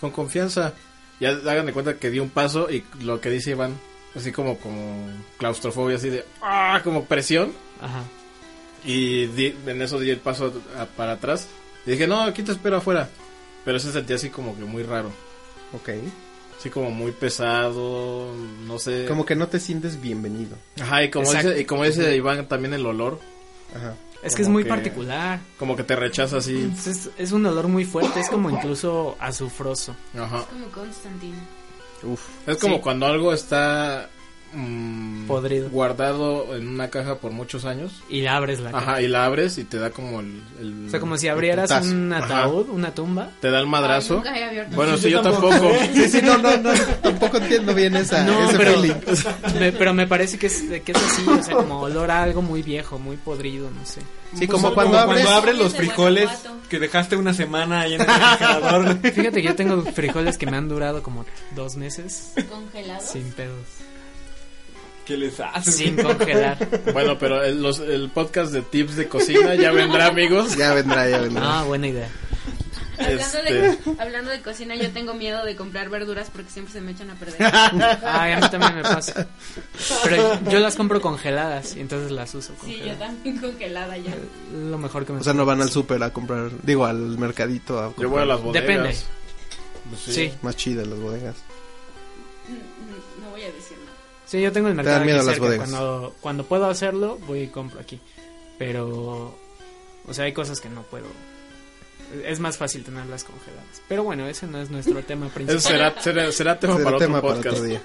Speaker 1: Con confianza. Ya hagan de cuenta que di un paso y lo que dice Iván, así como, como claustrofobia, así de, ah, como presión.
Speaker 4: Ajá.
Speaker 1: Y di- en eso di el paso a- para atrás. Y dije, no, aquí te espero afuera. Pero se sentía así como que muy raro.
Speaker 3: Ok.
Speaker 1: Así como muy pesado, no sé.
Speaker 3: Como que no te sientes bienvenido.
Speaker 1: Ajá, y como,
Speaker 3: Exacto.
Speaker 1: dice, y como dice Iván, también el olor.
Speaker 3: Ajá.
Speaker 4: Es que es muy particular.
Speaker 1: Como que te rechaza así.
Speaker 4: Es, es un olor muy fuerte, es como incluso azufroso.
Speaker 1: Ajá.
Speaker 2: Como Constantino.
Speaker 1: Es como
Speaker 4: Mm. Sí.
Speaker 1: cuando algo está mm,
Speaker 4: Podrido.
Speaker 1: guardado en una caja por muchos años.
Speaker 4: Y la abres la
Speaker 1: Ajá,
Speaker 4: caja.
Speaker 1: y la abres y te da como el... el-
Speaker 4: Ah, O sea, como si
Speaker 1: Ah. el
Speaker 4: abrieras
Speaker 1: putazo.
Speaker 4: un
Speaker 1: Ajá.
Speaker 4: ataúd, una tumba.
Speaker 1: Te da el madrazo.
Speaker 4: Ay, nunca he abierto.
Speaker 1: bueno,
Speaker 4: Sí,
Speaker 1: sí, yo
Speaker 4: yo
Speaker 1: tampoco.
Speaker 3: Sí, sí, no, no, no. Tampoco entiendo bien
Speaker 1: Ah,
Speaker 3: esa,
Speaker 4: No,
Speaker 3: ese
Speaker 4: pero,
Speaker 3: feeling.
Speaker 4: me, pero me parece que es, que es así, o sea, como olor a algo muy viejo, muy podrido, no sé.
Speaker 3: Sí, pues, como cuando abres-
Speaker 12: los frijoles que dejaste una semana ahí en el refrigerador.
Speaker 4: Fíjate que yo tengo frijoles que me han durado como dos meses.
Speaker 2: ¿Congelados?
Speaker 4: Sin pedos.
Speaker 12: ¿Qué les
Speaker 1: Ah,
Speaker 12: haces?
Speaker 4: Sin congelar.
Speaker 1: Bueno, pero el, los- el podcast de tips de cocina ya vendrá, amigos.
Speaker 3: Ya vendrá, ya vendrá.
Speaker 4: Ah, buena idea.
Speaker 2: Hablando,
Speaker 1: Este,
Speaker 2: de, hablando de cocina, yo tengo miedo de comprar verduras porque siempre se me echan a perder.
Speaker 4: Ay, a mí también me pasa. Pero yo las compro congeladas y entonces las uso
Speaker 2: Sí, yo
Speaker 4: congeladas.
Speaker 2: también congelada ya.
Speaker 4: Lo mejor que me
Speaker 3: O sea, no van al súper a comprar, digo, al mercadito a comprar.
Speaker 1: Yo voy a las bodegas.
Speaker 4: Depende.
Speaker 1: Pues
Speaker 4: Sí.
Speaker 3: Más chidas las bodegas.
Speaker 2: Mm, No voy a decir nada.
Speaker 4: Sí, yo tengo el
Speaker 3: Te
Speaker 4: mercado
Speaker 3: dan miedo
Speaker 4: aquí
Speaker 3: las
Speaker 4: cerca.
Speaker 3: bodegas.
Speaker 4: Cuando, cuando puedo hacerlo, voy y compro aquí. Pero, o sea, hay cosas que no puedo. Es más fácil tenerlas congeladas. Pero bueno, ese no es nuestro tema principal.
Speaker 1: Eso será, será, será tema
Speaker 3: Será
Speaker 1: para
Speaker 3: tema
Speaker 1: otro
Speaker 3: para
Speaker 1: podcast.
Speaker 3: otro día.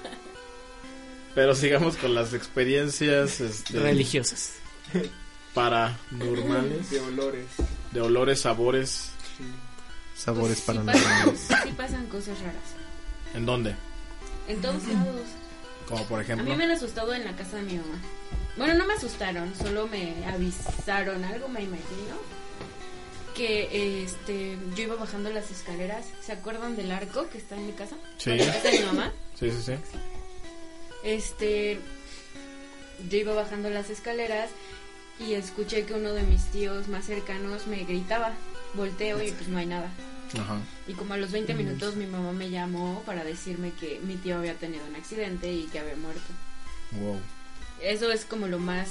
Speaker 1: Pero sigamos con las experiencias este,
Speaker 4: Religiosas.
Speaker 1: paranormales.
Speaker 8: De olores.
Speaker 1: De olores, sabores.
Speaker 3: Sabores
Speaker 2: Sí pasan, sí pasan cosas raras.
Speaker 1: ¿En dónde?
Speaker 2: En todos lados.
Speaker 1: Como por
Speaker 2: A
Speaker 1: ejemplo.
Speaker 2: mí me han asustado en la casa de mi mamá. Bueno, no me asustaron, solo me avisaron algo, me imagino. Que este, yo iba bajando las escaleras. ¿Se acuerdan del arco que está en mi casa?
Speaker 1: Sí.
Speaker 2: En la casa de mi mamá.
Speaker 1: Sí, sí, sí.
Speaker 2: Este, yo iba bajando las escaleras y escuché que uno de mis tíos más cercanos me gritaba. Volteo y pues no hay nada.
Speaker 1: Ajá.
Speaker 2: Y como a los 20 minutos mi mamá me llamó para decirme que mi tío había tenido un accidente y que había muerto.
Speaker 1: Wow.
Speaker 2: Eso es como lo más...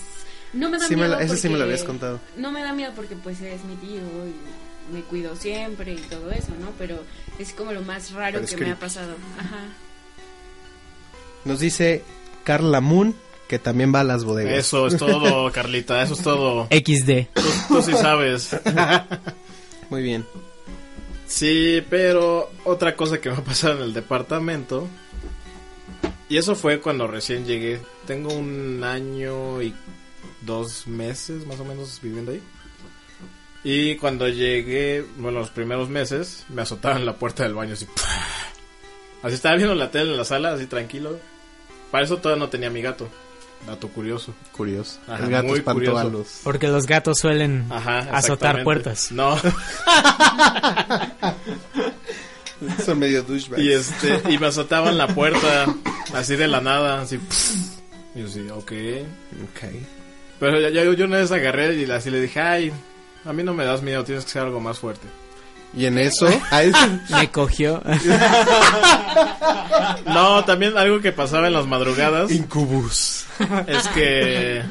Speaker 2: No me da
Speaker 3: Sí me
Speaker 2: miedo.
Speaker 3: la- eso sí me lo
Speaker 2: porque-
Speaker 3: habías contado.
Speaker 2: No me da miedo porque pues es mi tío y me cuido siempre y todo eso, ¿no? Pero es como lo más raro
Speaker 3: Pero es
Speaker 2: que me ha
Speaker 3: creepy.
Speaker 2: pasado. Ah, Ajá.
Speaker 3: Nos dice Carla Moon que también va a las bodegas.
Speaker 1: Eso es todo, Carlita. Eso es todo.
Speaker 4: XD.
Speaker 1: Tú, tú sí sabes.
Speaker 3: Muy bien.
Speaker 1: Sí, pero otra cosa que me ha pasado en el departamento. Y eso fue cuando recién llegué. Tengo un año y dos meses más o menos viviendo ahí. Y cuando llegué, bueno, los primeros meses, me azotaban la puerta del baño así. ¡pah! Así estaba viendo la tele en la sala, así tranquilo. Para eso todavía no tenía mi gato. Dato curioso.
Speaker 3: Curioso.
Speaker 1: Ajá,
Speaker 3: el gato
Speaker 1: muy
Speaker 3: espantó
Speaker 1: curioso.
Speaker 3: a los.
Speaker 4: Porque los gatos suelen
Speaker 3: Ah.
Speaker 1: Ajá,
Speaker 4: azotar
Speaker 1: exactamente.
Speaker 4: puertas.
Speaker 1: No.
Speaker 3: Son medio douchebags.
Speaker 1: Y este, y me azotaban la puerta así de la nada, así. Y yo sí, ok.
Speaker 3: Ok.
Speaker 1: Pero ya- ya- yo, yo una vez agarré y así le dije, ay, a mí no me das miedo, tienes que ser algo más fuerte.
Speaker 3: Y en eso. a ese-
Speaker 4: Me cogió.
Speaker 1: No, también algo que pasaba en las madrugadas
Speaker 3: Incubus.
Speaker 1: es que,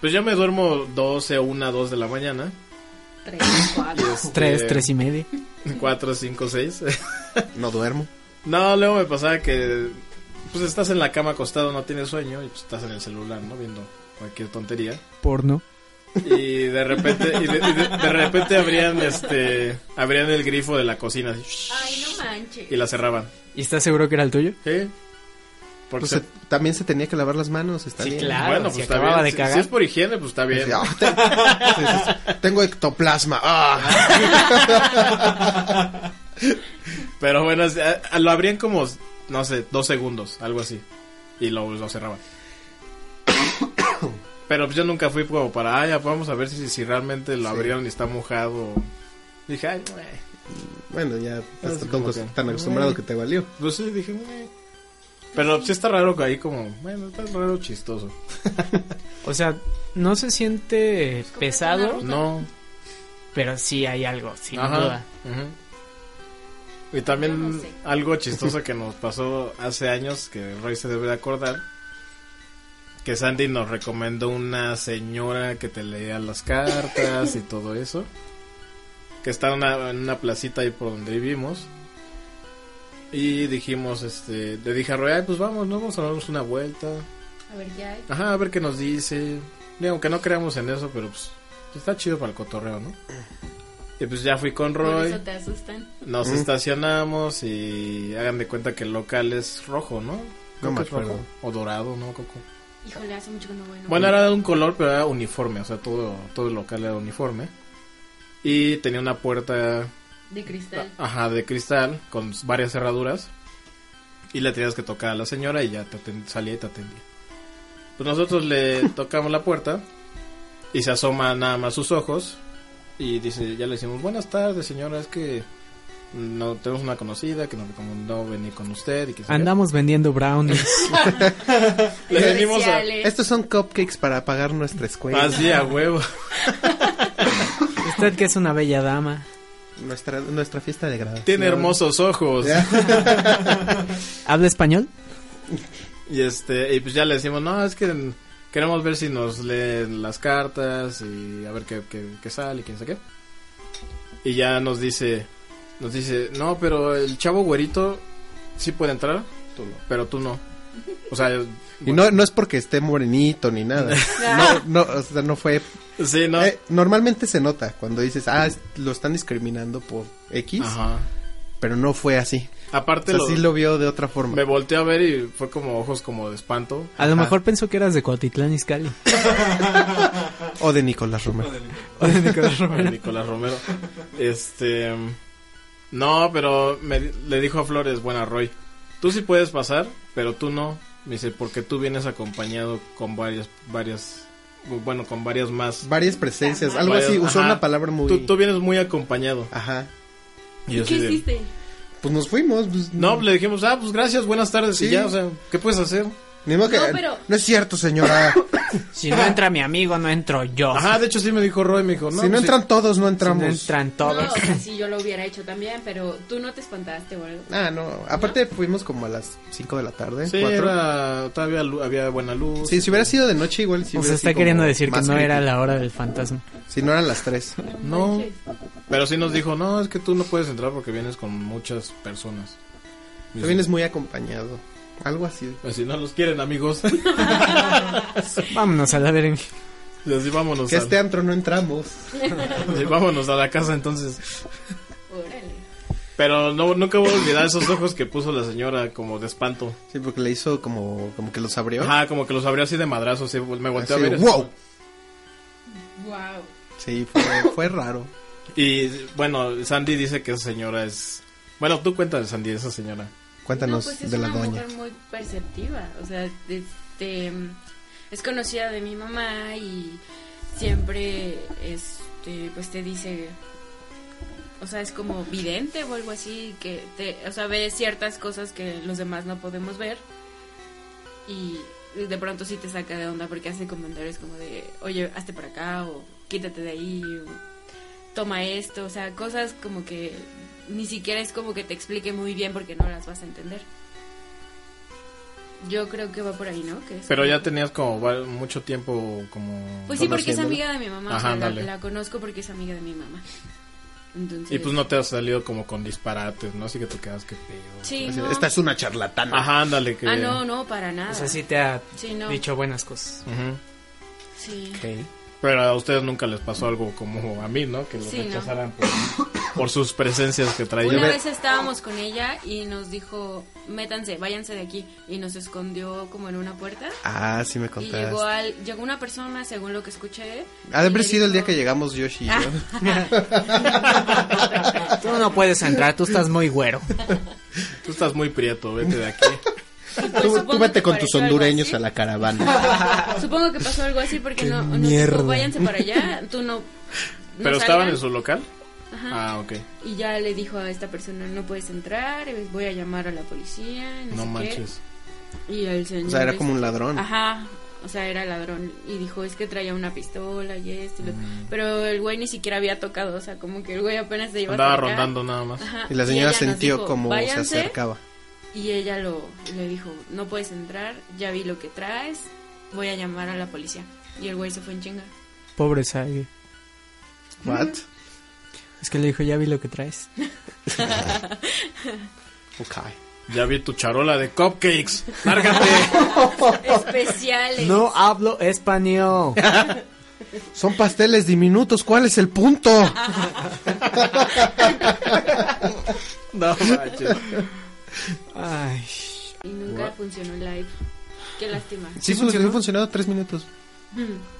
Speaker 1: pues yo me duermo 12, 1, 2 de la mañana.
Speaker 2: Tres, cuatro.
Speaker 1: Este,
Speaker 4: Tres, tres y media.
Speaker 1: 4, 5, 6.
Speaker 3: No duermo.
Speaker 1: No, luego me pasaba que pues estás en la cama acostado, no tienes sueño y pues estás en el celular, ¿no? Viendo cualquier tontería.
Speaker 4: Porno.
Speaker 1: Y de repente, y de, y de- de repente abrían este abrían el grifo de la cocina así,
Speaker 2: Ay, no manches.
Speaker 1: y la cerraban.
Speaker 4: ¿Y estás seguro que era el tuyo?
Speaker 1: Sí. Porque
Speaker 3: Pues se- también se tenía que lavar las manos, está
Speaker 4: Sí,
Speaker 3: bien.
Speaker 4: claro,
Speaker 1: bueno, pues
Speaker 4: si
Speaker 1: está
Speaker 4: acababa
Speaker 1: bien.
Speaker 4: de
Speaker 1: Si-
Speaker 4: cagar.
Speaker 1: Si es por higiene, pues está bien.
Speaker 3: Sí, ah, te- sí, sí, sí. Tengo ectoplasma. ¡Ah!
Speaker 1: Pero bueno, es- a- a- lo abrían como, no sé, dos segundos, algo así. Y lo, lo cerraban. Pero pues yo nunca fui como para, ah, ya, vamos a ver si, si realmente lo abrieron y está mojado. Dije, ay, eh.
Speaker 3: Bueno, ya estás
Speaker 1: Así
Speaker 3: tan,
Speaker 1: como que,
Speaker 3: tan acostumbrado
Speaker 1: "Güey".
Speaker 3: que te valió.
Speaker 1: Pues sí, dije, "Eh". Pero sí está raro que ahí como, bueno, está raro chistoso.
Speaker 4: O sea, no se siente pesado.
Speaker 1: No.
Speaker 4: Pero sí hay algo, sin
Speaker 1: Ajá,
Speaker 4: duda.
Speaker 1: ujú. Y también algo chistoso que nos pasó hace años, que Roy se debe de acordar, que Sandy nos recomendó una señora que te leía las cartas y todo eso, que está en una, en una placita ahí por donde vivimos. Y dijimos, este, le dije a Roy, "Ay, pues vamos, ¿no? vamos a darnos una vuelta.
Speaker 2: A ver, ya hay.
Speaker 1: Ajá, a ver qué nos dice. Y aunque no creamos en eso, pero pues está chido para el cotorreo, ¿no? Y pues ya fui con
Speaker 2: Por
Speaker 1: Roy.
Speaker 2: eso te asustan.
Speaker 1: Nos estacionamos y hagan de cuenta que el local es rojo, ¿no? Creo
Speaker 3: me
Speaker 1: que es rojo.
Speaker 3: acuerdo.
Speaker 1: O dorado, ¿no? Coco?
Speaker 2: Híjole, hace mucho que no voy. no
Speaker 1: Bueno,
Speaker 2: voy.
Speaker 1: era de un color, pero era uniforme, o sea, todo, todo el local era uniforme. Y tenía una puerta,
Speaker 2: De cristal.
Speaker 3: Ah,
Speaker 1: ajá, de cristal, con varias cerraduras. Y le tenías que tocar a la señora y ya te aten- salía y te atendía. Pues nosotros le tocamos la puerta y se asoma nada más sus ojos y dice, ya le decimos, buenas tardes señora, es que no tenemos una conocida que nos recomendó venir con usted y que
Speaker 4: Andamos vendiendo brownies.
Speaker 1: Le venimos a-
Speaker 3: Estos son cupcakes para pagar nuestra escuela.
Speaker 1: Así a huevo.
Speaker 4: Usted que es una bella dama.
Speaker 3: Nuestra, nuestra fiesta de grado.
Speaker 1: tiene hermosos ojos.
Speaker 4: ¿Habla español?
Speaker 1: Y este, y pues ya le decimos, no, es que queremos ver si nos leen las cartas y a ver qué, qué, qué sale y quién sabe qué. Y ya nos dice, nos dice, no, pero el chavo güerito sí puede entrar, tú no, pero tú no. O sea,
Speaker 3: Y no, no es porque esté morenito ni nada. No, no, o sea, no fue.
Speaker 1: Sí, no.
Speaker 3: eh, normalmente se nota cuando dices, ah, es- lo están discriminando por X.
Speaker 1: Ajá.
Speaker 3: Pero no fue así.
Speaker 1: Aparte
Speaker 3: o sea,
Speaker 1: lo-
Speaker 3: sí lo vio de otra forma.
Speaker 1: me volteó a ver y fue como ojos como de espanto.
Speaker 4: A lo mejor pensó que eras de Coatitlán Izcalli.
Speaker 3: O de Nicolás Romero.
Speaker 4: O de Nicolás Romero.
Speaker 1: O de Nicolás Romero. Este. No, pero me di- le dijo a Flores, bueno, a Roy, tú sí puedes pasar, pero tú no. Me dice, porque tú vienes acompañado con varias, varias, bueno, con varias más.
Speaker 3: Varias presencias, algo
Speaker 1: Varias-
Speaker 3: así. Usó
Speaker 1: ajá.
Speaker 3: una palabra muy.
Speaker 1: Tú, tú vienes muy acompañado.
Speaker 3: Ajá.
Speaker 1: Y yo
Speaker 2: ¿Qué
Speaker 1: así de-
Speaker 2: hiciste?
Speaker 3: Pues nos fuimos. pues,
Speaker 1: No, le dijimos, ah, pues gracias, buenas tardes, y
Speaker 3: Sí.
Speaker 1: ya, o sea, ¿qué puedes hacer?
Speaker 3: Ni modo que-
Speaker 2: No, pero-
Speaker 3: no es cierto, señora.
Speaker 4: Si no entra mi amigo, no entro yo.
Speaker 1: Ajá, de hecho sí me dijo Roy, me dijo, no.
Speaker 3: Ah. si no
Speaker 1: pues,
Speaker 3: entran todos, no entramos.
Speaker 4: Si no entran
Speaker 2: No,
Speaker 4: todos.
Speaker 2: o sea, sí, yo lo hubiera hecho también, pero tú no te espantaste o algo.
Speaker 3: Ah, no. Aparte, fuimos como a las 5 de la tarde.
Speaker 1: Sí,
Speaker 3: cuatro.
Speaker 1: era- todavía lu- había buena luz.
Speaker 3: Sí, si hubiera sido de noche, igual. Si
Speaker 4: O
Speaker 3: hubiera
Speaker 4: sea, Pues está
Speaker 3: sido
Speaker 4: queriendo
Speaker 3: como
Speaker 4: decir que
Speaker 3: más
Speaker 4: no era
Speaker 3: crítico.
Speaker 4: la hora del fantasma.
Speaker 3: Si no eran las 3.
Speaker 1: No, pero sí nos dijo, no, es que tú no puedes entrar porque vienes con muchas personas. Y
Speaker 3: También es muy acompañado. Algo así.
Speaker 1: Pues si no los quieren, amigos.
Speaker 4: Vámonos a la ver.
Speaker 1: Y así vámonos.
Speaker 3: Que
Speaker 1: a-
Speaker 3: este antro no entramos.
Speaker 1: Sí, vámonos a la casa entonces.
Speaker 2: Órale.
Speaker 1: Pero no, nunca voy a olvidar esos ojos que puso la señora como de espanto.
Speaker 3: Sí, porque le hizo como, como que los abrió.
Speaker 1: Ajá, como que los abrió así de madrazo, así, pues, me volteó a
Speaker 3: Así,
Speaker 1: ver. así.
Speaker 3: ¡wow!
Speaker 2: Wow.
Speaker 3: Sí, fue, fue raro.
Speaker 1: Y bueno, Sandy dice que esa señora es... Bueno, tú cuéntale, Sandy, esa señora.
Speaker 3: Cuéntanos
Speaker 2: No, pues es
Speaker 3: de la
Speaker 2: una
Speaker 3: doña.
Speaker 2: mujer muy perceptiva, o sea, este, es conocida de mi mamá y siempre, este, pues te dice, o sea, es como vidente o algo así, que te, o sea, ve ciertas cosas que los demás no podemos ver y de pronto sí te saca de onda porque hace comentarios como de, Eh, oye, hazte para acá o quítate de ahí o toma esto, o sea, cosas como que ni siquiera es como que te explique muy bien porque no las vas a entender. Yo creo que va por ahí, ¿no? Que es
Speaker 1: Pero
Speaker 2: como-
Speaker 1: ya tenías como va- mucho tiempo como...
Speaker 2: Pues sí, porque es
Speaker 1: conociéndola.
Speaker 2: amiga de mi mamá, o
Speaker 1: Ajá,
Speaker 2: sea, la,
Speaker 1: ándale.
Speaker 2: la conozco porque es amiga de mi mamá. Entonces,
Speaker 1: Y pues no te has salido como con disparates, ¿no? Así que te quedas que peor.
Speaker 2: Sí, no. Esta es
Speaker 3: una charlatana.
Speaker 1: Ajá, ándale, que...
Speaker 2: Ah, no, no, para nada.
Speaker 4: O sea, sí te ha
Speaker 2: Sí, no.
Speaker 4: dicho buenas cosas.
Speaker 1: Ujú.
Speaker 2: Sí.
Speaker 1: Ok. Pero a ustedes nunca les pasó algo como a mí, ¿no? Que los
Speaker 2: Sí, ¿no?
Speaker 1: rechazaran por, por sus presencias que traían.
Speaker 2: Una vez estábamos con ella y nos dijo, métanse, váyanse de aquí. Y nos escondió como en una puerta.
Speaker 3: Ah, sí me
Speaker 2: Y llegó,
Speaker 3: contaste.
Speaker 2: al, llegó una persona, según lo que escuché.
Speaker 3: Ha de haber sido el día que llegamos Yoshi y
Speaker 2: Ah,
Speaker 3: yo.
Speaker 4: Tú no puedes entrar, tú estás muy güero.
Speaker 1: Tú estás muy prieto, vete de aquí.
Speaker 3: Tú,
Speaker 2: supongo
Speaker 3: tú vete
Speaker 2: que
Speaker 3: con tus
Speaker 2: pareció algo
Speaker 3: hondureños a la caravana.
Speaker 2: Supongo que pasó algo así porque no, no
Speaker 3: mierda.
Speaker 2: dijo, váyanse para allá. Tú no. no
Speaker 1: ¿Pero
Speaker 2: salgan".
Speaker 1: estaban en su local?
Speaker 2: Ajá.
Speaker 1: Ah, ok.
Speaker 2: Y ya le dijo a esta persona, no puedes entrar, eh, voy a llamar a la policía. y No,
Speaker 1: No
Speaker 2: sé
Speaker 1: manches.
Speaker 2: qué". Y el señor
Speaker 3: O sea, era
Speaker 2: este-
Speaker 3: como un ladrón.
Speaker 2: Ajá, o sea, era ladrón. Y dijo, es que traía una pistola y esto. y lo-
Speaker 3: Mm.
Speaker 2: Pero el güey ni siquiera había tocado, o sea, como que el güey apenas se iba
Speaker 1: Andaba
Speaker 2: acercar.
Speaker 1: rondando nada más.
Speaker 2: Ajá,
Speaker 3: Y la señora
Speaker 2: ella nos
Speaker 3: sintió
Speaker 2: dijo,
Speaker 3: cómo se
Speaker 2: "Váyanse",
Speaker 3: acercaba.
Speaker 2: Y ella lo, le dijo, no puedes entrar, ya vi lo que traes, voy a llamar a la policía. Y el güey se fue en chinga.
Speaker 4: Pobre Sage.
Speaker 3: What?
Speaker 4: Es que le dijo, ya vi lo que traes.
Speaker 1: Ya vi tu charola de cupcakes. ¡Lárgate!
Speaker 2: Especiales.
Speaker 4: No hablo español.
Speaker 3: Son pasteles diminutos, ¿cuál es el punto?
Speaker 1: No manches.
Speaker 4: Ay.
Speaker 2: Y nunca
Speaker 3: What?
Speaker 2: funcionó el live. Qué lástima.
Speaker 3: Sí, funcionó, funcionado tres minutos.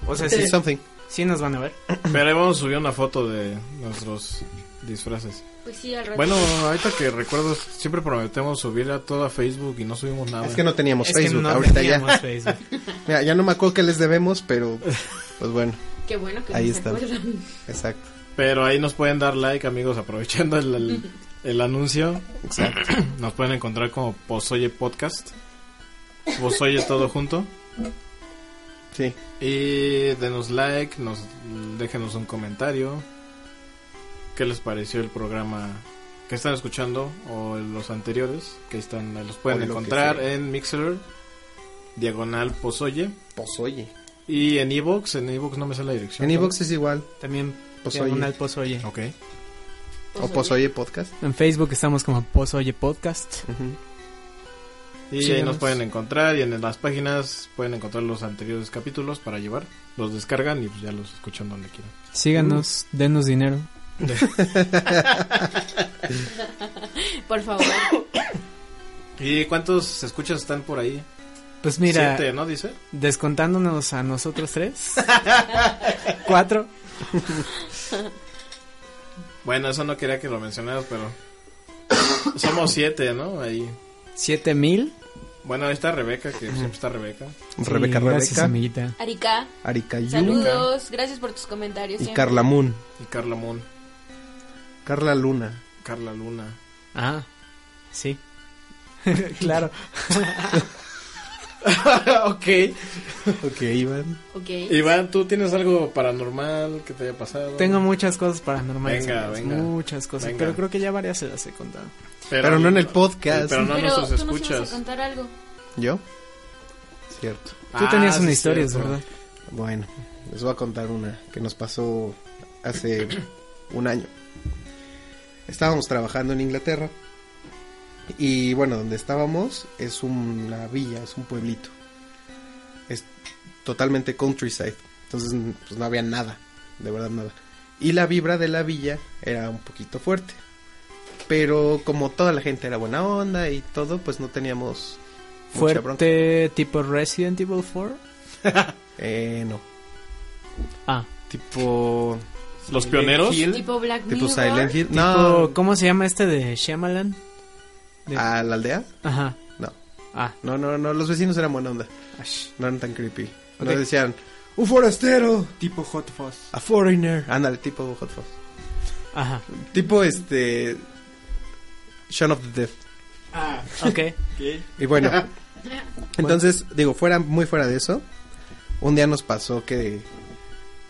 Speaker 4: O sea,
Speaker 3: Sí,
Speaker 4: sí,
Speaker 3: something.
Speaker 4: sí nos van a ver.
Speaker 1: Pero ahí vamos a subir una foto de nuestros disfraces.
Speaker 2: Pues sí, al rato.
Speaker 1: Bueno, ahorita que recuerdo, siempre prometemos subir a toda Facebook y no subimos nada.
Speaker 3: Es que no teníamos
Speaker 4: Es que
Speaker 3: Facebook,
Speaker 4: no
Speaker 3: ahorita ya.
Speaker 4: teníamos Facebook.
Speaker 3: Mira, ya no me acuerdo que les debemos, pero pues bueno,
Speaker 2: Qué bueno que
Speaker 3: ahí
Speaker 2: no se
Speaker 3: está.
Speaker 2: acuerdan.
Speaker 3: Exacto.
Speaker 1: Pero ahí nos pueden dar like, amigos, aprovechando el, el- el anuncio.
Speaker 3: Exacto.
Speaker 1: Nos pueden encontrar como Pozoye Podcast. Pozoye todo junto.
Speaker 3: Sí.
Speaker 1: Y denos like, nos déjenos un comentario. ¿Qué les pareció el programa que están escuchando o los anteriores? Que están los pueden
Speaker 3: O lo que
Speaker 1: encontrar
Speaker 3: sea.
Speaker 1: en Mixer diagonal Pozoye
Speaker 3: Pues oye.
Speaker 1: y en Evox, en Evox no me sale la dirección.
Speaker 3: En Evox es igual.
Speaker 4: También
Speaker 3: Pozoye.
Speaker 4: diagonal Pozoye.
Speaker 1: Ok.
Speaker 3: O pues oye podcast.
Speaker 4: En Facebook estamos como Pozoye Podcast.
Speaker 1: Y ahí
Speaker 4: Síganos.
Speaker 1: nos pueden encontrar y en las páginas pueden encontrar los anteriores capítulos para llevar. Los descargan y pues ya los escuchan donde quieran.
Speaker 4: Síganos,
Speaker 1: Uh.
Speaker 4: denos dinero.
Speaker 2: Por favor.
Speaker 1: ¿Y cuántos escuchas están por ahí?
Speaker 4: Pues mira,
Speaker 1: Siete, ¿no? Dice.
Speaker 4: descontándonos a nosotros tres. Cuatro.
Speaker 1: Bueno, eso no quería que lo mencionaras, pero somos siete, ¿no? Ahí.
Speaker 4: Siete mil.
Speaker 1: Bueno, ahí está Rebeca, que siempre está Rebeca.
Speaker 3: Rebeca,
Speaker 4: Gracias,
Speaker 3: Rebeca.
Speaker 4: amiguita.
Speaker 2: Arica,
Speaker 3: Aricayú
Speaker 2: saludos, gracias por tus comentarios. eh.
Speaker 3: y
Speaker 2: siempre.
Speaker 3: Carla Moon.
Speaker 1: Y Carla Moon,
Speaker 3: Carla Luna.
Speaker 1: Carla Luna.
Speaker 4: Ah, sí. claro.
Speaker 1: ok.
Speaker 3: Ok, Iván.
Speaker 2: Ok.
Speaker 1: Iván, ¿tú tienes algo paranormal que te haya pasado?
Speaker 4: Tengo muchas cosas paranormales.
Speaker 1: Venga,
Speaker 4: amigos,
Speaker 1: venga.
Speaker 4: Muchas cosas.
Speaker 1: Venga.
Speaker 4: Pero creo que ya varias se las he contado.
Speaker 3: Pero no en el podcast.
Speaker 1: Pero no a
Speaker 2: Pero
Speaker 1: nuestros
Speaker 2: tú nos ibas a
Speaker 1: escuchas.
Speaker 2: contar algo.
Speaker 3: ¿Yo? Cierto.
Speaker 4: Tú tenías
Speaker 1: Ah,
Speaker 4: una
Speaker 1: sí,
Speaker 4: historia,
Speaker 1: cierto.
Speaker 4: ¿verdad?
Speaker 3: Bueno, les voy a contar una que nos pasó hace un año. Estábamos trabajando en Inglaterra y bueno, donde estábamos es una villa, es un pueblito. Es totalmente countryside, entonces mm, pues no había nada, de verdad nada. Y la vibra de la villa era un poquito fuerte. Pero como toda la gente era buena onda y todo, pues no teníamos mucha bronca.
Speaker 4: Fuerte tipo Resident Evil 4.
Speaker 3: Eh, no.
Speaker 4: Ah.
Speaker 3: Tipo.
Speaker 1: ¿Los
Speaker 3: Silent
Speaker 1: pioneros?
Speaker 3: Hill.
Speaker 2: Tipo Black
Speaker 3: Tipo
Speaker 2: Mirror.
Speaker 3: Silent Hill.
Speaker 4: Tipo,
Speaker 3: No.
Speaker 4: ¿Cómo se llama este de Shyamalan? de-
Speaker 3: ¿A la aldea?
Speaker 4: Ajá.
Speaker 3: No.
Speaker 4: Ah.
Speaker 3: No, no, no. Los vecinos eran buena onda.
Speaker 4: ash.
Speaker 3: No eran tan creepy. No
Speaker 4: Ok.
Speaker 3: decían, un forastero,
Speaker 12: Tipo Hot Fuzz.
Speaker 3: a foreigner. Ándale, tipo Hot Fuzz.
Speaker 4: Ajá.
Speaker 3: Tipo este. Shaun of the Dead.
Speaker 8: Ah,
Speaker 4: Ok.
Speaker 8: ok.
Speaker 3: Y bueno. entonces, digo, fuera, muy fuera de eso. Un día nos pasó que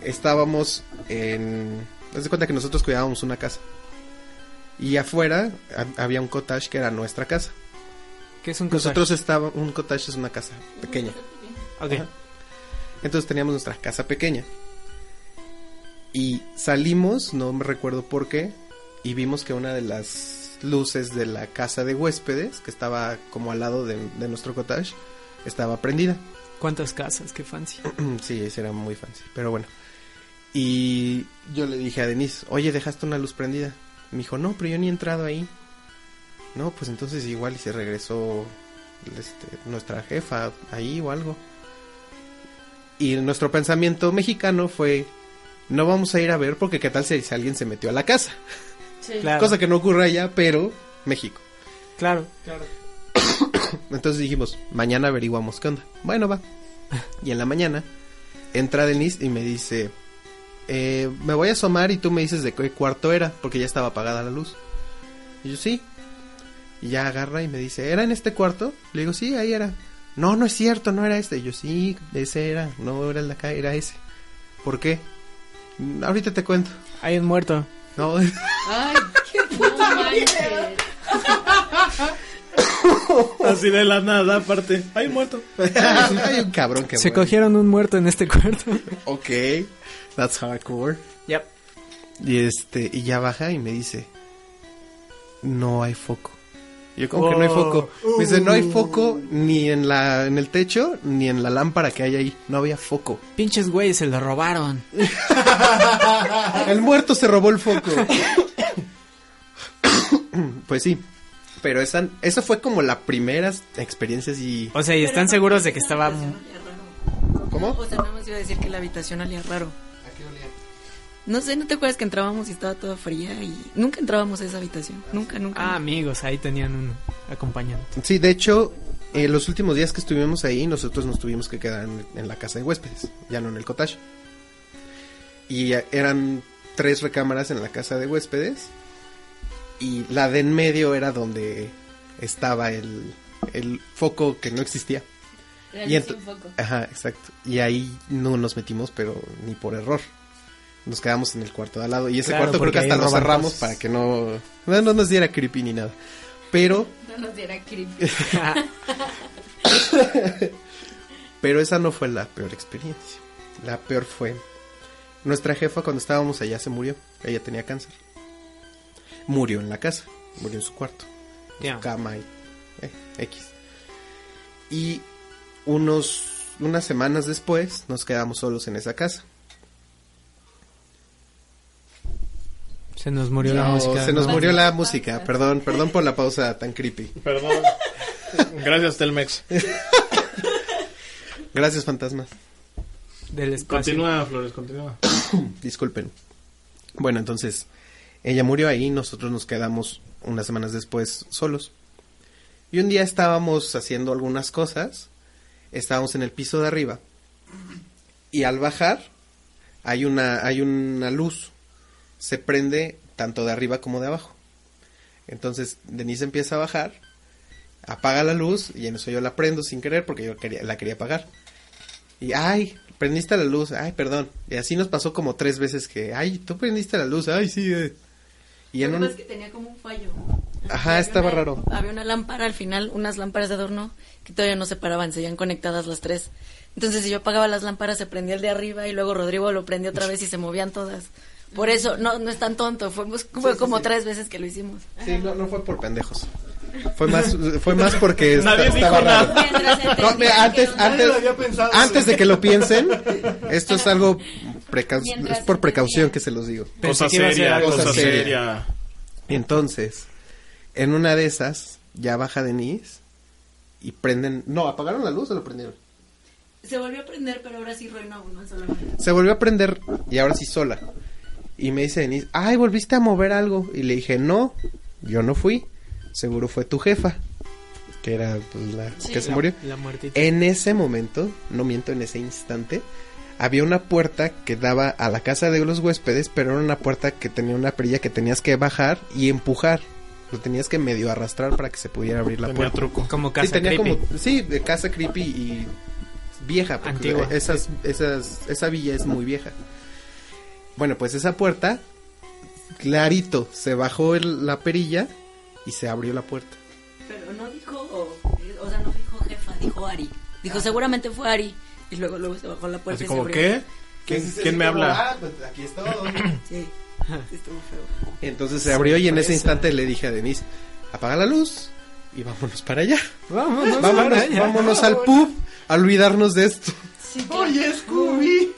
Speaker 3: estábamos en. Haz de cuenta que nosotros cuidábamos una casa. Y afuera ha- había un cottage que era nuestra casa.
Speaker 4: ¿Qué es un cottage?
Speaker 3: Nosotros estábamos. Un cottage es una casa pequeña.
Speaker 4: Ok.
Speaker 3: Entonces teníamos nuestra casa pequeña. Y salimos, no me recuerdo por qué, y vimos que una de las luces de la casa de huéspedes, que estaba como al lado de, de nuestro cottage, estaba prendida.
Speaker 4: ¿Cuántas casas? Qué fancy.
Speaker 3: Mm, sí, ese era muy fancy, pero bueno. Y yo le dije a Denise, oye, dejaste una luz prendida. Me dijo, no, pero yo ni he entrado ahí. No, pues entonces igual y se regresó este, nuestra jefa ahí o algo. Y nuestro pensamiento mexicano fue, no vamos a ir a ver porque qué tal si, si alguien se metió a la casa.
Speaker 2: Sí.
Speaker 4: Claro.
Speaker 3: Cosa que no ocurre allá, pero México.
Speaker 4: Claro.
Speaker 3: Entonces dijimos, mañana averiguamos qué onda. Bueno, va. Y en la mañana entra Denise y me dice, eh, me voy a asomar y tú me dices de qué cuarto era, porque ya estaba apagada la luz. Y yo, sí. Y ya agarra y me dice, ¿era en este cuarto? Le digo, sí, ahí era. No, no es cierto, no era este. Y yo, sí, ese era, no era el de acá, era ese. ¿Por qué? "Mm, Ahorita te cuento.
Speaker 4: Hay un muerto.
Speaker 3: No.
Speaker 2: Ay, qué puta madre.
Speaker 1: Así de la nada, aparte. Hay un muerto.
Speaker 3: Hay un cabrón que
Speaker 4: Se
Speaker 3: muere.
Speaker 4: cogieron un muerto en este cuarto.
Speaker 3: Ok, that's hardcore.
Speaker 4: Yep.
Speaker 3: Y este, y ya baja y me dice, no hay foco. Y Yo como que no hay
Speaker 4: Oh.
Speaker 3: foco. Me dice, no hay
Speaker 4: Uh.
Speaker 3: foco ni en la, en el techo, ni en la lámpara que hay ahí. No había foco.
Speaker 4: Pinches güeyes se lo robaron.
Speaker 3: El muerto se robó el foco. pues sí. Pero esa, esa fue como la primera experiencia así.
Speaker 4: O sea, y están seguros de que estaba.
Speaker 3: ¿Cómo?
Speaker 10: O sea, no más iba a decir que la habitación olía raro.
Speaker 11: ¿A qué olía?
Speaker 10: No sé, ¿no te acuerdas que entrábamos y estaba toda fría? Y nunca entrábamos a esa habitación. Nunca, nunca.
Speaker 4: Ah, amigos, ahí tenían uno acompañante.
Speaker 3: Sí, de hecho, eh, los últimos días que estuvimos ahí, nosotros nos tuvimos que quedar en, en la casa de huéspedes, ya no en el cottage. Y eh, eran tres recámaras en la casa de huéspedes. Y la de en medio era donde estaba el, el foco que no existía.
Speaker 2: La
Speaker 3: Y
Speaker 2: luz
Speaker 3: ento-
Speaker 2: sin foco.
Speaker 3: Ajá, exacto. Y ahí no nos metimos, pero ni por error. Nos quedamos en el cuarto de al lado. Y ese
Speaker 4: Claro,
Speaker 3: cuarto creo
Speaker 4: porque
Speaker 3: que hasta
Speaker 4: ahí
Speaker 3: lo
Speaker 4: roban
Speaker 3: cerramos
Speaker 4: cosas.
Speaker 3: para que no, no, no nos diera creepy ni nada. Pero
Speaker 2: No nos diera creepy.
Speaker 3: Pero esa no fue la peor experiencia. La peor fue. Nuestra jefa, cuando estábamos allá, se murió. Ella tenía cáncer. Murió en la casa. Murió en su cuarto. En
Speaker 4: Ya.
Speaker 3: su cama y. eh, X. Y unos. Unas semanas después, nos quedamos solos en esa casa.
Speaker 4: Se nos murió la
Speaker 3: No,
Speaker 4: música.
Speaker 3: Se nos murió la música. Perdón, perdón por la pausa tan creepy.
Speaker 1: Perdón. Gracias, Telmex.
Speaker 3: Gracias, fantasmas.
Speaker 4: Del espacio.
Speaker 1: Continúa, Flores, continúa.
Speaker 3: Disculpen. Bueno, entonces, ella murió ahí, nosotros nos quedamos unas semanas después solos. Y un día estábamos haciendo algunas cosas, estábamos en el piso de arriba. Y al bajar, hay una, hay una luz, se prende tanto de arriba como de abajo. Entonces, Denise empieza a bajar, apaga la luz, y en eso yo la prendo sin querer porque yo quería, la quería apagar. Y ay, prendiste la luz, ay, perdón. Y así nos pasó como tres veces que, ay, tú prendiste la luz, ay, sí. eh. Y
Speaker 10: Lo
Speaker 3: en
Speaker 10: que
Speaker 3: un...
Speaker 10: pasa es que tenía como un fallo.
Speaker 3: Ajá,
Speaker 10: Había
Speaker 3: estaba
Speaker 10: una-
Speaker 3: raro.
Speaker 10: Había una lámpara al final, unas lámparas de adorno que todavía no se paraban, seguían conectadas las tres. Entonces, si yo apagaba las lámparas, se prendía el de arriba y luego Rodrigo lo prendió otra vez y se movían todas. Por eso, no, no es tan tonto. Fuimos, fue como tres veces que lo hicimos.
Speaker 3: Sí, no, no fue por pendejos. Fue más, fue más porque esta-
Speaker 1: Nadie dijo
Speaker 3: estaba raro.
Speaker 1: nada.
Speaker 10: Mientras
Speaker 3: No,
Speaker 10: entendían
Speaker 3: me- antes,
Speaker 10: que no-
Speaker 3: antes,
Speaker 8: Nadie lo había pensado.
Speaker 3: antes de que lo piensen, esto es algo precau-
Speaker 10: Mientras
Speaker 3: es por precaución que se los digo.
Speaker 4: Pensé
Speaker 1: Cosa
Speaker 4: que iba a ser
Speaker 1: seria,
Speaker 4: algo
Speaker 1: cosa
Speaker 3: serio.
Speaker 1: seria.
Speaker 3: Entonces, en una de esas, ya baja Denise y prenden, no, apagaron la luz o lo prendieron.
Speaker 10: Se volvió a prender, pero ahora sí Roy no, no solamente.
Speaker 3: Se volvió a prender y ahora sí sola. Y me dice Denise, ay, volviste a mover algo. Y le dije, no, yo no fui. Seguro fue tu jefa, que era pues, la que se
Speaker 4: La-
Speaker 3: murió. Eh,
Speaker 4: La muertita.
Speaker 3: En ese momento, no miento, en ese instante, había una puerta que daba a la casa de los huéspedes, pero era una puerta que tenía una perilla que tenías que bajar y empujar. Lo tenías que medio arrastrar para que se pudiera abrir la
Speaker 1: Tenía
Speaker 3: puerta.
Speaker 1: truco.
Speaker 4: Como
Speaker 3: Sí,
Speaker 4: casa
Speaker 3: tenía
Speaker 4: creepy.
Speaker 3: como- sí, de casa creepy y vieja. porque
Speaker 4: Antigua.
Speaker 3: Esas, esas, esa villa es muy vieja. Bueno, pues esa puerta, clarito, se bajó el- la perilla y se abrió la puerta.
Speaker 10: Pero no dijo, o sea, no dijo jefa, dijo Ari. Dijo, seguramente fue Ari. Y luego, luego se bajó la puerta
Speaker 1: Ah. Así
Speaker 10: y se
Speaker 1: como,
Speaker 10: abrió.
Speaker 1: ¿qué? ¿Quién,
Speaker 11: Entonces,
Speaker 1: quién me
Speaker 11: así como,
Speaker 1: habla?
Speaker 11: Ah, pues aquí estoy.
Speaker 10: Sí, sí estuvo feo.
Speaker 3: Entonces se abrió y en ese
Speaker 4: Sorpresa.
Speaker 3: instante le dije a Denise, apaga la luz y vámonos para allá.
Speaker 4: Vámonos,
Speaker 3: Vámonos,
Speaker 4: para allá.
Speaker 3: vámonos al pub a olvidarnos de esto.
Speaker 10: Sí,
Speaker 8: Oye, Scooby.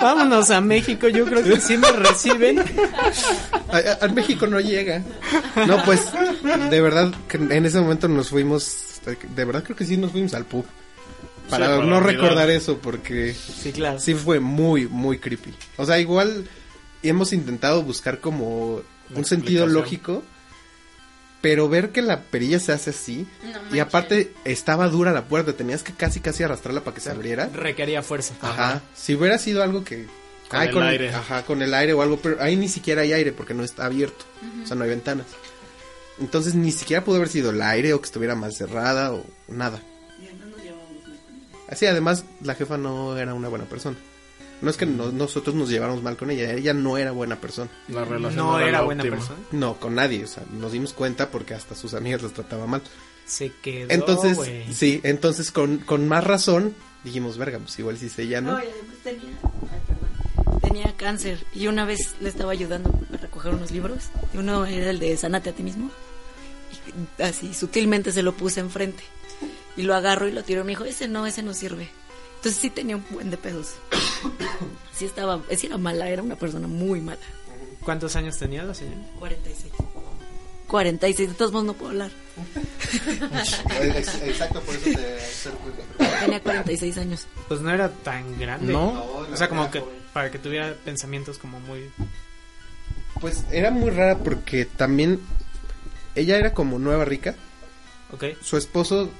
Speaker 4: Vámonos a México, yo creo que sí me reciben.
Speaker 3: A, a- a México no llega. No, pues, de verdad, que en ese momento nos fuimos, de verdad creo que sí nos fuimos al pub. Para,
Speaker 4: Sí, para
Speaker 3: no
Speaker 4: olvidar.
Speaker 3: recordar eso, porque sí,
Speaker 4: claro.
Speaker 3: fue muy, muy creepy. O sea, igual hemos intentado buscar como un sentido
Speaker 1: explicación.
Speaker 3: lógico, pero ver que la perilla se hace así,
Speaker 4: No
Speaker 3: y
Speaker 4: manches.
Speaker 3: aparte estaba dura la puerta, tenías que casi, casi arrastrarla para que se abriera.
Speaker 4: Requería fuerza.
Speaker 3: Ajá. Si hubiera sido algo que.
Speaker 4: Con el aire.
Speaker 3: Ajá, con el aire o algo, pero ahí ni siquiera hay aire porque no está abierto.
Speaker 4: Ujú.
Speaker 3: O sea, no hay ventanas. Entonces ni siquiera pudo haber sido el aire o que estuviera más cerrada o nada. Así, además, la jefa no era una buena persona. No es que no- nosotros nos lleváramos mal con ella, ella no era buena persona.
Speaker 1: La relación No no era era la buena óptima. persona.
Speaker 3: No, con nadie, o sea, nos dimos cuenta porque hasta sus amigas las trataba mal.
Speaker 4: Se quedó,
Speaker 3: Entonces,
Speaker 4: güey.
Speaker 3: sí, entonces con, con más razón dijimos, verga, pues igual si se ella, ¿no?
Speaker 10: No, y además tenía, ay, perdón, tenía cáncer y una vez le estaba ayudando a recoger unos libros y uno era el de Sanate a ti mismo y así sutilmente se lo puse enfrente y lo agarro y lo tiro y me dijo, ese no, ese no sirve. Entonces sí tenía un buen de pedos. sí estaba, sí era mala, era una persona muy mala.
Speaker 4: ¿Cuántos años tenía la señora?
Speaker 10: 46. 46, de todos modos no puedo hablar.
Speaker 11: Ex- Exacto, por eso te acerco.
Speaker 10: Tenía 46 años.
Speaker 4: Pues no era tan grande.
Speaker 3: No.
Speaker 4: O sea, como que para que tuviera pensamientos como muy...
Speaker 3: Pues era muy rara porque también ella era como nueva rica.
Speaker 4: Ok.
Speaker 3: Su esposo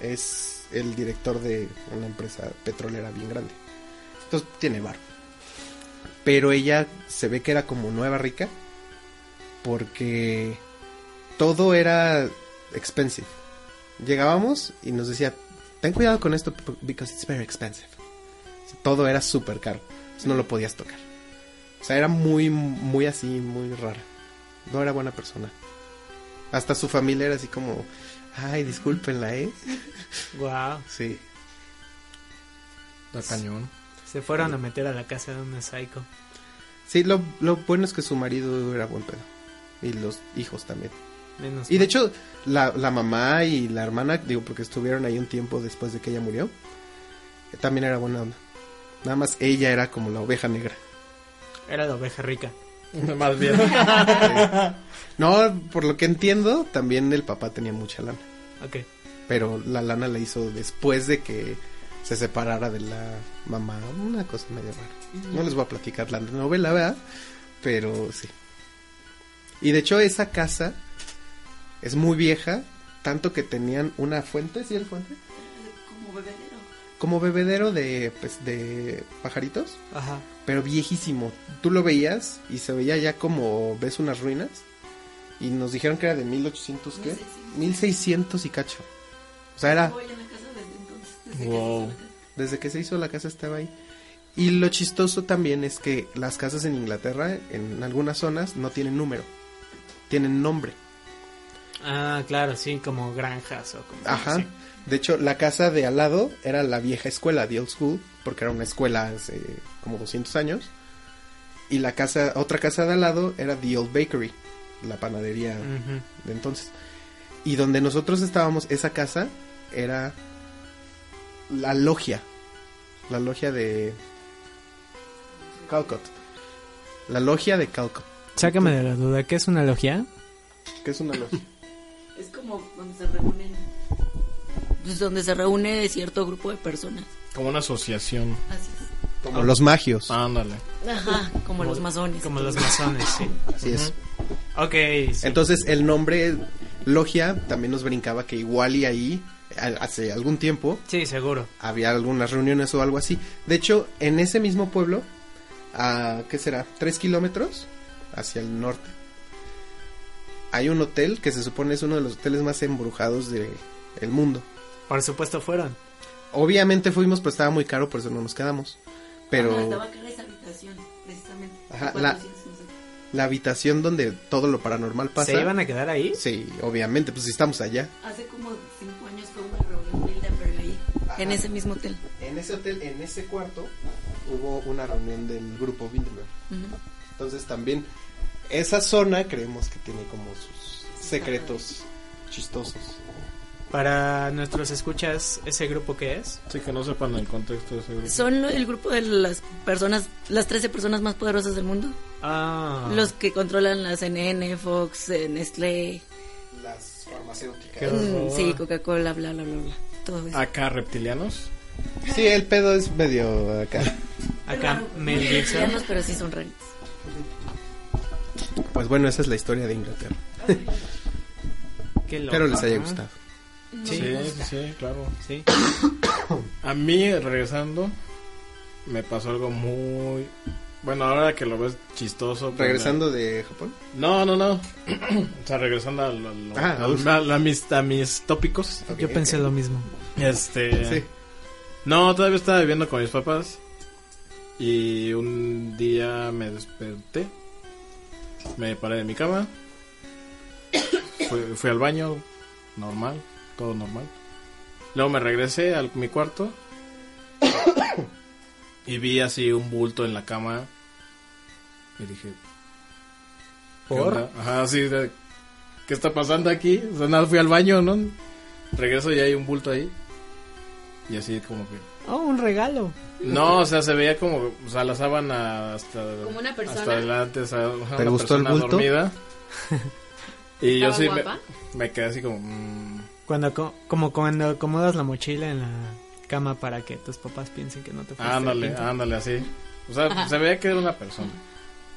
Speaker 3: es el director de una empresa petrolera bien grande. Entonces tiene bar. Pero ella se ve que era como nueva rica porque todo era expensive. Llegábamos y nos decía, ten cuidado con esto because it's very expensive. Todo era súper caro. entonces No lo podías tocar. O sea, era muy, muy así, muy rara. No era buena persona. Hasta su familia era así como, ay, discúlpenla, ¿eh?
Speaker 4: Wow.
Speaker 3: Sí. La cañón.
Speaker 4: Se fueron a meter a la casa de una psycho.
Speaker 3: Sí, lo, lo bueno es que su marido era buen pedo. Y los hijos también.
Speaker 4: Menos
Speaker 3: Y de hecho, la, la mamá y la hermana, digo, porque estuvieron ahí un tiempo después de que ella murió, eh, también era buena onda. Nada más ella era como la oveja negra.
Speaker 4: Era la oveja rica.
Speaker 1: Más bien.
Speaker 3: No, por lo que entiendo, también el papá tenía mucha lana.
Speaker 4: Ok.
Speaker 3: Pero la lana la hizo después de que se separara de la mamá. Una cosa medio rara. No les voy a platicar la novela, ¿verdad? Pero sí. Y de hecho esa casa es muy vieja, tanto que tenían una fuente, ¿sí el fuente?
Speaker 9: Como bebedero.
Speaker 3: Como bebedero de, pues, de pajaritos,
Speaker 4: Ajá.
Speaker 3: pero viejísimo. Tú lo veías y se veía ya como, ves unas ruinas. Y nos dijeron que era de 1800, ¿qué? 1600 y cacho. O sea, era...
Speaker 9: Voy en la casa desde entonces.
Speaker 3: Wow. Desde que se hizo la casa estaba ahí. Y lo chistoso también es que las casas en Inglaterra, en algunas zonas, no tienen número. Tienen nombre.
Speaker 4: Ah, claro, sí, como granjas o como...
Speaker 3: Ajá.
Speaker 4: sí.
Speaker 3: De hecho, la casa de al lado era la vieja escuela, The Old School, porque era una escuela hace como 200 años. Y la casa, otra casa de al lado era The Old Bakery, la panadería
Speaker 4: Ujú.
Speaker 3: de entonces. Y donde nosotros estábamos, esa casa era la logia, la logia de Calcott. La logia de Calcott,
Speaker 4: Sácame de la duda, ¿qué es una logia?
Speaker 3: que es una logia.
Speaker 10: Es como donde se reúnen. Pues donde se reúne cierto grupo de personas.
Speaker 1: Como una asociación.
Speaker 10: Así
Speaker 3: Como los magios.
Speaker 1: Ándale.
Speaker 10: Ajá, como, los masones.
Speaker 4: Como los masones, sí.
Speaker 3: Así es.
Speaker 4: Ok. sí.
Speaker 3: Entonces el nombre Logia también nos brincaba que igual y ahí a- hace algún tiempo
Speaker 4: Sí, seguro.
Speaker 3: había algunas reuniones o algo así. De hecho, en ese mismo pueblo, a qué será, tres kilómetros hacia el norte, hay un hotel que se supone es uno de los hoteles más embrujados de el mundo.
Speaker 4: Por supuesto fueron.
Speaker 3: Obviamente fuimos, pero estaba muy caro, por eso no nos quedamos. Pero
Speaker 9: Ah, estaba cara esa habitación, precisamente.
Speaker 3: Ajá,
Speaker 9: Cuatro,
Speaker 3: la-
Speaker 9: cinco, no sé qué.
Speaker 3: la habitación donde todo lo paranormal pasa.
Speaker 4: ¿Se iban a quedar ahí?
Speaker 3: Sí, obviamente, pues si estamos allá.
Speaker 10: Hace como cinco años fue una reunión de Hildenberg ahí. En ese mismo hotel.
Speaker 3: En ese hotel, en ese cuarto, hubo una reunión del grupo Bilderberg.
Speaker 10: Ujú.
Speaker 3: Entonces también esa zona creemos que tiene como sus secretos chistosos.
Speaker 4: Para nuestros escuchas, ¿ese grupo qué es?
Speaker 1: Sí, que no sepan el contexto de ese grupo.
Speaker 10: Son lo- el grupo de las personas, las 13 personas más poderosas del mundo.
Speaker 4: Ah.
Speaker 10: Los que controlan la CNN, Fox, eh, Nestlé.
Speaker 11: Las farmacéuticas.
Speaker 10: mm, Sí, Coca-Cola, bla, bla, bla, bla. Todo eso.
Speaker 1: Acá reptilianos.
Speaker 3: Sí, el pedo es medio acá.
Speaker 4: Acá Mel Gibson.
Speaker 10: Cristianos, pero sí son raritos.
Speaker 3: Pues bueno, esa es la historia de Inglaterra.
Speaker 4: Qué loco,
Speaker 3: Espero les haya
Speaker 4: ¿no?
Speaker 3: gustado.
Speaker 1: Sí, sí, sí, claro.
Speaker 4: Sí.
Speaker 1: A mí, regresando, me pasó algo muy... Bueno, ahora que lo ves chistoso. pues,
Speaker 3: ¿Regresando
Speaker 1: me-
Speaker 3: de Japón?
Speaker 1: No, no, no. o sea, regresando a, lo- a lo-
Speaker 3: Ah,
Speaker 1: a lo-
Speaker 3: uf.
Speaker 1: a lo- a mis, a mis tópicos.
Speaker 4: Yo pensé lo mismo.
Speaker 1: Este.
Speaker 4: Sí.
Speaker 1: No, todavía estaba viviendo con mis papás. Y un día me desperté. Me paré de mi cama. Fui, fui al baño. Normal. Todo normal. Luego me regresé a mi cuarto. y vi así un bulto en la cama. Y dije. ¿qué
Speaker 4: ¿Por?
Speaker 1: onda? Ajá, sí. de- ¿Qué está pasando aquí? O sea, nada, fui al baño, ¿no? Regreso y hay un bulto ahí. Y así como que.
Speaker 4: Oh, un regalo.
Speaker 1: No, o sea, se veía como, o sea, la sábana hasta,
Speaker 2: Como una persona.
Speaker 1: hasta adelante, o sea, una
Speaker 3: ¿Te gustó el
Speaker 1: persona
Speaker 3: bulto?
Speaker 1: dormida. y yo
Speaker 2: ¿Estaba
Speaker 1: sí me,
Speaker 2: guapa?
Speaker 1: me quedé así como, mm,
Speaker 4: Cuando, aco- como cuando acomodas la mochila en la cama para que tus papás piensen que no te fuiste.
Speaker 1: ándale, ah. ándale, así. O sea,
Speaker 4: Ajá.
Speaker 1: se veía que era una persona.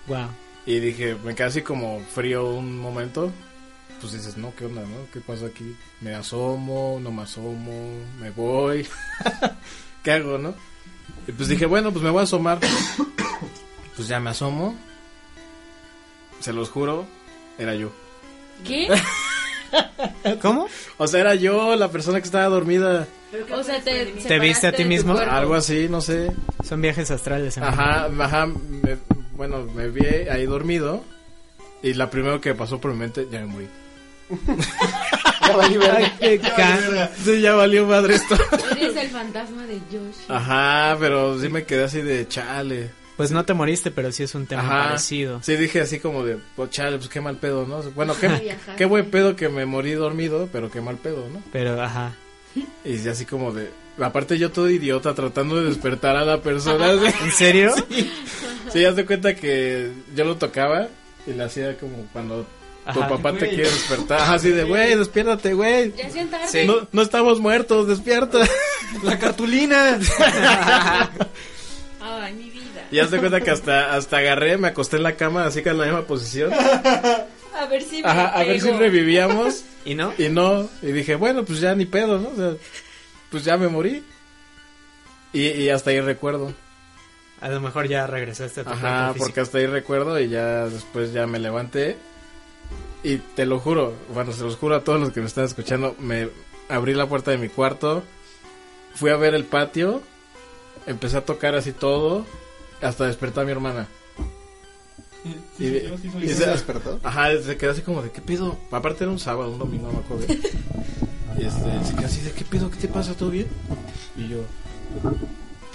Speaker 4: Wow.
Speaker 1: Y dije, me quedé así como frío un momento. Pues dices, no, ¿qué onda, no? ¿Qué pasó aquí? Me asomo, no me asomo, me voy. ¿Qué hago, no? Y pues dije, bueno, pues me voy a asomar. pues ya me asomo. Se los juro, era yo.
Speaker 2: ¿Qué?
Speaker 4: ¿Cómo?
Speaker 1: O sea, era yo la persona que estaba dormida.
Speaker 2: O sea, te,
Speaker 4: ¿Te viste a
Speaker 2: separaste
Speaker 4: ti
Speaker 2: de tu
Speaker 4: mismo?
Speaker 2: cuerpo.
Speaker 1: así, no sé.
Speaker 4: Son viajes astrales. amigo.
Speaker 1: Ajá, ajá. me- bueno, me vi ahí dormido. Y la primero que pasó por mi mente, ya me morí.
Speaker 4: Ya valí verga. Ay, qué
Speaker 1: Ya valí
Speaker 4: can-
Speaker 1: verga. Sí, ya valió madre esto.
Speaker 2: Eres el fantasma de Josh.
Speaker 1: Ajá, pero sí me quedé así de chale.
Speaker 4: Pues no te moriste, pero sí es un tema
Speaker 1: Ajá.
Speaker 4: parecido.
Speaker 1: Sí, dije así como de, pues chale, pues qué mal pedo, ¿no? Bueno,
Speaker 4: Ay,
Speaker 1: qué,
Speaker 4: ajá.
Speaker 1: qué buen pedo que me morí dormido, pero qué mal pedo, ¿no?
Speaker 4: Pero, ajá.
Speaker 1: Y sí, así como de, aparte yo todo idiota tratando de despertar a la persona. ¿En
Speaker 4: serio?
Speaker 1: Sí, sí haz de cuenta que yo lo tocaba y le hacía como cuando tu
Speaker 4: Ajá.
Speaker 1: papá te
Speaker 4: Güey.
Speaker 1: quiere despertar, Ajá, así de, güey, despiértate, güey.
Speaker 2: Ya siéntate.
Speaker 1: No, no estamos muertos, despierta. La cartulina.
Speaker 2: Ay, mi vida.
Speaker 1: Y haz de cuenta que hasta, hasta agarré, me acosté en la cama así que en la misma posición.
Speaker 2: A ver si. me
Speaker 1: Ajá, a ver si
Speaker 2: pego.
Speaker 1: revivíamos.
Speaker 4: ¿Y no?
Speaker 1: Y no. Y dije, bueno, pues ya ni pedo, ¿no? O sea, pues ya me morí. Y, y hasta ahí recuerdo.
Speaker 4: A lo mejor ya regresaste a tu
Speaker 1: Ajá,
Speaker 4: cuerpo físico.
Speaker 1: porque hasta ahí recuerdo y ya después ya me levanté. Y te lo juro, bueno, se los juro a todos los que me están escuchando, me abrí la puerta de mi cuarto, fui a ver el patio, empecé a tocar así todo, hasta despertar a mi hermana.
Speaker 8: Sí, sí, yo sí soy yo.
Speaker 1: Ajá, se quedó así como de, ¿qué pido? Aparte era un sábado, un domingo, no me acuerdo. Y este, se quedó así de, ¿qué pido? ¿Qué te pasa? ¿Todo bien? Y yo,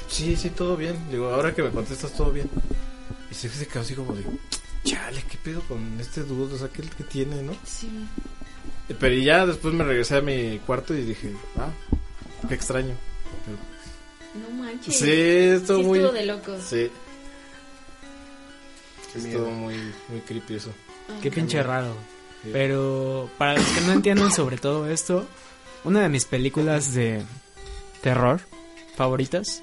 Speaker 1: sí, sí, todo bien. Digo, ahora que me contestas, todo bien. Y se se quedó así como de, chale, ¿qué pedo con este dude? O sea, ¿qué, qué tiene, no?
Speaker 2: Sí.
Speaker 1: Eh, Pero y ya después me regresé a mi cuarto y dije, ah, qué extraño. Pero-
Speaker 2: No manches.
Speaker 1: sí, estuvo
Speaker 2: Sí
Speaker 1: muy...
Speaker 2: Estuvo de locos.
Speaker 1: Sí.
Speaker 4: miedo.
Speaker 1: Estuvo muy, muy creepy eso.
Speaker 4: Qué pinche raro.
Speaker 1: Sí.
Speaker 4: Pero para los que no entienden sobre todo esto, una de mis películas de terror favoritas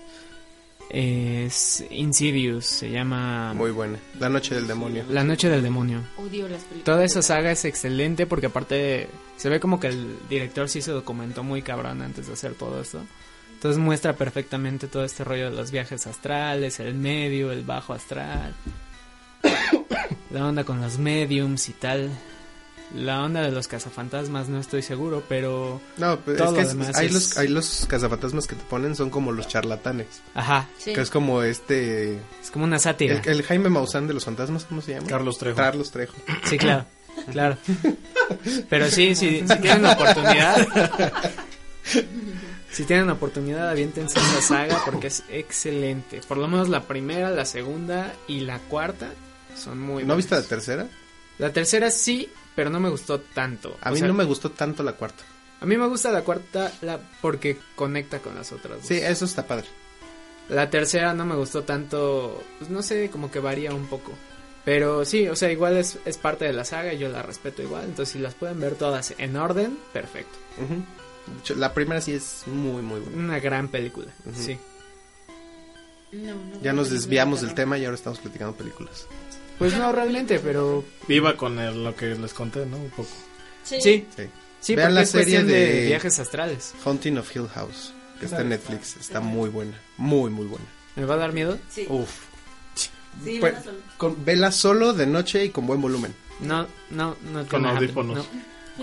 Speaker 4: es Insidious, se llama
Speaker 3: Muy buena. La noche del demonio.
Speaker 4: La noche del demonio.
Speaker 2: Odio las películas.
Speaker 4: Toda esa saga es excelente porque aparte se ve como que el director sí se documentó muy cabrón antes de hacer todo esto. Entonces muestra perfectamente todo este rollo de los viajes astrales, el medio, el bajo astral, la onda con los mediums y tal. La onda de los cazafantasmas no estoy seguro, pero
Speaker 3: No, pues,
Speaker 4: todo
Speaker 3: es que
Speaker 4: lo
Speaker 3: es-
Speaker 4: demás
Speaker 3: hay,
Speaker 4: es-
Speaker 3: Los, hay los cazafantasmas que te ponen son como los charlatanes.
Speaker 4: Ajá.
Speaker 3: Que es como este...
Speaker 4: Es como una sátira.
Speaker 3: El, el Jaime Maussan de los fantasmas, ¿cómo se llama?
Speaker 1: Carlos Trejo.
Speaker 3: Carlos Trejo.
Speaker 4: Sí, claro, claro. Pero sí, sí, si tienen oportunidad. Si tienen oportunidad, aviéntense esa saga porque es excelente. Por lo menos la primera, la segunda y la cuarta son muy
Speaker 3: ¿No
Speaker 4: buenas.
Speaker 3: viste la tercera?
Speaker 4: La tercera sí, pero no me gustó tanto.
Speaker 3: A
Speaker 4: O
Speaker 3: mí
Speaker 4: sea,
Speaker 3: no me gustó tanto la cuarta.
Speaker 4: A mí me gusta la cuarta la porque conecta con las otras dos.
Speaker 3: Sí, eso está padre.
Speaker 4: La tercera no me gustó tanto, pues no sé, como que varía un poco. Pero sí, o sea, igual es, es parte de la saga y yo la respeto igual. Entonces, si las pueden ver todas en orden, perfecto.
Speaker 3: Ujú. De hecho, la primera sí es muy, muy buena.
Speaker 4: Una gran película, sí.
Speaker 2: No, no.
Speaker 3: Ya nos desviamos del tema y ahora estamos platicando películas.
Speaker 4: Pues no realmente, pero...
Speaker 1: Viva con el- lo que les conté, ¿no? Un poco.
Speaker 4: Sí. Sí,
Speaker 3: Vean
Speaker 4: porque
Speaker 3: la
Speaker 4: es
Speaker 3: serie
Speaker 4: cuestión
Speaker 3: de...
Speaker 4: de... viajes astrales.
Speaker 3: Haunting of Hill House, que está en Netflix. Está muy buena, muy, muy buena.
Speaker 4: ¿Me va a dar miedo?
Speaker 2: Sí.
Speaker 3: Uf.
Speaker 2: Sí,
Speaker 3: Pues,
Speaker 2: vela solo.
Speaker 3: con vela solo de noche y con buen volumen.
Speaker 4: No, no, no.
Speaker 3: Con
Speaker 4: no happen,
Speaker 3: audífonos.
Speaker 4: no.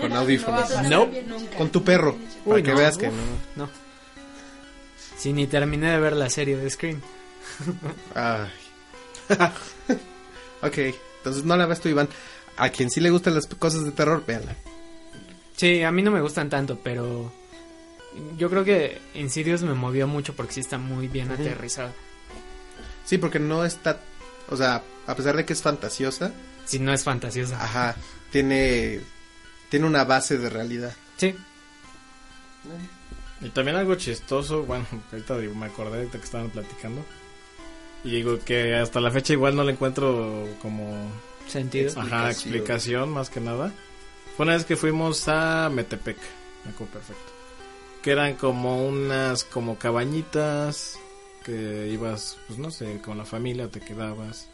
Speaker 3: Con audífonos.
Speaker 4: No.
Speaker 3: Con tu perro. para
Speaker 4: Uy,
Speaker 3: que
Speaker 4: no,
Speaker 3: veas que
Speaker 4: uf,
Speaker 3: no.
Speaker 4: No. Sí, ni terminé de ver la serie de Scream.
Speaker 3: Ay. ok, entonces no la ves tú, Iván. A quien sí le gustan las cosas de terror, véanla.
Speaker 4: Sí, a mí no me gustan tanto, pero yo creo que Insidious me movió mucho porque sí está muy bien
Speaker 3: Ujú.
Speaker 4: aterrizada.
Speaker 3: Sí, porque no está. O sea, a pesar de que es fantasiosa.
Speaker 4: Si no es fantasiosa.
Speaker 3: Ajá. Tiene. Tiene una base de realidad.
Speaker 4: Sí.
Speaker 1: Y también algo chistoso, bueno, ahorita digo, me acordé ahorita que estaban platicando. Y digo que hasta la fecha igual no le encuentro como...
Speaker 4: Sentido.
Speaker 1: Ajá,
Speaker 4: Explicación.
Speaker 1: explicación más que nada. Fue una vez que fuimos a Metepec, me acuerdo perfecto. Que eran como unas como cabañitas que ibas, pues no sé, con la familia te quedabas.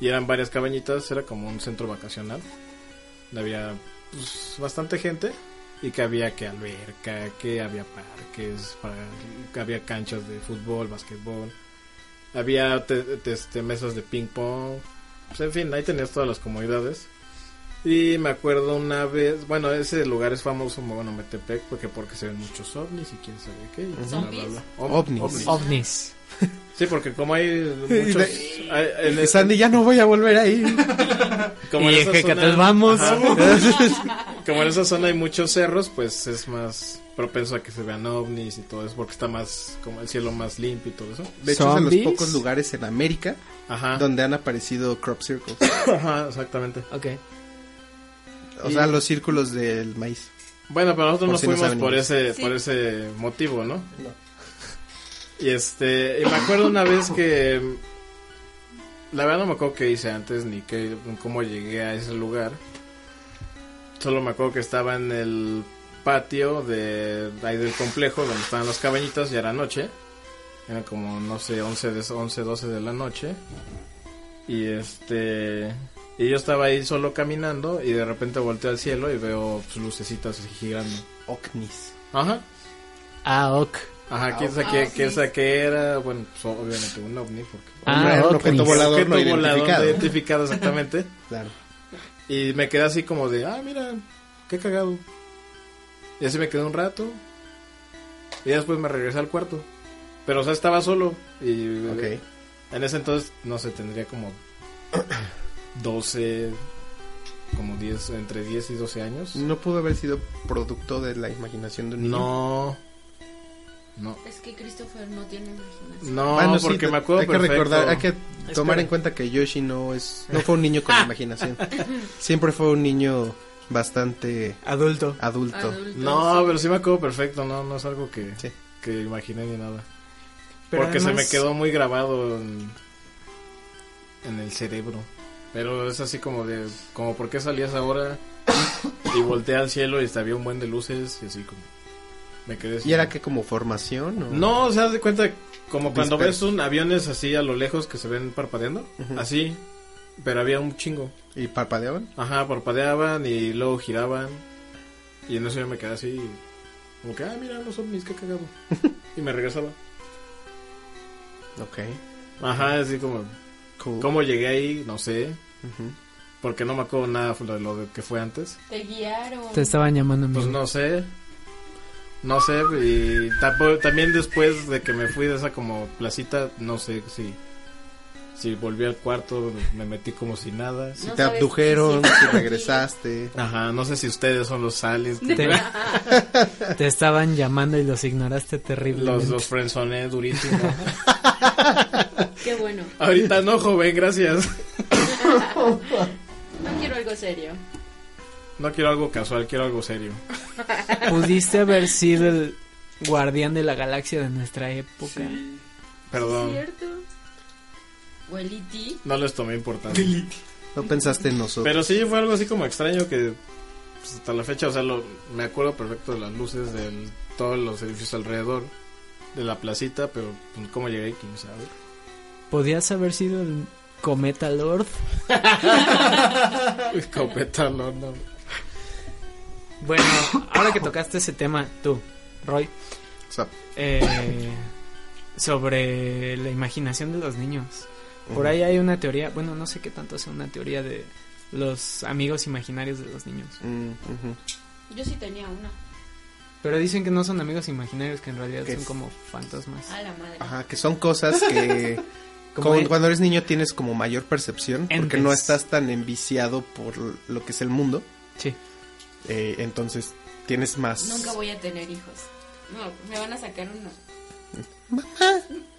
Speaker 1: Y eran varias cabañitas, era como un centro vacacional. donde Había pues, bastante gente y que había que alberca, que había parques, para, que había canchas de fútbol, basquetbol. Había te- te- este, mesas de ping pong. Pues, en fin, ahí tenías todas las comodidades. Y me acuerdo una vez, bueno, ese lugar es famoso, bueno, Metepec, porque porque se ven muchos ovnis y quién sabe qué. y
Speaker 4: Ujú.
Speaker 1: bla, bla,
Speaker 4: ¿Zombies?
Speaker 1: bla.
Speaker 3: Ovnis.
Speaker 4: Ovnis.
Speaker 1: Sí, porque como hay
Speaker 3: Y
Speaker 1: muchos...
Speaker 3: de-
Speaker 1: hay- en
Speaker 3: y
Speaker 1: esa-
Speaker 3: Sandy, ya no voy a volver ahí.
Speaker 1: en
Speaker 4: Y
Speaker 1: esa
Speaker 4: Hecatel,
Speaker 1: zona-
Speaker 4: vamos.
Speaker 1: Ajá. como en esa zona hay muchos cerros, pues es más propenso a que se vean ovnis y todo eso, porque está más, como el cielo más limpio y todo eso.
Speaker 3: De hecho, es de
Speaker 1: ¿Zombies?
Speaker 3: los pocos lugares en América
Speaker 1: Ajá.
Speaker 3: donde han aparecido crop circles.
Speaker 1: Ajá, exactamente.
Speaker 4: Ok.
Speaker 3: O
Speaker 1: Y-
Speaker 3: sea, los círculos del maíz.
Speaker 1: Bueno, pero nosotros
Speaker 3: Por
Speaker 1: no
Speaker 3: si no
Speaker 1: fuimos
Speaker 3: saben
Speaker 1: por
Speaker 3: inglés.
Speaker 1: ese, por ese motivo, ¿no? Y este, y me acuerdo una vez que la verdad no me acuerdo qué hice antes ni qué cómo llegué a ese lugar. Solo me acuerdo que estaba en el patio de ahí del complejo donde estaban las cabañitas y era noche. Era como no sé, 11 de 11, 12 de la noche. Y este y yo estaba ahí solo caminando y de repente volteo al cielo y veo pues, lucecitas girando.
Speaker 3: Ocnis.
Speaker 1: Ajá.
Speaker 4: Ah, ok.
Speaker 1: Ajá, quién sabe qué, quién sabe qué era, bueno, pues, obviamente un ovni porque
Speaker 4: Ah, Era un objeto ovnis. volador
Speaker 1: Objeto
Speaker 4: no
Speaker 1: volador
Speaker 4: identificado.
Speaker 1: no identificado, exactamente.
Speaker 3: Claro.
Speaker 1: Y me quedé así como de, ah, mira, qué cagado. Y así me quedé un rato. Y después me regresé al cuarto. Pero o sea, estaba solo y
Speaker 3: Ok.
Speaker 1: en ese entonces no sé, tendría como 12 como 10 entre 10 y 12 años.
Speaker 3: No pudo haber sido producto de la imaginación de un niño.
Speaker 1: No. No.
Speaker 2: Es que Christopher no tiene imaginación.
Speaker 1: No,
Speaker 3: Bueno, sí,
Speaker 1: porque
Speaker 3: te-
Speaker 1: me acuerdo
Speaker 3: Hay que
Speaker 1: perfecto.
Speaker 3: recordar, hay que tomar
Speaker 1: Espera.
Speaker 3: en cuenta que Yoshi no es no fue un niño con imaginación. Siempre fue un niño bastante
Speaker 4: adulto.
Speaker 3: Adulto.
Speaker 1: No, pero sí me acuerdo perfecto, no, no es algo que, que imaginé ni nada.
Speaker 4: Pero
Speaker 1: Porque se
Speaker 4: además-
Speaker 1: me quedó muy grabado en, en el cerebro. Pero es así como de, como por qué salías ahora y volteé al cielo y había un buen de luces y así como me quedé así.
Speaker 3: ¿Y era que como formación o
Speaker 1: No, o sea, haz de cuenta como cuando
Speaker 3: Disperso.
Speaker 1: ves un aviones así a lo lejos que se ven parpadeando,
Speaker 3: Ujú.
Speaker 1: así, pero había un chingo.
Speaker 3: ¿Y parpadeaban?
Speaker 1: Ajá, parpadeaban y luego giraban. Y en eso yo me quedé así, como que, ah, mira los ovnis, qué cagado. y me regresaba.
Speaker 3: Ok. Uh.
Speaker 1: Ajá, así como, ¿cómo llegué ahí? No sé. Porque no me acuerdo nada de lo de que fue antes.
Speaker 2: Te guiaron.
Speaker 4: Te estaban llamando
Speaker 1: Pues no sé. No sé, y tampo- también después de que me fui de esa como placita, no sé si si volví al cuarto, me metí como si nada.
Speaker 3: Si No te sabes abdujeron, qué hiciste. si regresaste.
Speaker 1: Ajá, no sé si ustedes son los aliens. que-
Speaker 4: Te, te estaban llamando y los ignoraste terriblemente.
Speaker 1: los los friendzoné durísimo.
Speaker 2: Qué bueno.
Speaker 1: Ahorita no, joven, gracias.
Speaker 2: No quiero algo serio.
Speaker 1: No quiero algo casual, quiero algo serio.
Speaker 4: Pudiste haber sido el guardián de la galaxia de nuestra época.
Speaker 1: Perdón,
Speaker 2: ¿Cierto? O el E.T.
Speaker 1: no les tomé importancia.
Speaker 3: No pensaste en nosotros.
Speaker 1: Pero sí fue algo así como extraño que pues, hasta la fecha, o sea, lo- me acuerdo perfecto de las luces, de todos los edificios alrededor, de la placita, pero pues, cómo llegué, ahí, quién sabe.
Speaker 4: Podías haber sido el cometa Lord.
Speaker 1: Copeta, no, no.
Speaker 4: Bueno, ahora que tocaste ese tema, tú, Roy, eh, sobre la imaginación de los niños. Por
Speaker 12: Ujú.
Speaker 4: ahí hay una teoría, bueno, no sé qué tanto sea una teoría de los amigos imaginarios de los niños.
Speaker 3: Mm,
Speaker 2: Yo sí tenía una.
Speaker 4: Pero dicen que no son amigos imaginarios, que en realidad
Speaker 3: Que
Speaker 4: son
Speaker 3: es-
Speaker 4: como fantasmas.
Speaker 2: A la madre.
Speaker 3: Ajá, que son cosas que
Speaker 4: Como
Speaker 3: como
Speaker 4: el-
Speaker 3: cuando eres niño tienes como mayor percepción porque
Speaker 4: Entes.
Speaker 3: no estás tan enviciado por lo que es el mundo. eh,
Speaker 4: Sí.
Speaker 3: entonces tienes más.
Speaker 2: Nunca voy a tener hijos. No, me van a sacar uno.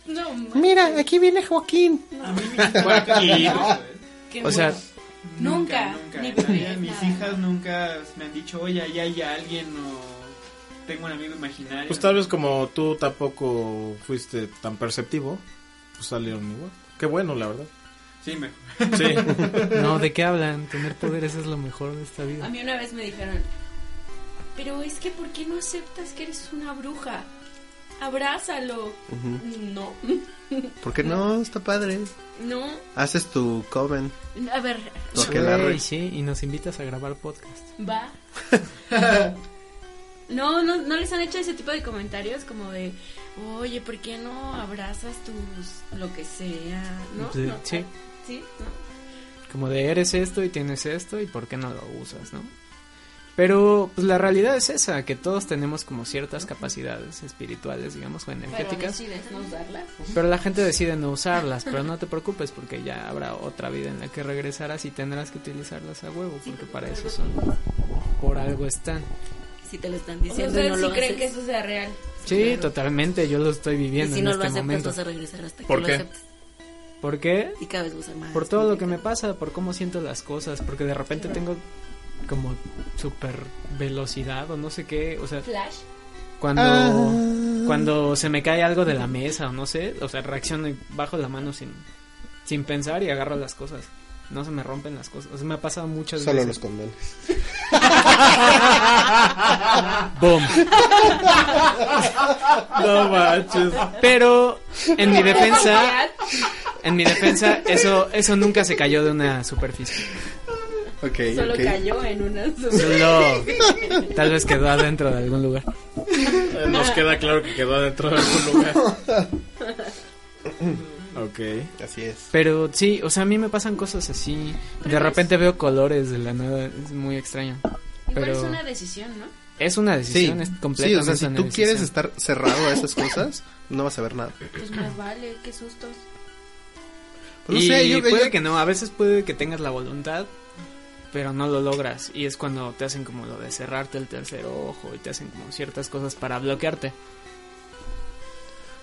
Speaker 2: No, ma-
Speaker 3: Mira, aquí viene Joaquín.
Speaker 2: que
Speaker 4: O sea,
Speaker 2: Nunca,
Speaker 8: nunca.
Speaker 2: ni
Speaker 8: En la vida
Speaker 2: bebés,
Speaker 8: mis
Speaker 2: nada.
Speaker 8: hijas nunca me han dicho, oye, ahí hay alguien o tengo un amigo imaginario.
Speaker 1: Pues tal vez como tú tampoco fuiste tan perceptivo, pues salieron igual. Qué bueno, la verdad.
Speaker 8: Sí, mejor.
Speaker 1: Sí.
Speaker 4: no, ¿de qué hablan? Tener poderes es lo mejor de esta
Speaker 2: A
Speaker 4: vida.
Speaker 2: mí una vez me dijeron, pero es que ¿por qué no aceptas que eres una bruja? Abrázalo.
Speaker 3: Ujú.
Speaker 2: No,
Speaker 3: ¿Por qué no? Está padre.
Speaker 2: no.
Speaker 3: Haces tu coven.
Speaker 2: A ver,
Speaker 3: No, que la
Speaker 4: Güey,
Speaker 3: re-
Speaker 4: sí, y nos invitas a grabar podcast.
Speaker 2: va. No, no, no les han hecho ese tipo de comentarios como de, oye, ¿por qué no abrazas tus lo que sea? ¿No?
Speaker 4: Sí,
Speaker 2: ¿No?
Speaker 4: sí.
Speaker 2: ¿Sí? ¿No?
Speaker 4: Como de eres esto y tienes esto y por qué no lo usas, ¿no? Pero pues la realidad es esa, que todos tenemos como ciertas capacidades espirituales, digamos, o
Speaker 2: Pero
Speaker 4: energéticas.
Speaker 2: decides no usarlas.
Speaker 4: Pero la gente decide no usarlas, pero no te preocupes porque ya habrá otra vida en la que regresarás y tendrás que utilizarlas a huevo, porque para eso son, por algo están.
Speaker 10: Si te lo están
Speaker 2: O sea,
Speaker 10: diciendo, y
Speaker 2: ¿Ustedes
Speaker 10: no
Speaker 2: sí
Speaker 10: lo
Speaker 2: creen
Speaker 10: haces.
Speaker 2: que eso sea real?
Speaker 4: Sí, totalmente, yo lo estoy
Speaker 10: Y
Speaker 4: viviendo
Speaker 10: si
Speaker 4: en
Speaker 10: no lo
Speaker 4: este
Speaker 10: aceptas,
Speaker 4: momento.
Speaker 10: vas a regresar hasta que
Speaker 4: ¿Por
Speaker 10: lo
Speaker 4: qué?
Speaker 10: aceptes.
Speaker 4: ¿Por qué?
Speaker 10: Y cada vez va a ser más.
Speaker 4: Por todo lo que me pasa, por cómo siento las cosas, porque de repente tengo como super velocidad o no sé qué, o sea,
Speaker 2: Flash.
Speaker 4: cuando
Speaker 2: Ah.
Speaker 4: cuando se me cae algo de la mesa o no sé, o sea, reacciono y bajo la mano sin sin pensar y agarro las cosas. No se me rompen las cosas. O sea, me ha pasado muchas
Speaker 3: Solo los
Speaker 4: veces.
Speaker 3: condones.
Speaker 4: Boom.
Speaker 1: No manches.
Speaker 4: Pero en mi defensa, en mi defensa eso eso nunca se cayó de una superficie.
Speaker 3: Ok,
Speaker 2: Solo cayó en una
Speaker 4: Solo tal vez quedó adentro de algún lugar.
Speaker 1: Eh, Nos queda claro que quedó adentro de algún lugar. Ok.
Speaker 3: Así es.
Speaker 4: Pero sí, o sea, a mí me pasan cosas así. De repente veo colores de la nada, es muy extraño.
Speaker 2: Igual
Speaker 4: Pero
Speaker 2: es una decisión, ¿no?
Speaker 4: es una decisión,
Speaker 3: sí,
Speaker 4: es
Speaker 3: sí,
Speaker 4: completamente
Speaker 3: o sea, si
Speaker 4: una
Speaker 3: tú quieres
Speaker 4: decisión.
Speaker 3: estar cerrado a esas cosas, no vas a ver nada.
Speaker 2: Pues más vale, qué sustos.
Speaker 3: Pues no
Speaker 4: y
Speaker 3: sé, yo-
Speaker 4: puede
Speaker 3: yo-
Speaker 4: que no, a veces puede que tengas la voluntad, pero no lo logras. Y es cuando te hacen como lo de cerrarte el tercer ojo y te hacen como ciertas cosas para bloquearte.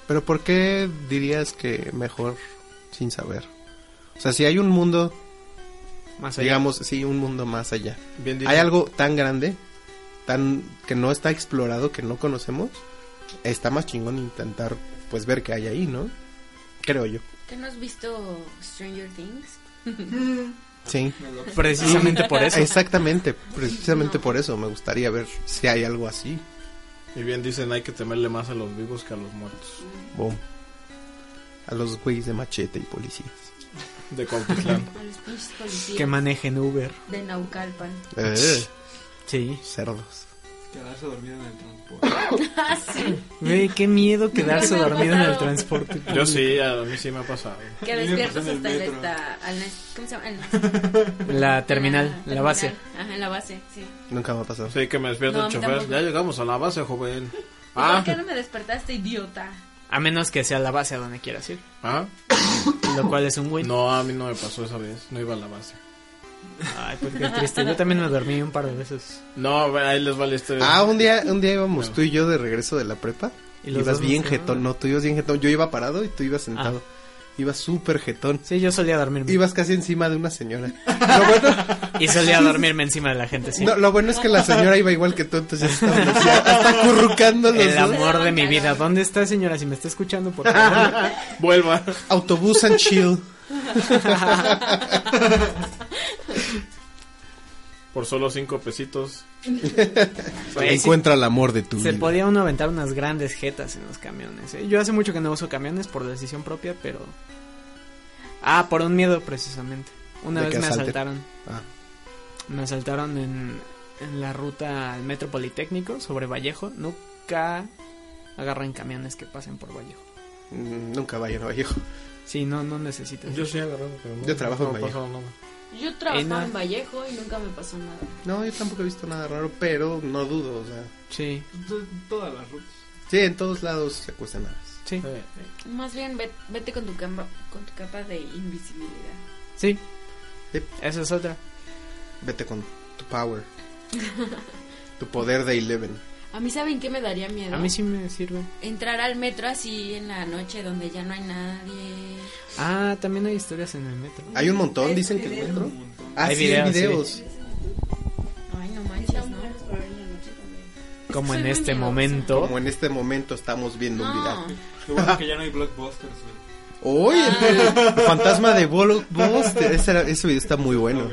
Speaker 3: Pero ¿por qué dirías que mejor sin saber? O sea, si hay un mundo,
Speaker 4: Más allá.
Speaker 3: digamos, sí, un mundo más allá.
Speaker 1: Bien dicho.
Speaker 3: hay algo tan grande, tan que no está explorado, que no conocemos, está más chingón intentar pues ver qué hay ahí, ¿no? Creo yo.
Speaker 2: ¿Qué no has visto Stranger Things?
Speaker 3: Sí.
Speaker 4: Precisamente por eso.
Speaker 3: Exactamente, precisamente por eso me gustaría ver si hay algo así.
Speaker 1: Y bien dicen, hay que temerle más a los vivos que a los muertos.
Speaker 3: Boom. A los güeyes de machete y policías.
Speaker 1: De Cuautitlán.
Speaker 2: A los pinches policías.
Speaker 4: Que manejen Uber.
Speaker 2: De Naucalpan.
Speaker 3: Eh.
Speaker 4: Sí.
Speaker 3: Cerdos.
Speaker 8: Quedarse dormido en el transporte.
Speaker 2: Ah, sí.
Speaker 4: Güey, qué miedo quedarse
Speaker 2: Me ha
Speaker 4: dormido en el
Speaker 2: pasado.
Speaker 4: transporte.
Speaker 1: Yo sí, a mí sí me ha pasado.
Speaker 2: Que
Speaker 1: A mí me
Speaker 2: despiertas
Speaker 1: pasó en el
Speaker 2: hasta el
Speaker 1: metro.
Speaker 2: esta, al- ¿Cómo se llama? En-
Speaker 4: La terminal, la base.
Speaker 2: Ajá, en la base, sí.
Speaker 3: Nunca me ha pasado.
Speaker 1: Sí, que me despierta
Speaker 2: No, a
Speaker 1: el
Speaker 2: mí
Speaker 1: chofer.
Speaker 2: tampoco.
Speaker 1: Ya llegamos a la base, joven.
Speaker 4: Ah.
Speaker 1: Ah,
Speaker 2: ¿Por qué no me despertaste, idiota?
Speaker 4: A menos que sea la base a donde quieras ir.
Speaker 1: ¿Ah?
Speaker 4: Lo cual es un win.
Speaker 1: No, a mí no me pasó esa vez. No iba a la base.
Speaker 4: Ay, pues qué triste. Yo también me dormí un par de veces.
Speaker 1: No, ahí les va la historia.
Speaker 3: Ah, un día, un día íbamos tú y yo de regreso de la prepa.
Speaker 4: Y
Speaker 3: Y
Speaker 4: los
Speaker 3: ibas
Speaker 4: dos
Speaker 3: bien
Speaker 4: nos Ah.
Speaker 3: jetón, no, tú ibas bien jetón. Yo iba parado y tú ibas sentado. Ibas súper jetón.
Speaker 4: Sí, yo solía dormirme.
Speaker 3: Ibas casi encima de una señora.
Speaker 4: Y solía dormirme encima de la gente, sí.
Speaker 3: No, lo bueno es que la señora iba igual que tú, entonces estabas hasta currucando los
Speaker 4: El
Speaker 3: dos.
Speaker 4: amor de mi vida. ¿Dónde está, señora? Si me está escuchando, por favor.
Speaker 1: Vuelva.
Speaker 3: Autobús and chill.
Speaker 4: Pues
Speaker 1: Por solo cinco pesitos.
Speaker 4: Güey, Pues sí.
Speaker 3: Encuentra el amor de tu
Speaker 4: Se
Speaker 3: vida.
Speaker 4: podía uno aventar unas grandes jetas en los camiones. ¿eh? Yo hace mucho que no uso camiones por decisión propia, pero. Ah, por un miedo precisamente. Una
Speaker 3: ¿De
Speaker 4: vez
Speaker 3: que
Speaker 4: me
Speaker 3: asalten?
Speaker 4: asaltaron.
Speaker 3: Ah.
Speaker 4: Me asaltaron en, en la ruta al Metro Politécnico sobre Vallejo. Nunca agarran camiones que pasen por Vallejo.
Speaker 3: Mm, Nunca vayan a Vallejo.
Speaker 4: Sí, no, no necesitas.
Speaker 1: Yo sí he agarrado, pero no-
Speaker 3: Yo trabajo en
Speaker 1: no
Speaker 3: Vallejo.
Speaker 1: pasó nada.
Speaker 2: Yo trabajaba
Speaker 4: Ena.
Speaker 2: en Vallejo y nunca me pasó nada.
Speaker 3: No, yo tampoco he visto nada raro, pero no dudo, o sea.
Speaker 4: Sí.
Speaker 8: Todas las rutas.
Speaker 3: Sí, en todos lados se cuestan aves.
Speaker 4: Sí.
Speaker 2: Más bien, ve- vete con tu, camba- con tu capa de invisibilidad.
Speaker 4: Sí. Esa es otra.
Speaker 3: Vete con tu power. tu poder de Eleven.
Speaker 2: A mí, ¿saben qué me daría miedo?
Speaker 4: A mí sí me sirve.
Speaker 2: Entrar al metro así en la noche donde ya no hay nadie.
Speaker 4: Ah, también hay historias en el metro.
Speaker 3: Hay un montón, dicen que el metro. Ah,
Speaker 4: Hay
Speaker 3: sí, hay
Speaker 4: videos, sí.
Speaker 3: videos.
Speaker 2: Ay, no manches, ¿no?
Speaker 4: Como en
Speaker 2: Soy muy
Speaker 4: este
Speaker 2: miedosa.
Speaker 4: momento.
Speaker 3: Como en este momento estamos viendo un
Speaker 2: No.
Speaker 3: video.
Speaker 8: Lo bueno que ya no hay blockbusters, güey.
Speaker 3: ¡Oye! el fantasma de Blockbuster. Ese, era- ese video está muy bueno.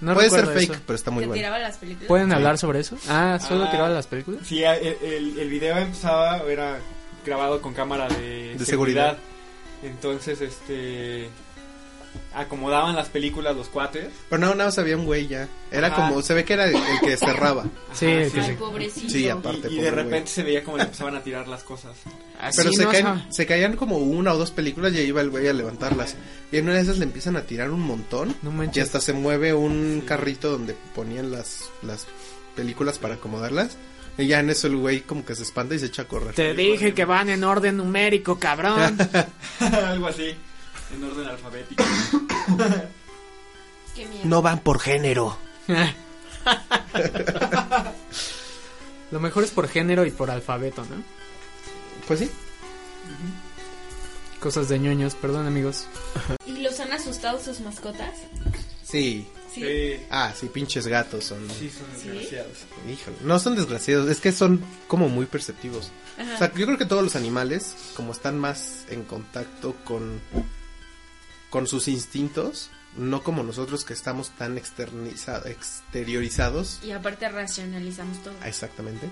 Speaker 4: No
Speaker 3: Puede ser
Speaker 4: recuerdo
Speaker 3: fake,
Speaker 4: eso.
Speaker 3: pero está muy
Speaker 2: ¿Que
Speaker 3: bueno.
Speaker 2: tiraba las películas?
Speaker 4: ¿Pueden hablar sobre eso? Ah, ¿solo
Speaker 8: Ah.
Speaker 4: tiraba las películas?
Speaker 8: Sí, el, el- el video empezaba, era grabado con cámara de,
Speaker 3: De seguridad.
Speaker 8: seguridad. Entonces, este. Acomodaban las películas los cuates.
Speaker 3: Pero no, nada más había un güey ya. Era
Speaker 8: Ajá.
Speaker 3: como, se ve que era el que cerraba.
Speaker 4: Sí, el que
Speaker 8: sí.
Speaker 4: se-
Speaker 2: pobrecito.
Speaker 3: Sí, aparte.
Speaker 8: Y, y
Speaker 3: pobre
Speaker 8: de
Speaker 3: güey.
Speaker 8: repente se veía como le empezaban a tirar las cosas.
Speaker 3: Pero se,
Speaker 4: no,
Speaker 3: caen-
Speaker 4: ajá.
Speaker 3: se caían como una o dos películas y ahí iba el güey a levantarlas. Y en una de esas le empiezan a tirar un montón.
Speaker 4: No
Speaker 3: y
Speaker 4: manches.
Speaker 3: hasta se mueve un carrito donde ponían las, las películas para acomodarlas. Y ya en eso el güey como que se espanta y se echa a correr.
Speaker 4: Te dije que van en orden numérico, cabrón.
Speaker 8: Algo así, en orden alfabético.
Speaker 2: Qué miedo.
Speaker 3: No van por género.
Speaker 4: Lo mejor es por género y por alfabeto, ¿no?
Speaker 3: Pues sí.
Speaker 4: Cosas de ñoños, perdón amigos.
Speaker 2: ¿Y los han asustado sus mascotas?
Speaker 3: Sí.
Speaker 2: Sí.
Speaker 3: Ah, sí, pinches gatos son.
Speaker 8: Sí, son desgraciados.
Speaker 3: Híjole, no son desgraciados, es que son como muy perceptivos.
Speaker 2: Ajá.
Speaker 3: O sea, yo creo que todos los animales, como están más en contacto con, con sus instintos, no como nosotros que estamos tan externiza- exteriorizados.
Speaker 2: Y aparte racionalizamos todo.
Speaker 3: Ah, Exactamente.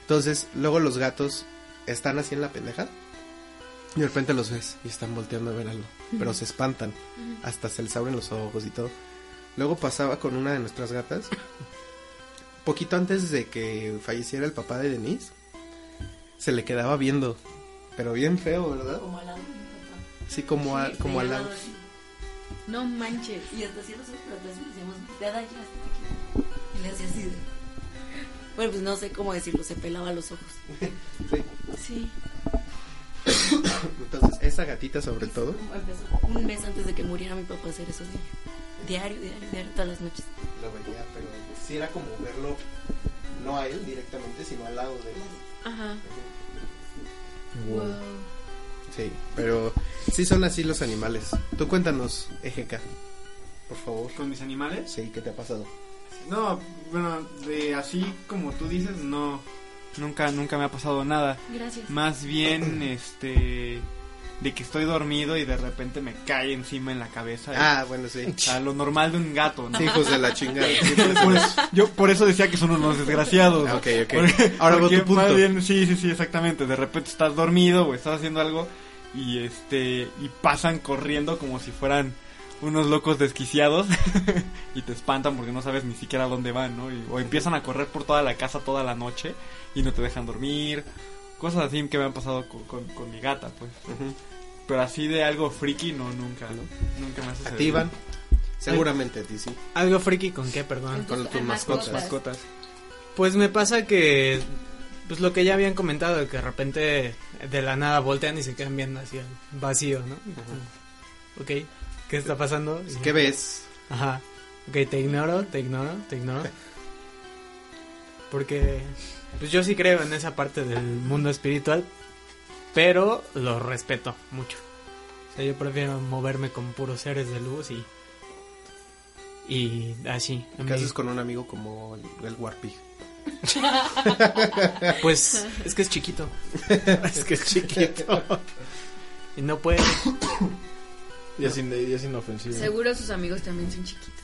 Speaker 3: Entonces, luego los gatos están así en la pendeja y de repente los ves y están volteando a ver algo, pero se espantan, hasta se les abren los ojos y todo. Luego pasaba con una de nuestras gatas, poquito antes de que falleciera el papá de Denise, se le quedaba viendo, pero bien feo, ¿verdad?
Speaker 9: Como al lado de mi
Speaker 3: Sí, como, a-
Speaker 9: papá.
Speaker 3: como al lado.
Speaker 2: No manches.
Speaker 9: Y hasta hacía nosotros, pero a veces le decíamos, dada ya, hasta aquí.
Speaker 10: Y le hacía así. de- Bueno, pues no sé cómo decirlo, se pelaba los ojos.
Speaker 2: Sí.
Speaker 3: Entonces, esa gatita sobre todo.
Speaker 10: Como empezó un mes antes de que muriera mi papá a hacer eso diario. Diario, diario, diario, todas las noches.
Speaker 3: Lo veía, pero sí era como verlo, no a él directamente, sino al lado de él.
Speaker 2: Ajá.
Speaker 3: Wow.
Speaker 2: Wow.
Speaker 3: Sí, pero sí son así los animales. Tú cuéntanos, EGK, por favor.
Speaker 8: ¿Con mis animales?
Speaker 3: Sí, ¿qué te ha pasado?
Speaker 8: No, bueno, de así como tú dices, no. Nunca, nunca me ha pasado nada.
Speaker 2: Gracias.
Speaker 8: Más bien, este. De que estoy dormido y de repente me cae encima en la cabeza.
Speaker 3: Ah, bueno, sí. Ah,
Speaker 8: O sea, lo normal de un gato, ¿no?
Speaker 3: Sí, hijos de la chingada. Sí, pues. por eso
Speaker 8: Por
Speaker 3: es-
Speaker 8: eso- yo por eso decía que son unos desgraciados.
Speaker 3: Ah, ok, ok. Ahora veo tu
Speaker 8: porque más
Speaker 3: punto.
Speaker 8: bien- sí, sí, sí, exactamente. De repente estás dormido o estás haciendo algo y este y pasan corriendo como si fueran unos locos desquiciados y te espantan porque no sabes ni siquiera dónde van, ¿no? Y- o empiezan a correr por toda la casa toda la noche y no te dejan dormir. Cosas así que me han pasado con, con- con mi gata, pues.
Speaker 3: Ujú.
Speaker 8: Pero así de algo friki, no, nunca. Nunca me ha sucedido.
Speaker 3: Activan. Seguramente a ti sí.
Speaker 4: Algo friki con qué, perdón.
Speaker 3: Con tus mascotas.
Speaker 8: mascotas.
Speaker 4: Pues me pasa que pues lo que ya habían comentado de que de repente de la nada voltean y se quedan viendo hacia el vacío, ¿no? Ok, ¿qué está pasando?
Speaker 3: ¿Qué ves?
Speaker 4: Ajá. Ok, te ignoro, te ignoro, te ignoro. Porque pues yo sí creo en esa parte del mundo espiritual, pero lo respeto mucho. O sea, yo prefiero moverme con puros seres de luz y. Y así. a
Speaker 3: ¿Qué
Speaker 4: mí-
Speaker 3: haces con un amigo como el, el Warpig?
Speaker 4: Pues es que es chiquito.
Speaker 1: Es que es chiquito.
Speaker 4: Y no puede.
Speaker 1: Y es, in- y es inofensivo.
Speaker 2: Seguro sus amigos también son chiquitos.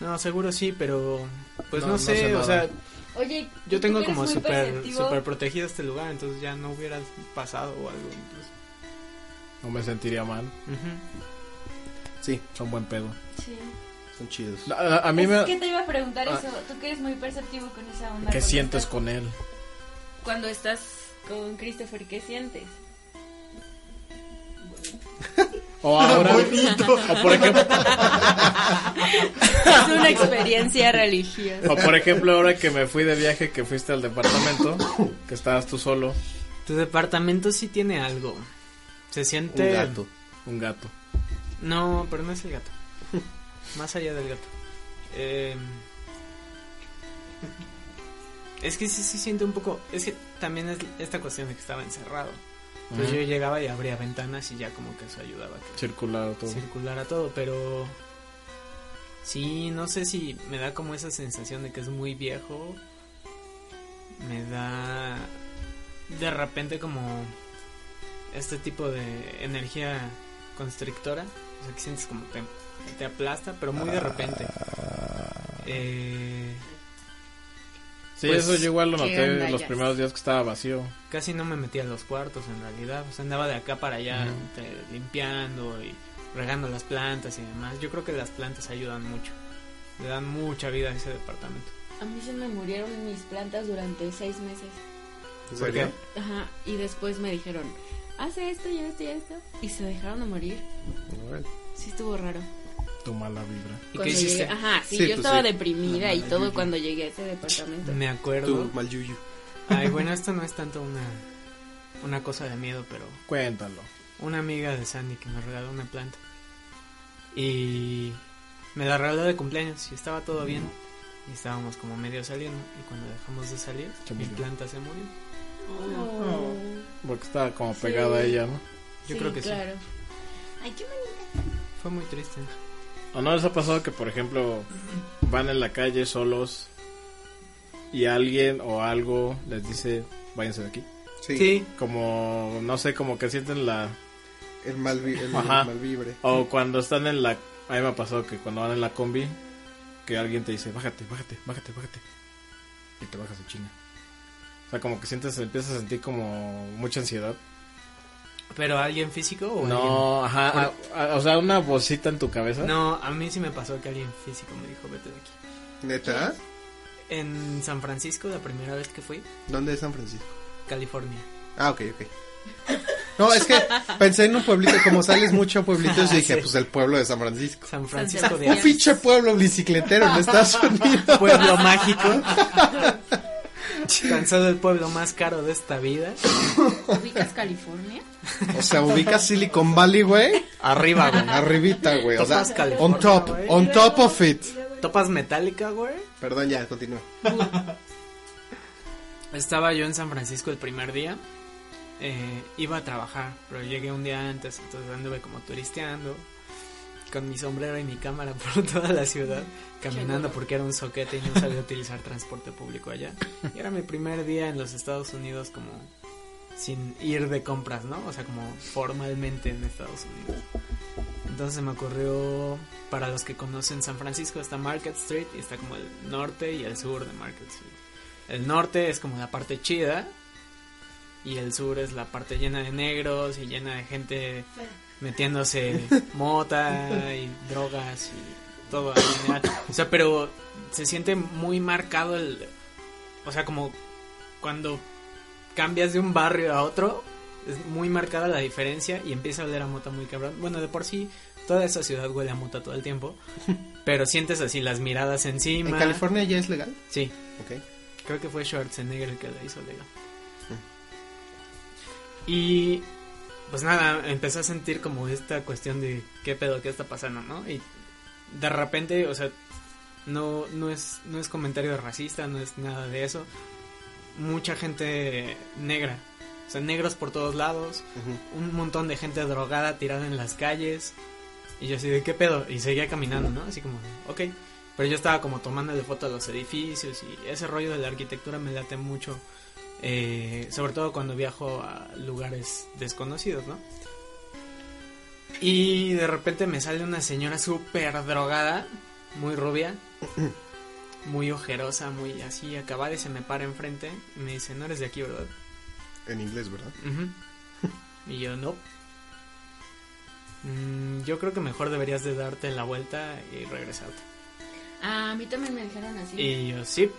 Speaker 4: No, seguro sí, pero. Pues
Speaker 1: No,
Speaker 4: no,
Speaker 1: no
Speaker 4: sé,
Speaker 1: hace
Speaker 4: o
Speaker 1: nada.
Speaker 4: sea.
Speaker 2: Oye,
Speaker 4: Yo
Speaker 2: tú
Speaker 4: tengo
Speaker 2: que eres
Speaker 4: como
Speaker 2: muy
Speaker 4: súper
Speaker 2: perceptivo.
Speaker 4: super protegido este lugar, entonces ya no hubiera pasado o algo. entonces.
Speaker 1: No me sentiría mal.
Speaker 3: Sí.
Speaker 1: Son buen pedo.
Speaker 2: Sí.
Speaker 3: Son chidos.
Speaker 1: A, a mí me...
Speaker 2: ¿Qué te iba a preguntar
Speaker 1: Ah.
Speaker 2: eso? Tú que eres muy perceptivo con esa onda.
Speaker 1: ¿Qué
Speaker 2: cuando
Speaker 1: sientes
Speaker 2: estás-
Speaker 1: con él?
Speaker 2: Cuando estás con Christopher, ¿qué sientes?
Speaker 1: O ahora...
Speaker 2: Bonito.
Speaker 1: O por ejemplo...
Speaker 2: Es una experiencia religiosa.
Speaker 1: O por ejemplo ahora que me fui de viaje, que fuiste al departamento, que estabas tú solo.
Speaker 4: Tu departamento sí tiene algo. Se siente.
Speaker 3: eh,
Speaker 1: Un gato. Un gato.
Speaker 4: No, pero no es el gato. Más allá del gato. Eh, es que sí, sí siento un poco. Es que también es esta cuestión de que estaba encerrado. Entonces
Speaker 1: Ujú.
Speaker 4: yo llegaba y abría ventanas y ya como que eso ayudaba a que
Speaker 1: Circular todo.
Speaker 4: circulara todo, pero. Sí, no sé si me da como esa sensación de que es muy viejo. Me da. De repente como. Este tipo de energía constrictora. O sea, que sientes como te, te aplasta, pero muy de repente. Eh,
Speaker 1: Sí,
Speaker 4: pues,
Speaker 1: eso yo igual lo
Speaker 4: ¿qué
Speaker 1: noté
Speaker 4: onda,
Speaker 1: los
Speaker 4: Jazz?
Speaker 1: primeros días que estaba vacío.
Speaker 4: Casi no me metía a los cuartos en realidad. O sea, andaba de acá para allá
Speaker 1: Ujú.
Speaker 4: te- limpiando y regando las plantas y demás. Yo creo que las plantas ayudan mucho. Le dan mucha vida a ese departamento.
Speaker 2: A mí se me murieron mis plantas durante seis meses.
Speaker 4: ¿En
Speaker 2: ¿Por
Speaker 4: serio?
Speaker 2: Ajá, y después me dijeron, hace esto y esto y esto. Y se dejaron de morir. Sí estuvo raro.
Speaker 1: Tu mala vibra.
Speaker 4: ¿Y
Speaker 2: Cuando
Speaker 4: qué hiciste?
Speaker 2: llegué- ajá, sí,
Speaker 4: Sí,
Speaker 2: yo
Speaker 4: pues
Speaker 2: estaba
Speaker 4: sí.
Speaker 2: deprimida
Speaker 4: La
Speaker 2: y
Speaker 4: mala
Speaker 2: todo
Speaker 4: yuyu.
Speaker 2: cuando llegué a ese departamento.
Speaker 4: Me acuerdo.
Speaker 3: Tu mal yuyu.
Speaker 4: Ay, bueno, esto no es tanto una, una cosa de miedo, pero...
Speaker 1: Cuéntalo.
Speaker 4: Una amiga de Sandy que me regaló una planta. Y me la regaló de cumpleaños y estaba todo bien. Y estábamos como medio saliendo. Y cuando dejamos de salir,
Speaker 1: Se
Speaker 4: mi
Speaker 1: murió.
Speaker 4: planta se murió.
Speaker 2: Oh.
Speaker 1: Porque estaba como pegada a
Speaker 2: Sí.
Speaker 1: ella, ¿no?
Speaker 4: Yo creo que sí.
Speaker 2: claro. Ay, qué bonita.
Speaker 4: Fue muy triste.
Speaker 1: ¿O no les ha pasado que, por ejemplo, van en la calle solos y alguien o algo les dice, váyanse de aquí?
Speaker 3: Sí.
Speaker 1: Como, no sé, como que sienten la...
Speaker 3: El mal, vi- el
Speaker 1: Ajá.
Speaker 3: mal vibre.
Speaker 1: O cuando están en la... A mí me ha pasado que cuando van en la combi, que alguien te dice, bájate, bájate, bájate, bájate. Y te bajas de chinga. O sea, como que sientes, empiezas a sentir como mucha ansiedad.
Speaker 4: ¿Pero alguien físico o
Speaker 1: No,
Speaker 4: alguien-
Speaker 1: ajá,
Speaker 4: Por-
Speaker 1: a- a- o sea, una vocita en tu cabeza.
Speaker 4: No, a mí sí me pasó que alguien físico me dijo, vete de aquí.
Speaker 3: ¿Neta?
Speaker 4: En San Francisco, la primera vez que fui,
Speaker 3: ¿Dónde es San Francisco?
Speaker 4: California.
Speaker 3: Ah, ok, ok. No, es que pensé en un pueblito, como sales mucho a pueblitos, yo dije,
Speaker 4: Sí.
Speaker 3: pues el pueblo de San Francisco.
Speaker 4: San Francisco de
Speaker 3: Un pinche pueblo bicicletero en Estados Unidos.
Speaker 4: Pueblo mágico. Tan solo el pueblo más caro de esta vida.
Speaker 2: ¿Ubicas California?
Speaker 3: O sea, ubicas Silicon Valley, güey.
Speaker 4: Arriba, güey.
Speaker 3: Arribita, güey. O sea,
Speaker 4: Topas California,
Speaker 3: on top,
Speaker 4: güey.
Speaker 3: on top of it.
Speaker 4: Topas Metallica, güey.
Speaker 3: Perdón, ya, continúa.
Speaker 4: Estaba yo en San Francisco el primer día. eh, iba a trabajar, pero llegué un día antes, entonces anduve como turisteando. Con mi sombrero y mi cámara por toda la ciudad, caminando porque era un soquete y no sabía utilizar transporte público allá. Y era mi primer día en los Estados Unidos como sin ir de compras, ¿no? O sea, como formalmente en Estados Unidos. Entonces me ocurrió, para los que conocen San Francisco, está Market Street y está como el norte y el sur de Market Street. El norte es como la parte chida y el sur es la parte llena de negros y llena de gente metiéndose mota y drogas y todo en general. O sea, pero se siente muy marcado el... O sea, como cuando cambias de un barrio a otro, es muy marcada la diferencia y empieza a oler a mota muy cabrón. Bueno, de por sí, toda esa ciudad huele a mota todo el tiempo, pero sientes así las miradas encima.
Speaker 3: ¿En California ya es legal?
Speaker 4: Sí.
Speaker 3: Ok.
Speaker 4: Creo que fue Schwarzenegger el que la hizo legal. Y pues nada, empecé a sentir como esta cuestión de qué pedo, qué está pasando, ¿no? Y de repente, o sea, no, no, es, no es comentario racista, no es nada de eso. Mucha gente negra O sea, negros por todos lados, un montón de gente drogada tirada en las calles. Y yo así de, ¿qué pedo? Y seguía caminando, ¿no? Así como, ok. Pero yo estaba como tomándole foto a los edificios y ese rollo de la arquitectura me late mucho. eh, sobre todo cuando viajo a lugares desconocidos, ¿no? Y de repente me sale una señora súper drogada, muy rubia, muy ojerosa, muy así acabada y se me para enfrente y me dice, no eres de aquí, ¿verdad?
Speaker 3: En inglés, ¿verdad?
Speaker 4: Ujú. Y yo, no. Mm, yo creo que mejor deberías de darte la vuelta y regresarte.
Speaker 2: Ah, a mí también me dijeron así.
Speaker 4: Y yo, sí.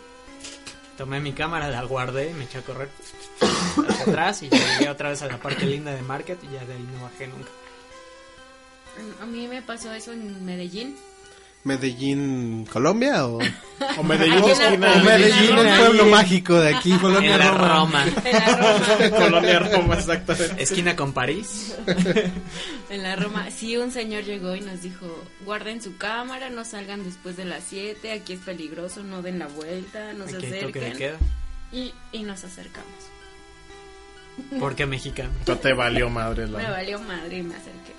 Speaker 4: Tomé mi cámara, la guardé, me eché a correr hacia atrás y llegué otra vez a la parte linda de Market y ya de ahí no bajé nunca.
Speaker 2: A mí me pasó eso en Medellín.
Speaker 3: Medellín, Colombia o,
Speaker 1: o Medellín,
Speaker 3: o
Speaker 1: esquina-
Speaker 3: Medellín,
Speaker 1: esquina
Speaker 3: el
Speaker 1: Roma.
Speaker 3: pueblo mágico de aquí, Colombia
Speaker 4: En la Roma.
Speaker 1: Colonia Roma, exactamente.
Speaker 4: Esquina con París.
Speaker 2: En la Roma, sí, un señor llegó y nos dijo, guarden su cámara, no salgan después de las 7, aquí es peligroso, no den la vuelta, no se
Speaker 4: Aquí hay toque de
Speaker 2: acerquen.
Speaker 4: queda.
Speaker 2: Y, y nos acercamos.
Speaker 4: Porque mexicano.
Speaker 1: No te valió madre
Speaker 2: Me
Speaker 1: la.
Speaker 2: valió madre y me acerqué.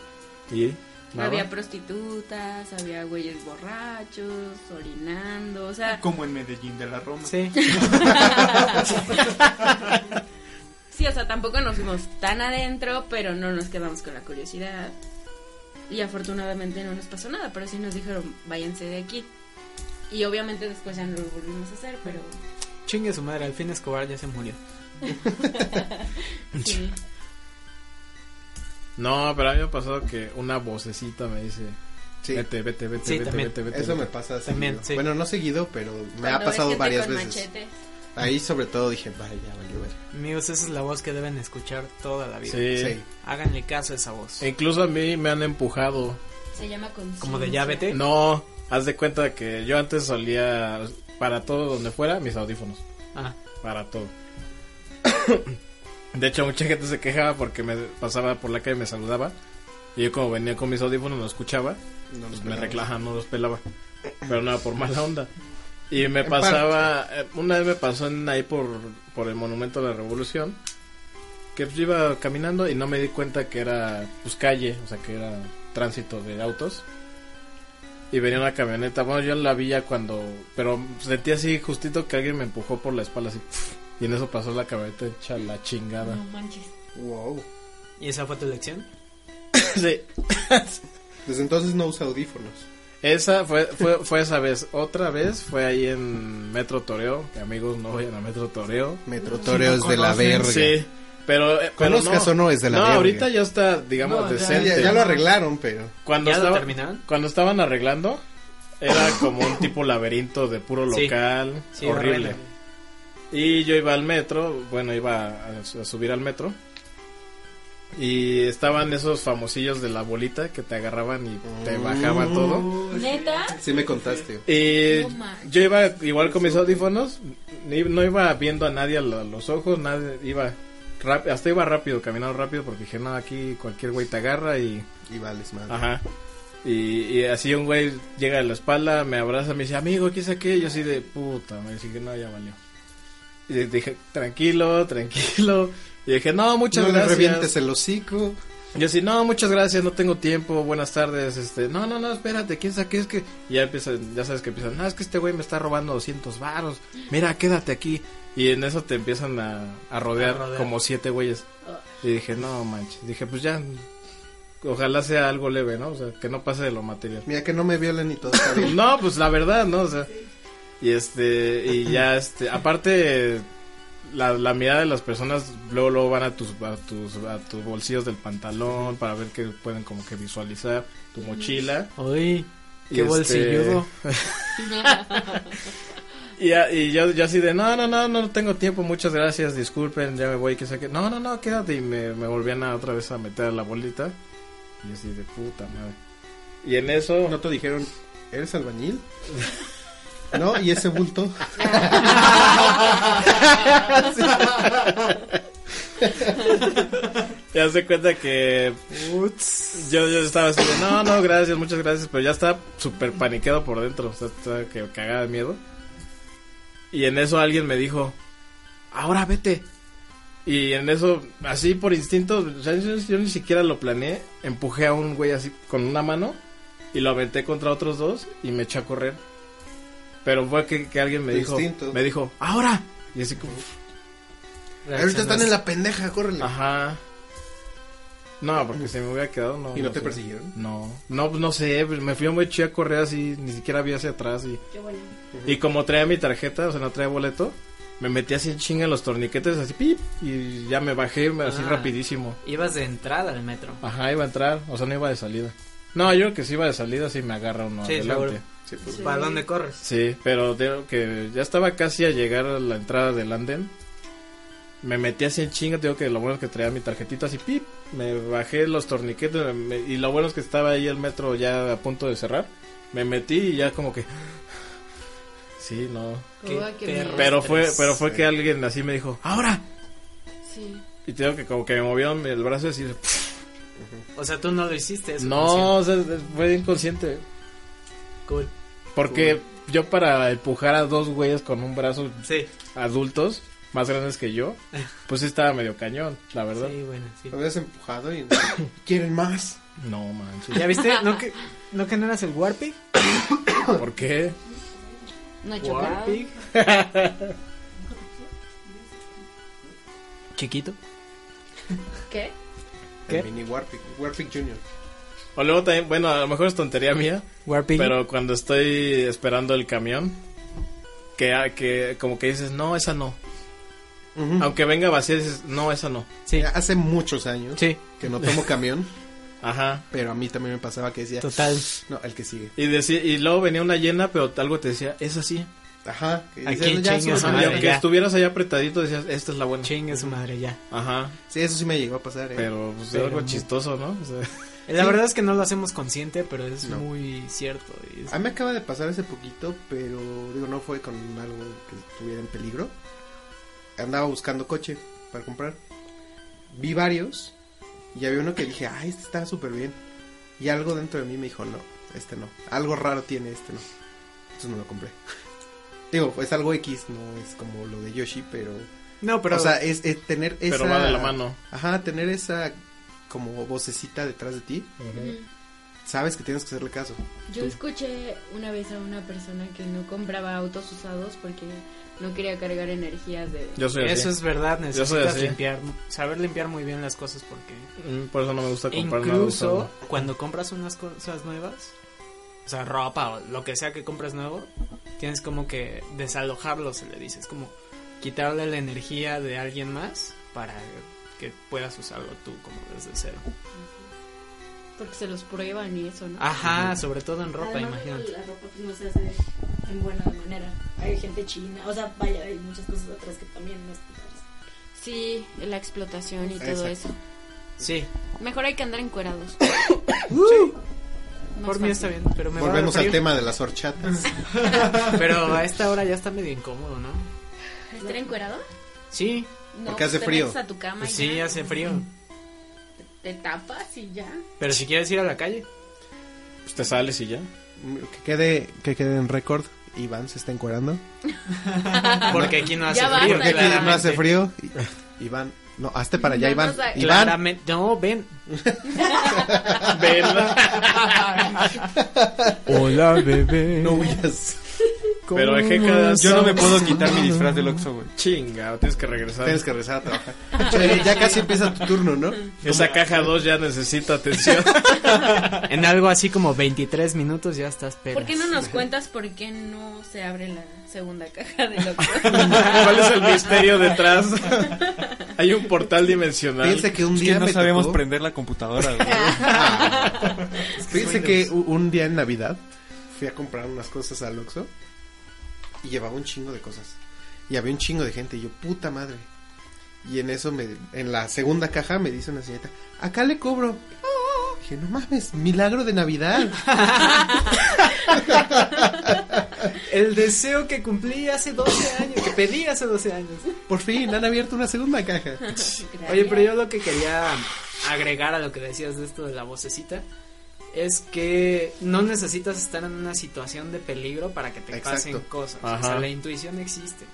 Speaker 1: ¿Y? ¿Nada?
Speaker 2: Había prostitutas, había güeyes borrachos, orinando, o sea...
Speaker 8: Como en Medellín de la Roma.
Speaker 4: Sí.
Speaker 2: Sí, o sea, tampoco nos fuimos tan adentro, pero no nos quedamos con la curiosidad. Y afortunadamente no nos pasó nada, pero sí nos dijeron, váyanse de aquí. Y obviamente después ya no lo volvimos a hacer, pero...
Speaker 4: Chingue su madre, al fin Escobar ya se murió.
Speaker 2: Sí.
Speaker 1: No, pero a mí me ha pasado que una vocecita me dice: Vete, vete, vete,
Speaker 3: Sí,
Speaker 1: vete,
Speaker 3: también.
Speaker 1: vete, vete.
Speaker 3: Eso
Speaker 1: vete".
Speaker 3: me pasa seguido. Bueno, no seguido, pero me
Speaker 1: Cuando
Speaker 3: ha pasado
Speaker 1: ves gente
Speaker 3: varias
Speaker 1: con
Speaker 3: veces.
Speaker 1: machete.
Speaker 3: Ahí sobre todo dije, vaya, valió ver.
Speaker 4: Amigos, esa es la voz que deben escuchar toda la vida.
Speaker 1: Sí. Sí.
Speaker 4: Háganle caso a esa voz.
Speaker 1: E Incluso a mí me han empujado.
Speaker 2: Se llama conciencia.
Speaker 4: Eh, Como de ya vete.
Speaker 1: No, haz de cuenta que yo antes solía, para todo donde fuera, mis audífonos.
Speaker 4: Ah.
Speaker 1: Para todo. de hecho, mucha gente se quejaba porque me pasaba por la calle y me saludaba. Y yo como venía con mis audífonos, no escuchaba.
Speaker 3: No los
Speaker 1: pues me
Speaker 3: pelaba.
Speaker 1: reclajan, no los pelaba. Pero nada, por mala onda. Y me
Speaker 3: En
Speaker 1: pasaba, eh, una vez me pasó en ahí por, por el Monumento de la Revolución. Que pues, yo iba caminando y no me di cuenta que era pues calle, o sea que era tránsito de autos. Y venía una camioneta, bueno yo la vi ya cuando, pero sentí así justito que alguien me empujó por la espalda así. Y en eso pasó la camioneta hecha la chingada.
Speaker 2: No manches.
Speaker 3: Wow.
Speaker 4: ¿Y esa fue tu elección?
Speaker 1: Sí.
Speaker 3: Desde entonces no usa audífonos.
Speaker 1: Esa fue, fue, fue esa vez. Otra vez fue ahí en Metro Toreo. Que amigos, no vayan a Metro Toreo.
Speaker 3: Metro Toreo es de la
Speaker 1: conocen.
Speaker 3: verga.
Speaker 1: Sí. Pero, eh, pero
Speaker 3: Conozcas o no, es de la
Speaker 1: no,
Speaker 3: verga.
Speaker 1: ahorita ya está, digamos,
Speaker 3: No, ya-
Speaker 1: decente.
Speaker 3: ya- ya lo arreglaron, pero-
Speaker 1: Cuando,
Speaker 3: ¿Ya lo
Speaker 1: estaba-
Speaker 3: terminaron?
Speaker 1: cuando estaban arreglando, era como un tipo laberinto de puro
Speaker 4: Sí.
Speaker 1: local.
Speaker 4: Sí,
Speaker 1: horrible.
Speaker 4: horrible.
Speaker 1: Y yo iba al metro, bueno, iba a, a subir al metro. Y estaban esos famosillos de la bolita que te agarraban y
Speaker 4: Mm.
Speaker 1: te bajaban todo.
Speaker 2: ¿Neta?
Speaker 3: Sí me contaste.
Speaker 1: Y
Speaker 2: No manches.
Speaker 1: yo iba igual con mis audífonos, ni- no iba viendo a nadie a la- los ojos, nadie, iba ráp- hasta iba rápido, caminando rápido porque dije, no, aquí cualquier güey te agarra y...
Speaker 3: Y vales madre.
Speaker 1: Ajá. Y, y así un güey llega a la espalda, me abraza, me dice, amigo, ¿qué saqué? Y yo así de puta, me dije, no, ya valió. Y le dije, tranquilo, tranquilo. Y dije, no, muchas
Speaker 3: No le
Speaker 1: gracias.
Speaker 3: revientes el hocico.
Speaker 1: Yo así, no, muchas gracias, no tengo tiempo, buenas tardes, este, no, no, no, espérate, ¿quién sabe qué es que? Y ya empiezan, ya sabes que empiezan, no, es que este güey me está robando 200 varos, mira, quédate aquí. Y en eso te empiezan a, a rodear,
Speaker 4: A rodear.
Speaker 1: como siete güeyes. Y dije, no manches, dije, pues ya, ojalá sea algo leve, ¿no? O sea, que no pase de lo material.
Speaker 3: Mira que no me violen y todo está bien.
Speaker 1: No, pues la verdad, ¿no? O sea, y este, y ya este, aparte, la, la mirada de las personas luego, luego van a tus, a tus, a tus bolsillos del pantalón para ver que pueden como que visualizar tu mochila.
Speaker 4: Uy,
Speaker 1: Y
Speaker 4: qué
Speaker 1: este-
Speaker 4: bolsilludo.
Speaker 1: Y, ya- y yo, yo así de, no, no, no, no tengo tiempo, muchas gracias, disculpen, ya me voy, que sé qué. No, no, no, quédate. Y me, me volvían a otra vez a meter a la bolita. Y así de puta madre. Y en eso...
Speaker 3: ¿No te dijeron, eres albañil? No, y ese bulto.
Speaker 1: ya se cuenta que yo, yo estaba así de, no, no, gracias, muchas gracias, pero ya estaba súper paniqueado por dentro, o sea, estaba que cagaba de miedo. Y en eso alguien me dijo, ahora vete. Y en eso, así por instinto, o sea, yo, yo ni siquiera lo planeé, empujé a un güey así con una mano y lo aventé contra otros dos y me eché a correr. Pero fue que, que alguien me
Speaker 3: Tu
Speaker 1: dijo,
Speaker 3: instinto.
Speaker 1: me dijo, ahora. Y así como...
Speaker 3: Ahorita están en la pendeja, córrele.
Speaker 1: Ajá. No, porque si me hubiera quedado, no.
Speaker 3: ¿Y no
Speaker 1: no
Speaker 3: te
Speaker 1: sé.
Speaker 3: persiguieron?
Speaker 1: No, no, pues, no sé, pues, me fui muy eché a correr así, ni siquiera vi hacia atrás y...
Speaker 2: Qué bueno.
Speaker 1: Y como traía mi tarjeta, o sea, no traía boleto, me metí así en chinga en los torniquetes, así pip, y ya me bajé me- así
Speaker 15: Ah.
Speaker 1: rapidísimo.
Speaker 15: Ibas de entrada al metro.
Speaker 1: Ajá, iba a entrar, o sea, no iba de salida. No, yo creo que si iba de salida, sí me agarra uno
Speaker 15: Sí,
Speaker 1: adelante.
Speaker 15: seguro. Sí. ¿Para dónde corres?
Speaker 1: Sí, pero creo que ya estaba casi a llegar a la entrada del andén. Me metí así en chinga, te digo que lo bueno es que traía mi tarjetita así pip, me bajé los torniquetes me- y lo bueno es que estaba ahí el metro ya a punto de cerrar. Me metí y ya como que Sí, no.
Speaker 2: Qué Ay, qué perro
Speaker 1: pero
Speaker 2: estrés.
Speaker 1: fue pero fue que alguien así me dijo, "Ahora."
Speaker 2: Sí.
Speaker 1: Y te digo que como que me movieron el brazo así.
Speaker 15: O sea, tú no lo hiciste. eso
Speaker 1: No, o sea, fue inconsciente.
Speaker 15: Cool.
Speaker 1: Porque yo para empujar a dos güeyes con un brazo
Speaker 15: Sí.
Speaker 1: adultos, más grandes que yo, pues sí estaba medio cañón, la verdad.
Speaker 15: Sí, bueno, sí.
Speaker 3: Lo habías empujado y... ¿Quieren más?
Speaker 1: No, manches.
Speaker 4: ¿Ya viste? ¿No que, ¿No que no eras el Warpig?
Speaker 1: ¿Por qué?
Speaker 10: No he
Speaker 4: Warpig.
Speaker 15: Chiquito.
Speaker 2: ¿Qué?
Speaker 3: ¿Qué? El mini Warpig, Warpig Junior.
Speaker 1: O luego también, bueno, a lo mejor es tontería mía,
Speaker 4: Warpig.
Speaker 1: pero cuando estoy esperando el camión, que, ah, que como que dices, no, esa no. Aunque venga vacía, dices, no, esa no.
Speaker 4: Sí.
Speaker 3: Hace muchos años que no tomo camión.
Speaker 1: Ajá.
Speaker 3: Pero a mí también me pasaba que decía...
Speaker 1: Total.
Speaker 3: No, el que sigue.
Speaker 1: Y, decí- y luego venía una llena, pero algo te decía, es así.
Speaker 3: Ajá.
Speaker 1: Que
Speaker 3: Aquí
Speaker 1: dices, "Ya,
Speaker 3: chingue
Speaker 1: su
Speaker 3: su
Speaker 1: madre".
Speaker 3: madre,
Speaker 1: Y aunque
Speaker 3: ya.
Speaker 1: estuvieras ahí apretadito, decías, esta es la buena.
Speaker 4: Chingue su madre, ya.
Speaker 1: Ajá.
Speaker 3: Sí, eso sí me llegó a pasar, eh.
Speaker 1: Pero, pues,
Speaker 4: Pero
Speaker 1: es algo
Speaker 4: mu-
Speaker 1: chistoso, ¿no? O sea,
Speaker 4: La
Speaker 3: Sí.
Speaker 4: verdad es que no lo hacemos consciente, pero es
Speaker 3: No.
Speaker 4: muy cierto. y es-
Speaker 3: A mí me acaba de pasar hace poquito, pero digo, no fue con algo que estuviera en peligro. Andaba buscando coche para comprar. Vi varios y había uno que dije, ay, este está súper bien. Y algo dentro de mí me dijo, no, este no. Algo raro tiene este, no. Entonces no lo compré. Digo, es algo X, no es como lo de Yoshi, pero...
Speaker 4: No, pero-
Speaker 3: O sea, es, es tener
Speaker 1: Pero
Speaker 3: esa...
Speaker 1: va de la mano.
Speaker 3: Ajá, tener esa como vocecita detrás de ti.
Speaker 2: Ujú.
Speaker 3: Sabes que tienes que hacerle caso.
Speaker 2: Mm, Yo
Speaker 3: Tú.
Speaker 2: escuché una vez a una persona que no compraba autos usados porque no quería cargar energías de...
Speaker 4: Eso es verdad,
Speaker 1: Yo soy
Speaker 4: necesitas
Speaker 1: así.
Speaker 4: limpiar, saber limpiar muy bien las cosas porque...
Speaker 1: Mm, por eso no me gusta comprar nada
Speaker 4: Incluso
Speaker 1: usado.
Speaker 4: cuando compras unas cosas nuevas, o sea, ropa o lo que sea que compras nuevo, tienes como que desalojarlo, se le dice. Es como quitarle la energía de alguien más para que puedas usarlo tú como desde cero.
Speaker 2: Porque se los prueban y eso, ¿no?
Speaker 4: Ajá, sobre todo en ropa,
Speaker 9: Además,
Speaker 4: imagínate.
Speaker 9: La ropa pues, no se hace en buena manera. Hay gente china, o sea, vaya, hay muchas cosas otras que también no es
Speaker 2: Sí, la explotación y todo
Speaker 9: Exacto.
Speaker 2: eso.
Speaker 4: Sí,
Speaker 2: Mejor hay que andar encuerados. Más
Speaker 4: por mí
Speaker 2: fácil.
Speaker 4: está bien, pero me va a dar
Speaker 3: Volvemos al
Speaker 4: frío.
Speaker 3: tema de las horchatas.
Speaker 4: Pero a esta hora ya está medio incómodo, ¿no?
Speaker 2: ¿Estar encuerado?
Speaker 4: Sí.
Speaker 2: No, Porque hace te frío. metes a tu cama y
Speaker 4: Pues sí,
Speaker 2: ya.
Speaker 4: hace frío.
Speaker 2: Te tapas y ya.
Speaker 4: Pero si quieres ir a la calle.
Speaker 1: Pues te sales y ya.
Speaker 3: Que quede, que quede en récord. Iván se está encuerando.
Speaker 4: Porque aquí no hace
Speaker 2: Ya
Speaker 4: frío.
Speaker 3: Porque aquí no
Speaker 4: claramente.
Speaker 3: hace frío. I- Iván, no, hazte para allá,
Speaker 4: No
Speaker 3: Iván.
Speaker 4: nos da-
Speaker 3: Iván,
Speaker 4: Claramente- No, ven.
Speaker 1: ven.
Speaker 12: Hola, bebé.
Speaker 3: No huyas.
Speaker 1: Pero Ejeca,
Speaker 12: Yo no me puedo quitar mi disfraz del Oxxo, güey.
Speaker 1: Chinga, tienes que regresar.
Speaker 3: Tienes que regresar a trabajar. Che, ya casi empieza tu turno, ¿no?
Speaker 1: Esa caja 2 ya necesita atención.
Speaker 4: En algo así como 23 minutos ya estás pero
Speaker 2: ¿Por qué no nos cuentas por qué no se abre la segunda caja de loco?
Speaker 1: ¿Cuál es el misterio detrás? Hay un portal dimensional.
Speaker 3: Piensa que un
Speaker 12: Es que
Speaker 3: día
Speaker 12: no
Speaker 3: me
Speaker 12: sabemos
Speaker 3: tocó-
Speaker 12: prender la computadora, güey.
Speaker 3: Fíjense que u- un día en Navidad fui a comprar unas cosas al Oxxo y llevaba un chingo de cosas. Y había un chingo de gente y yo, puta madre. Y en eso, me, en la segunda caja me dice una señorita, acá le cobro. Dije, no mames, milagro de Navidad.
Speaker 4: El deseo que cumplí hace 12 años, que pedí hace 12 años.
Speaker 3: Por fin, han abierto una segunda caja.
Speaker 4: Oye, pero yo lo que quería agregar a lo que decías de esto de la vocecita es que no necesitas estar en una situación de peligro para que te
Speaker 3: Exacto.
Speaker 4: pasen cosas. O
Speaker 3: Ajá.
Speaker 4: sea, la intuición existe.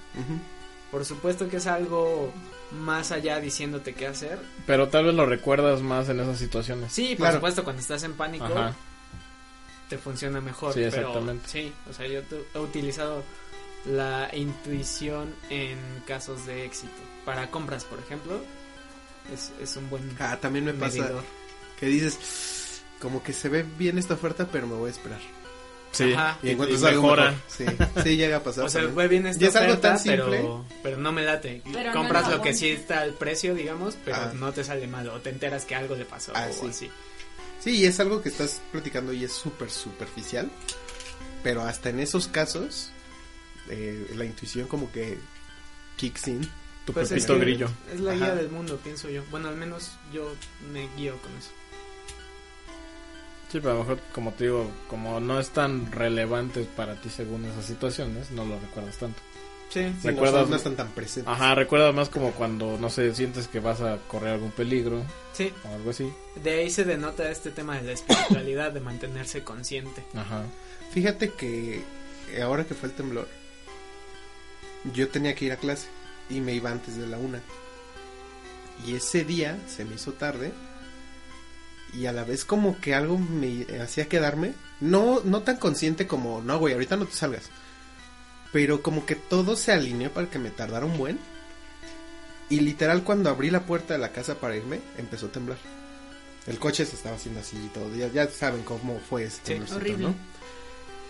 Speaker 4: Por supuesto que es algo más allá diciéndote qué hacer.
Speaker 1: Pero tal vez lo recuerdas más en esas situaciones.
Speaker 4: Sí, por supuesto, cuando estás en pánico
Speaker 1: Ajá.
Speaker 4: te funciona mejor.
Speaker 1: Sí,
Speaker 4: pero
Speaker 1: exactamente.
Speaker 4: sí, o sea, yo tu- he utilizado la intuición en casos de éxito. Para compras, por ejemplo, es, es un buen.
Speaker 3: Ah, también me pasa
Speaker 4: medidor.
Speaker 3: que dices, como que se ve bien esta oferta, pero me voy a esperar.
Speaker 4: Ajá.
Speaker 3: Y encuentras algo mejor. Sí, sí, llega a pasar.
Speaker 4: O sea,
Speaker 3: también.
Speaker 4: fue bien esta
Speaker 3: Ya es algo
Speaker 4: oferta,
Speaker 3: tan simple.
Speaker 4: Pero, pero no me late.
Speaker 15: Pero no
Speaker 4: Compras
Speaker 15: lo
Speaker 4: lo que
Speaker 15: aguanto.
Speaker 4: sí está al precio, digamos, pero
Speaker 3: Ah.
Speaker 4: no te sale mal. O te enteras que algo le pasó
Speaker 3: Ah,
Speaker 4: o
Speaker 3: sí.
Speaker 4: así.
Speaker 3: Sí, y es algo que estás platicando y es súper superficial. Pero hasta en esos casos, eh, la intuición como que kicks in. Tu
Speaker 4: Pues es
Speaker 3: propio
Speaker 4: que
Speaker 3: grillo.
Speaker 4: Es la
Speaker 3: Ajá.
Speaker 4: guía del mundo, pienso yo. Bueno, al menos yo me guío con eso.
Speaker 1: Sí, pero a lo mejor, como te digo, como no es tan relevante para ti según esas situaciones, no lo recuerdas tanto.
Speaker 4: Sí, sí,
Speaker 3: no, no están tan presentes.
Speaker 1: Ajá, recuerdas más como cuando, no sé, sientes que vas a correr algún peligro.
Speaker 4: Sí.
Speaker 1: O algo así.
Speaker 4: De ahí se denota este tema de la espiritualidad, de mantenerse consciente.
Speaker 1: Ajá.
Speaker 3: Fíjate que eh, ahora que fue el temblor, yo tenía que ir a clase y me iba antes de la una. Y ese día se me hizo tarde y a la vez como que algo me hacía quedarme, no, no tan consciente como, no, güey, ahorita no te salgas. Pero como que todo se alineó para que me tardara un buen. Y literal cuando abrí la puerta de la casa para irme, empezó a temblar. El coche se estaba haciendo así y todo. Ya, ya saben cómo fue ese temblorcito,
Speaker 4: horrible.
Speaker 3: ¿no?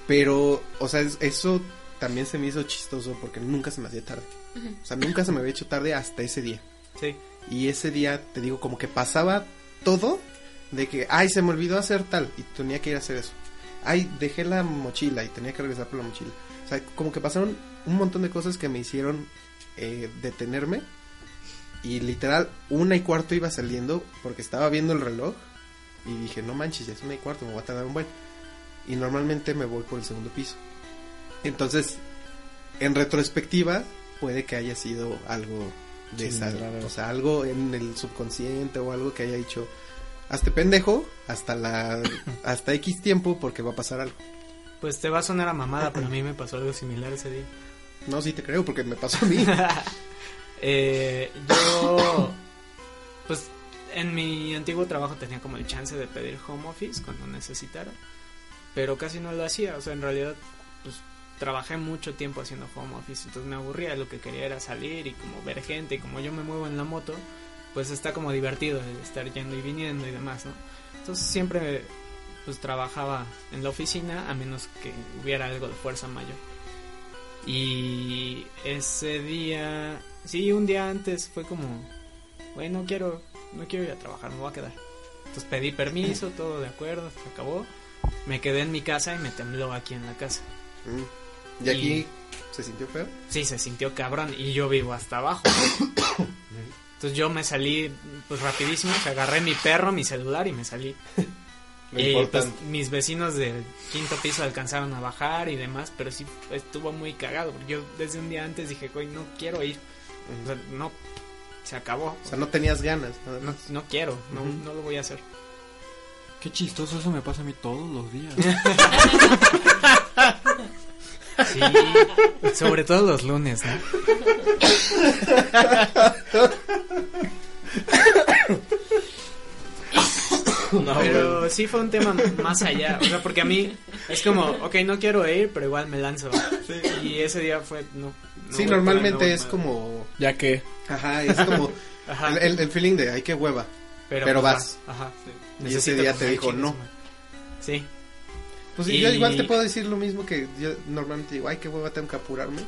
Speaker 3: Pero, o sea, es- eso también se me hizo chistoso porque nunca se me hacía tarde.
Speaker 4: Ujú.
Speaker 3: O sea, nunca se me había hecho tarde hasta ese día.
Speaker 4: Sí.
Speaker 3: Y ese día, te digo, como que pasaba todo de que, ay, se me olvidó hacer tal y tenía que ir a hacer eso. Ay, dejé la mochila y tenía que regresar por la mochila. O sea, como que pasaron un montón de cosas que me hicieron eh, detenerme. Y literal, una y cuarto iba saliendo porque estaba viendo el reloj y dije, no manches, ya es una y cuarto, me voy a tardar un buen. Y normalmente me voy por el segundo piso. Entonces, en retrospectiva, puede que haya sido algo de
Speaker 1: Sí,
Speaker 3: esa,
Speaker 1: claro.
Speaker 3: o sea, algo en el subconsciente o algo que haya dicho, hazte pendejo hasta la hasta X tiempo porque va a pasar algo.
Speaker 4: Pues te va a sonar a mamada, pero a mí me pasó algo similar ese día.
Speaker 3: No, sí te creo porque me pasó a mí.
Speaker 4: Eh, yo, pues en mi antiguo trabajo tenía como el chance de pedir home office cuando necesitara, pero casi no lo hacía. O sea, en realidad, pues trabajé mucho tiempo haciendo home office, entonces me aburría. Lo que quería era salir y como ver gente. Y como yo me muevo en la moto, pues está como divertido el estar yendo y viniendo y demás, ¿no? Entonces siempre, pues trabajaba en la oficina a menos que hubiera algo de fuerza mayor. Y ese día, sí, un día antes fue como, güey, no quiero, no quiero ir a trabajar, me voy a quedar. Entonces pedí permiso, todo de acuerdo, se acabó. Me quedé en mi casa y me tembló aquí en la casa.
Speaker 3: Mm. Y aquí se sintió feo.
Speaker 4: Sí, se sintió cabrón y yo vivo hasta abajo. Entonces yo me salí pues rapidísimo, que agarré mi perro, mi celular y me salí.
Speaker 3: Lo
Speaker 4: Y, pues,
Speaker 3: importante.
Speaker 4: mis vecinos del quinto piso alcanzaron a bajar y demás, pero sí estuvo muy cagado. porque Yo desde un día antes dije, güey, no quiero ir. O sea, no, se acabó.
Speaker 3: O sea, no tenías ganas. nada
Speaker 4: No,
Speaker 3: más.
Speaker 4: no quiero, no,
Speaker 3: Ujú.
Speaker 4: no lo voy a hacer.
Speaker 12: Qué chistoso, eso me pasa a mí todos los días.
Speaker 4: Sí, sobre todo los lunes, ¿no? pero sí fue un tema más allá, o sea, porque a mí es como, ok, no quiero ir, pero igual me lanzo. Y ese día fue, no. no
Speaker 3: sí,
Speaker 4: voy,
Speaker 3: normalmente
Speaker 4: no voy,
Speaker 3: es
Speaker 4: no.
Speaker 3: como
Speaker 1: Ya que.
Speaker 3: Ajá, es como
Speaker 4: Ajá.
Speaker 3: el- El, el feeling de ay qué hueva. Pero,
Speaker 4: pues,
Speaker 3: vas.
Speaker 4: Ajá.
Speaker 3: Y ese
Speaker 4: Necesito
Speaker 3: día
Speaker 4: comer,
Speaker 3: te dijo
Speaker 4: chingas,
Speaker 3: no.
Speaker 4: madre. Sí.
Speaker 3: Pues sí,
Speaker 4: Y-
Speaker 3: yo igual te puedo decir lo mismo que yo normalmente digo, ay qué hueva tengo que apurarme.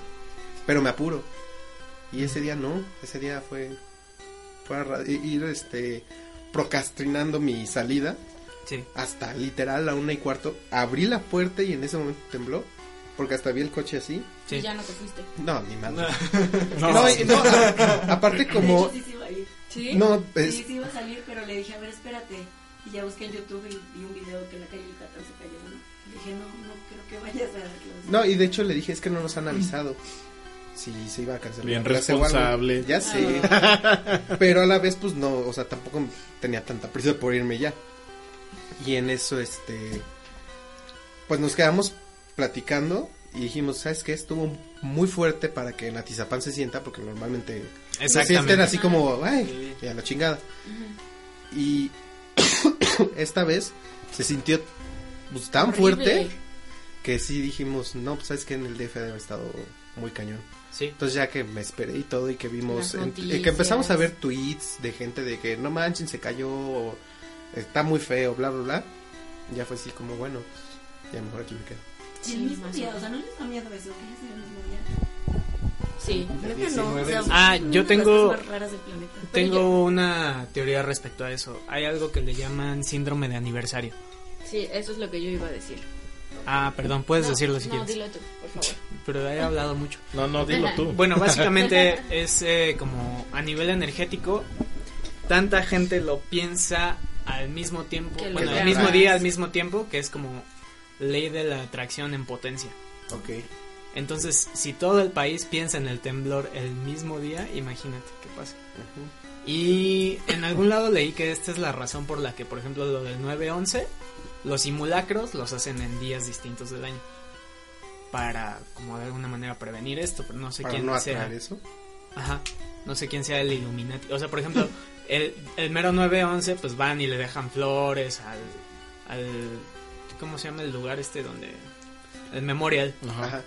Speaker 3: Pero me apuro. Y ese día no, ese día fue, fue a ra- i- ir este procrastinando mi salida.
Speaker 4: Sí.
Speaker 3: Hasta literal a una y cuarto. Abrí la puerta y en ese momento tembló. Porque hasta vi el coche así.
Speaker 2: Y ya no te fuiste.
Speaker 3: No, ni madre.
Speaker 2: No.
Speaker 3: No, y- no, a- aparte como...
Speaker 16: sí, sí iba a ir.
Speaker 2: ¿Sí?
Speaker 3: No,
Speaker 16: Sí,
Speaker 3: es-
Speaker 16: sí iba a salir, pero le dije, a ver, espérate. Y ya busqué en YouTube y vi un video que en la calle Yucatán se cayó, ¿no? Le dije, no, no creo que vayas a verlos.
Speaker 3: No, y de hecho le dije, es que no nos han avisado. Si se iba a cancelar.
Speaker 1: Bien
Speaker 3: la clase o algo.
Speaker 1: responsable.
Speaker 3: Ya sé. Pero a la vez, pues no, o sea, tampoco tenía tanta prisa por irme ya. Y en eso, este. Pues nos quedamos platicando y dijimos, ¿sabes qué? Estuvo muy fuerte para que en Atizapán se sienta, porque normalmente se
Speaker 4: Exactamente.
Speaker 3: sienten así como, ay, y a la chingada. Y esta vez se sintió pues, tan
Speaker 4: Horrible.
Speaker 3: fuerte que sí dijimos, no, pues sabes que en el DF debe haber estado muy cañón.
Speaker 15: Sí.
Speaker 3: Entonces ya que me esperé y todo y que vimos,
Speaker 15: Las
Speaker 3: en-
Speaker 15: noticias.
Speaker 3: eh, que empezamos a ver tweets de gente de que no manchen, se cayó, o está muy feo, bla, bla, bla. Ya fue así como, bueno, pues, ya mejor aquí me quedo.
Speaker 16: Y el mismo día, o sea, no les da miedo eso, que ya se el mismo día.
Speaker 10: Sí, creo que no. o sea,
Speaker 4: Ah,
Speaker 10: una
Speaker 4: yo
Speaker 10: de
Speaker 2: Pues,
Speaker 10: las
Speaker 4: tengo
Speaker 10: cosas más raras del planeta. Pero
Speaker 4: tengo una teoría respecto a eso. Hay algo que le llaman síndrome de aniversario.
Speaker 2: Sí, eso es lo que yo iba a decir.
Speaker 4: Ah, perdón, puedes
Speaker 2: No,
Speaker 4: decirlo si
Speaker 2: no,
Speaker 4: quieres.
Speaker 2: dilo tú, por favor.
Speaker 4: Pero he hablado mucho.
Speaker 1: No, no, dilo tú.
Speaker 4: Bueno, básicamente es eh, como a nivel energético, tanta gente lo piensa al mismo tiempo,
Speaker 15: Que lo
Speaker 4: bueno, al
Speaker 15: atraes.
Speaker 4: mismo día, al mismo tiempo, que es como ley de la atracción en potencia.
Speaker 3: Ok.
Speaker 4: Entonces, si todo el país piensa en el temblor el mismo día, imagínate qué pasa. Y en algún lado leí que esta es la razón por la que, por ejemplo, lo del 9-11, los simulacros los hacen en días distintos del año. Para, como de alguna manera, prevenir esto, pero no sé
Speaker 3: ¿Para
Speaker 4: quién
Speaker 3: no
Speaker 4: sea.
Speaker 3: atraer eso?
Speaker 4: Ajá, no sé quién sea el Illuminati. O sea, por ejemplo, el, el mero 9-11, pues van y le dejan flores al, al. ¿Cómo se llama el lugar este donde.? El Memorial.
Speaker 3: Ajá.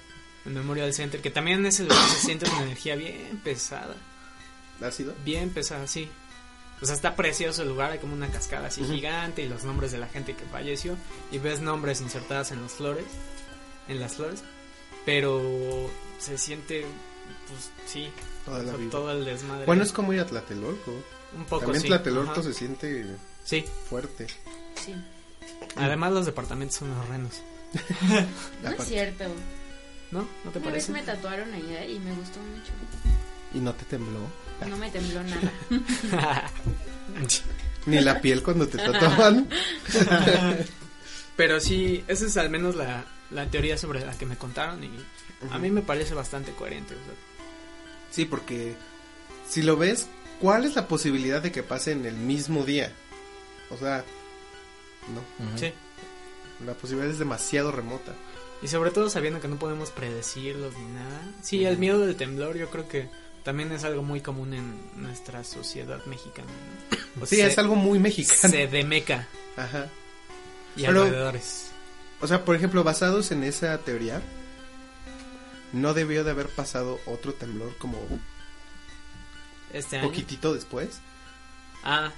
Speaker 4: El Memorial Center, que también es el lugar que se siente una energía bien pesada.
Speaker 3: ¿Ha sido?
Speaker 4: Bien pesada, sí. O sea, está precioso el lugar, hay como una cascada así
Speaker 3: Ujú.
Speaker 4: gigante y los nombres de la gente que falleció. Y ves nombres insertadas en las flores. En las flores. Pero se siente, pues sí.
Speaker 3: Toda
Speaker 4: o
Speaker 3: la
Speaker 4: sea,
Speaker 3: vibra.
Speaker 4: todo el desmadre.
Speaker 3: Bueno, es como ir a Tlatelolco.
Speaker 4: Un poco,
Speaker 3: También
Speaker 4: sí,
Speaker 3: Tlatelolco
Speaker 4: ajá.
Speaker 3: se siente
Speaker 4: sí.
Speaker 3: fuerte.
Speaker 2: Sí.
Speaker 4: Además, los departamentos son horrendos.
Speaker 2: No es cierto.
Speaker 4: ¿No? ¿No te
Speaker 2: Una vez
Speaker 4: parece?
Speaker 2: me tatuaron allá y me gustó mucho.
Speaker 3: Y no te tembló.
Speaker 2: No me tembló nada.
Speaker 3: Ni la piel cuando te tatuaban.
Speaker 4: Pero sí, esa es al menos la, la teoría sobre la que me contaron y a mí me parece bastante coherente. o sea,
Speaker 3: Sí, porque si lo ves, ¿cuál es la posibilidad de que pase en el mismo día? O sea, no.
Speaker 4: Sí.
Speaker 3: La posibilidad es demasiado remota.
Speaker 4: Y sobre todo sabiendo que no podemos predecirlos ni nada. Sí, el miedo del temblor yo creo que también es algo muy común en nuestra sociedad mexicana. ¿no? O
Speaker 3: sí,
Speaker 4: se-
Speaker 3: es algo muy mexicano.
Speaker 4: Se demeca.
Speaker 3: Ajá.
Speaker 4: Y
Speaker 3: Pero-
Speaker 4: alrededores.
Speaker 3: O sea, por ejemplo, basados en esa teoría, no debió de haber pasado otro temblor como
Speaker 4: Este año.
Speaker 3: poquitito después.
Speaker 4: Ah.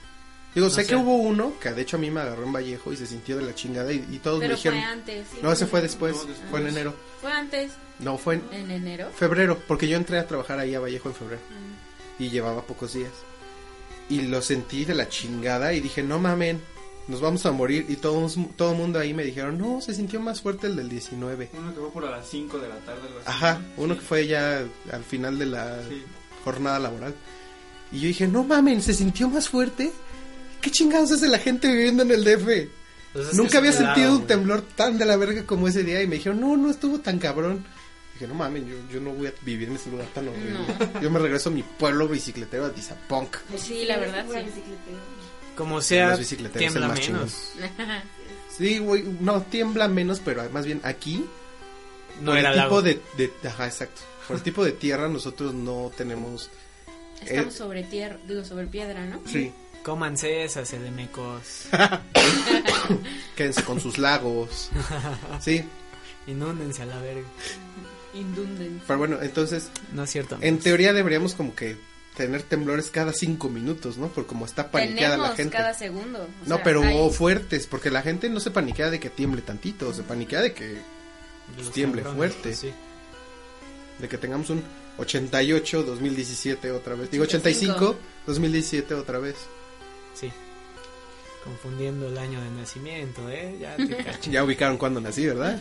Speaker 3: Digo,
Speaker 4: no
Speaker 3: sé, que hubo uno que de hecho a mí me agarró en Vallejo y se sintió de la chingada y, y todos
Speaker 2: Pero
Speaker 3: me dijeron.
Speaker 2: fue antes. sí.
Speaker 3: No, ese fue después, fue en enero.
Speaker 2: Fue antes.
Speaker 3: No, fue en,
Speaker 2: ¿En enero?
Speaker 3: febrero, porque yo entré a trabajar ahí a Vallejo en febrero
Speaker 2: Mm.
Speaker 3: y llevaba pocos días. Y lo sentí de la chingada y dije, no mamen, nos vamos a morir. Y todos, todo el mundo ahí me dijeron, no, se sintió más fuerte el del 19.
Speaker 8: Uno que fue por a las 5 de la tarde. algo así,
Speaker 3: Ajá,
Speaker 8: ¿no?
Speaker 3: uno que fue ya al final de la
Speaker 8: Sí.
Speaker 3: jornada laboral. Y yo dije, no mamen, se sintió más fuerte. ¿Qué chingados hace la gente viviendo en el DF?
Speaker 4: Pues es que
Speaker 3: Nunca había
Speaker 4: es claro,
Speaker 3: sentido un
Speaker 4: güey.
Speaker 3: temblor tan de la verga como ese día. Y me dijeron, no, no estuvo tan cabrón. Dije, no mamen, yo, yo no voy a vivir en ese lugar tan horrible. Yo me regreso a mi pueblo bicicletero a Dizapunk.
Speaker 2: Sí, la verdad,
Speaker 16: Pura
Speaker 2: sí.
Speaker 16: bicicletera.
Speaker 4: Como sea,
Speaker 3: Los bicicleteros
Speaker 4: tiembla
Speaker 3: son más
Speaker 4: menos.
Speaker 3: Sí, güey, no, tiembla menos, pero más bien aquí.
Speaker 4: No
Speaker 3: por
Speaker 4: era
Speaker 3: el tipo
Speaker 4: lago.
Speaker 3: de, de- Ajá, exacto. Por el tipo de tierra, nosotros no tenemos.
Speaker 2: Estamos
Speaker 3: eh,
Speaker 2: sobre tierra, digo, sobre piedra, ¿no?
Speaker 3: sí,
Speaker 4: Cómanse esas sedemecos.
Speaker 3: quédense con sus lagos. Sí,
Speaker 4: Inúndense a la verga.
Speaker 2: Indunden.
Speaker 3: pero bueno, entonces.
Speaker 4: No es cierto.
Speaker 3: En teoría deberíamos como que tener temblores cada cinco minutos, ¿no? Por como está paniqueada
Speaker 2: Tenemos
Speaker 3: la gente.
Speaker 2: cada segundo. o
Speaker 3: No,
Speaker 2: sea,
Speaker 3: pero
Speaker 2: hay-
Speaker 3: fuertes, porque la gente no se paniquea de que tiemble tantito, se paniquea de que pues,
Speaker 4: los
Speaker 3: tiemble
Speaker 4: cabrones,
Speaker 3: fuerte.
Speaker 4: sí.
Speaker 3: De que tengamos un 88 2017 otra vez. Digo
Speaker 4: 85.
Speaker 3: 85 2017 otra vez.
Speaker 4: Sí. Confundiendo el año de nacimiento, ¿eh? Ya te cacho.
Speaker 3: Ya ubicaron cuando nací, ¿verdad?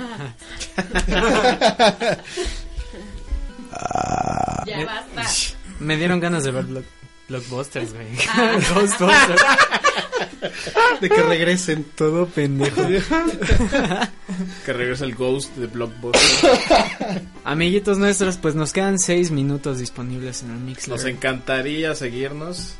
Speaker 2: Ya basta.
Speaker 4: Me dieron ganas de ver Block- Blockbusters, güey.
Speaker 2: Ah.
Speaker 4: Ghostbusters.
Speaker 3: De que regresen.
Speaker 4: Todo pendejo.
Speaker 1: Que regresa el Ghost de Blockbuster.
Speaker 4: Amiguitos nuestros, pues nos quedan seis minutos disponibles en el mix.
Speaker 1: Nos encantaría seguirnos,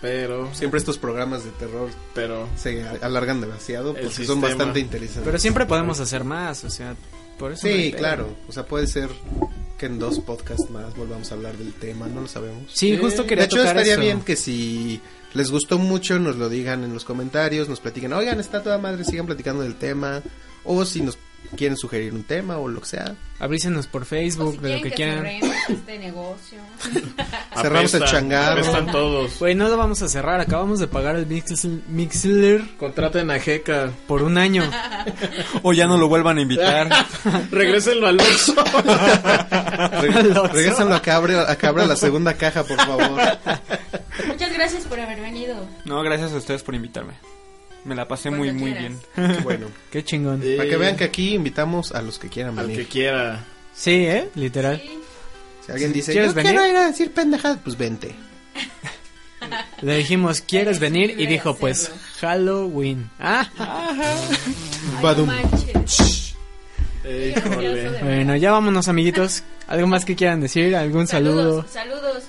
Speaker 1: pero
Speaker 3: Siempre estos programas de terror
Speaker 1: pero
Speaker 3: se alargan demasiado
Speaker 1: El
Speaker 3: porque son
Speaker 1: sistema.
Speaker 3: bastante interesantes.
Speaker 4: Pero siempre podemos hacer más, o sea, Por eso no hay
Speaker 3: sí,
Speaker 4: pedo.
Speaker 3: claro. O sea, puede ser que en dos podcasts más volvamos a hablar del tema, no lo sabemos.
Speaker 4: Sí, justo quería
Speaker 3: De hecho,
Speaker 4: tocar
Speaker 3: estaría
Speaker 4: eso.
Speaker 3: bien que si les gustó mucho, nos lo digan en los comentarios, nos platiquen, oigan, está toda madre, sigan platicando del tema. O si nos quieren sugerir un tema o lo que sea.
Speaker 4: Avísenos por
Speaker 2: Pues,
Speaker 4: Facebook, de lo que quieran.
Speaker 2: cerremos este negocio.
Speaker 3: Cerramos el changarro.
Speaker 1: apestan todos.
Speaker 4: Güey, no lo vamos a cerrar. Acabamos de pagar el Mixl- Mixler.
Speaker 1: Contraten a Jeca.
Speaker 4: Por un año.
Speaker 12: O ya no lo vuelvan a invitar.
Speaker 1: Regrésenlo al Oxxo.
Speaker 3: Reg- Regrésenlo a que abre- a que abra la segunda caja, por favor.
Speaker 2: Muchas gracias por haber venido.
Speaker 12: No, gracias a ustedes por invitarme. Me la pasé muy, muy bien.
Speaker 3: Qué bueno.
Speaker 4: Qué chingón.
Speaker 3: Para que vean que aquí invitamos a los que quieran venir. Al que
Speaker 1: quiera.
Speaker 4: Sí, ¿eh? Literal.
Speaker 3: Si alguien
Speaker 4: Si
Speaker 3: dice,
Speaker 4: quieres
Speaker 3: yo quiero
Speaker 4: venir".
Speaker 3: ir a decir pendejadas, pues vente.
Speaker 4: Le dijimos, ¿quieres venir? Y dijo, pues, Halloween. Ah,
Speaker 3: Badum.
Speaker 1: Eh,
Speaker 4: Bueno, ya vámonos, amiguitos. ¿Algo más que quieran decir? ¿Algún saludo?
Speaker 2: Saludos. Pues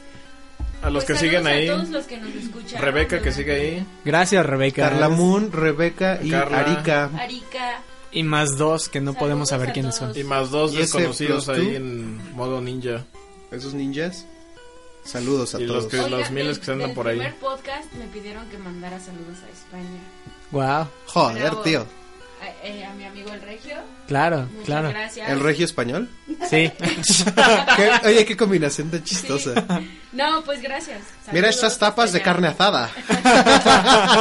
Speaker 1: A los que
Speaker 2: Saludos
Speaker 1: siguen ahí.
Speaker 2: A todos los que nos escuchan.
Speaker 1: Rebeca que sigue ahí.
Speaker 4: Gracias, Rebeca.
Speaker 3: Carlamun, Rebeca y
Speaker 1: Carla.
Speaker 3: Arica.
Speaker 2: Arica.
Speaker 4: Y más dos que no podemos saber quiénes son.
Speaker 1: Y más dos
Speaker 3: ¿Y ese
Speaker 1: desconocidos
Speaker 3: plus
Speaker 1: ahí
Speaker 3: tú?
Speaker 1: en modo ninja.
Speaker 3: ¿Esos ninjas? Saludos a
Speaker 1: Y los
Speaker 3: todos.
Speaker 1: que-
Speaker 2: Oigan,
Speaker 1: los miles
Speaker 2: del-
Speaker 1: que se andan
Speaker 2: del
Speaker 1: por ahí.
Speaker 2: primer podcast me pidieron que mandara saludos a España.
Speaker 4: Wow.
Speaker 3: Joder,
Speaker 2: Bravo.
Speaker 3: tío.
Speaker 2: A, eh, a mi amigo el Regio.
Speaker 4: Claro,
Speaker 2: Muchas
Speaker 4: claro.
Speaker 2: gracias.
Speaker 3: ¿El regio español?
Speaker 4: Sí.
Speaker 3: Qué- oye, qué combinación tan chistosa.
Speaker 2: No, pues gracias. Saludos.
Speaker 3: Mira estas tapas de carne asada.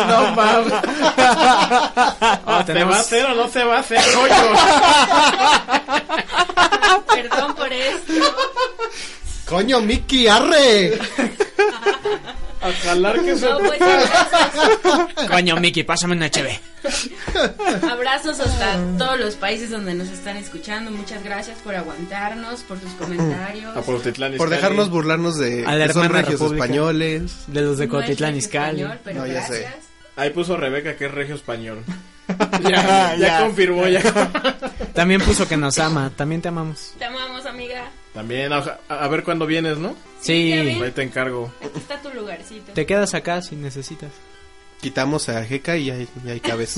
Speaker 1: no mames.
Speaker 4: Oh,
Speaker 1: ¿Se va a
Speaker 3: tenemos-
Speaker 1: hacer o no se va a hacer, coño?
Speaker 2: Perdón por esto.
Speaker 3: Coño, Mickey, arre.
Speaker 1: A jalar que se...
Speaker 2: No, pues abrazos.
Speaker 4: Coño, Mickey, pásame una cheve.
Speaker 2: Abrazos
Speaker 4: Ah.
Speaker 2: hasta todos los países donde nos están escuchando. Muchas gracias por aguantarnos, por sus comentarios.
Speaker 3: Por dejarnos burlarnos de
Speaker 4: A la
Speaker 3: que son
Speaker 4: hermana
Speaker 3: regios
Speaker 4: república.
Speaker 3: españoles.
Speaker 4: De los de
Speaker 2: No es
Speaker 4: Cotitlán
Speaker 2: regio
Speaker 4: Izcalli.
Speaker 2: español, pero
Speaker 3: No, ya sé.
Speaker 2: gracias.
Speaker 1: Ahí puso Rebeca que es regio español. ya, ya,
Speaker 4: Ya.
Speaker 1: confirmó, ya.
Speaker 4: También puso que nos ama. También te amamos.
Speaker 2: Te amamos, amiga.
Speaker 1: También, a, a ver cuándo vienes, ¿no?
Speaker 4: Sí.
Speaker 2: ya ven.
Speaker 1: Ahí te encargo.
Speaker 2: Aquí está tu lugarcito.
Speaker 4: Te quedas acá si necesitas.
Speaker 3: Quitamos a Jeca y ahí, y ahí cabes.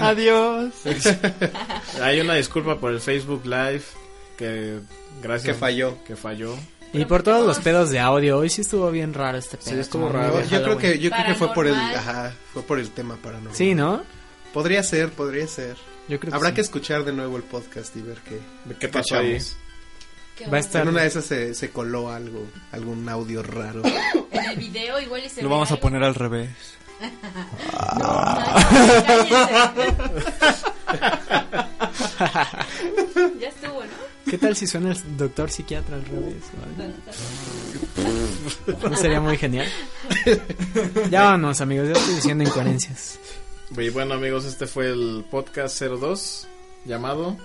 Speaker 4: Adiós.
Speaker 1: Hay una disculpa por el Facebook Live que gracias
Speaker 3: Que falló.
Speaker 1: que falló.
Speaker 4: Y por todos los pedos de audio, hoy sí estuvo bien raro este pedo.
Speaker 1: Sí, estuvo
Speaker 4: como
Speaker 1: raro.
Speaker 4: muy
Speaker 3: Yo creo que, yo creo que fue por el,
Speaker 4: Paranormal.
Speaker 3: ajá, fue por el tema paranormal.
Speaker 4: Sí, ¿no?
Speaker 3: Podría ser, podría ser.
Speaker 4: Yo creo que
Speaker 3: Habrá
Speaker 4: sí.
Speaker 3: que escuchar de nuevo el podcast y ver qué,
Speaker 1: qué pasó
Speaker 3: cachamos.
Speaker 2: Qué Va a estar-
Speaker 3: En una de esas se, se coló algo, algún audio raro.
Speaker 2: En el video igual y se
Speaker 12: Lo
Speaker 2: ve
Speaker 12: vamos a
Speaker 2: algo.
Speaker 12: poner al revés.
Speaker 3: Ah.
Speaker 2: Cállense. ya estuvo, ¿no?
Speaker 4: ¿Qué tal si suena el doctor psiquiatra al revés? o algo? ¿No sería muy genial? Ya vámonos, amigos. Ya estoy diciendo incoherencias.
Speaker 1: Y bueno, amigos, este fue el podcast 02 llamado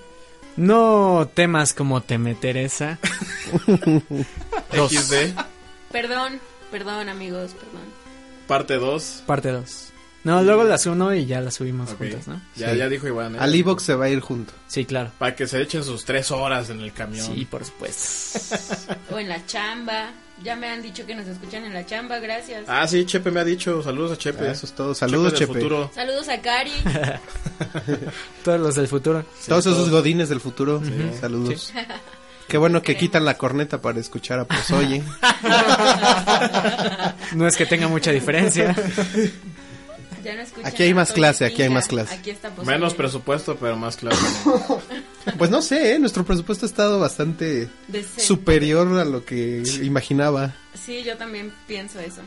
Speaker 4: No temas como te meteresa. Dos.
Speaker 1: XD
Speaker 2: Perdón, perdón, amigos, perdón.
Speaker 1: parte 2.
Speaker 4: Parte 2. No, luego las uno y ya las subimos juntas, ¿no?
Speaker 1: Ya
Speaker 4: Sí.
Speaker 1: ya dijo Iván. ¿eh?
Speaker 3: Al Evox se va a ir junto.
Speaker 4: Sí, claro.
Speaker 1: Para que se echen sus tres horas en el camión.
Speaker 4: Sí, por supuesto.
Speaker 2: O en la chamba. Ya me han dicho que nos escuchan en la chamba, gracias.
Speaker 1: Ah, sí, Chepe me ha dicho. Saludos a Chepe.
Speaker 3: Ah, eso es todo. Saludos,
Speaker 1: del
Speaker 3: Chepe.
Speaker 1: futuro.
Speaker 2: Saludos a Cari.
Speaker 4: Todos los del futuro.
Speaker 3: Todos esos
Speaker 4: todos.
Speaker 3: godines del futuro, saludos. Qué bueno que quitan la corneta para escuchar a Pozoye.
Speaker 4: No es que tenga mucha diferencia.
Speaker 2: Ya no escuchan
Speaker 3: Aquí hay
Speaker 2: a
Speaker 3: más
Speaker 2: Toño
Speaker 3: clase, aquí hay
Speaker 2: Tinga.
Speaker 3: más clase.
Speaker 2: Aquí está posible.
Speaker 1: Menos presupuesto, pero más claro.
Speaker 3: Pues no sé, ¿eh? nuestro presupuesto ha estado bastante
Speaker 2: Decente.
Speaker 3: superior a lo que imaginaba.
Speaker 2: Sí, yo también pienso eso.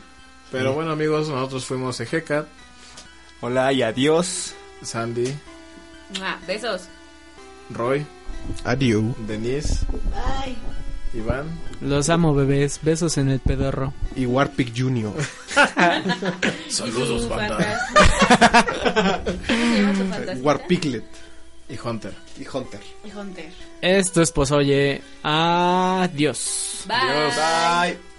Speaker 1: Pero bueno, amigos, nosotros fuimos Ejecat.
Speaker 12: Hola y adiós.
Speaker 1: Sandy,
Speaker 2: Mua, Besos.
Speaker 1: Roy,
Speaker 3: Adiós.
Speaker 1: Denise,
Speaker 2: Bye.
Speaker 1: Iván.
Speaker 4: Los amo, bebés. Besos en el pedorro.
Speaker 3: Y Warpic Jr.
Speaker 1: Saludos,
Speaker 2: Y tu
Speaker 1: banda.
Speaker 2: fantasma. ¿Cómo se llama tu fantasmita?
Speaker 3: Warpiglet.
Speaker 1: Y Hunter.
Speaker 3: Y Hunter.
Speaker 2: Y Hunter.
Speaker 4: Esto es Pozoye. Adiós.
Speaker 2: Bye. Bye.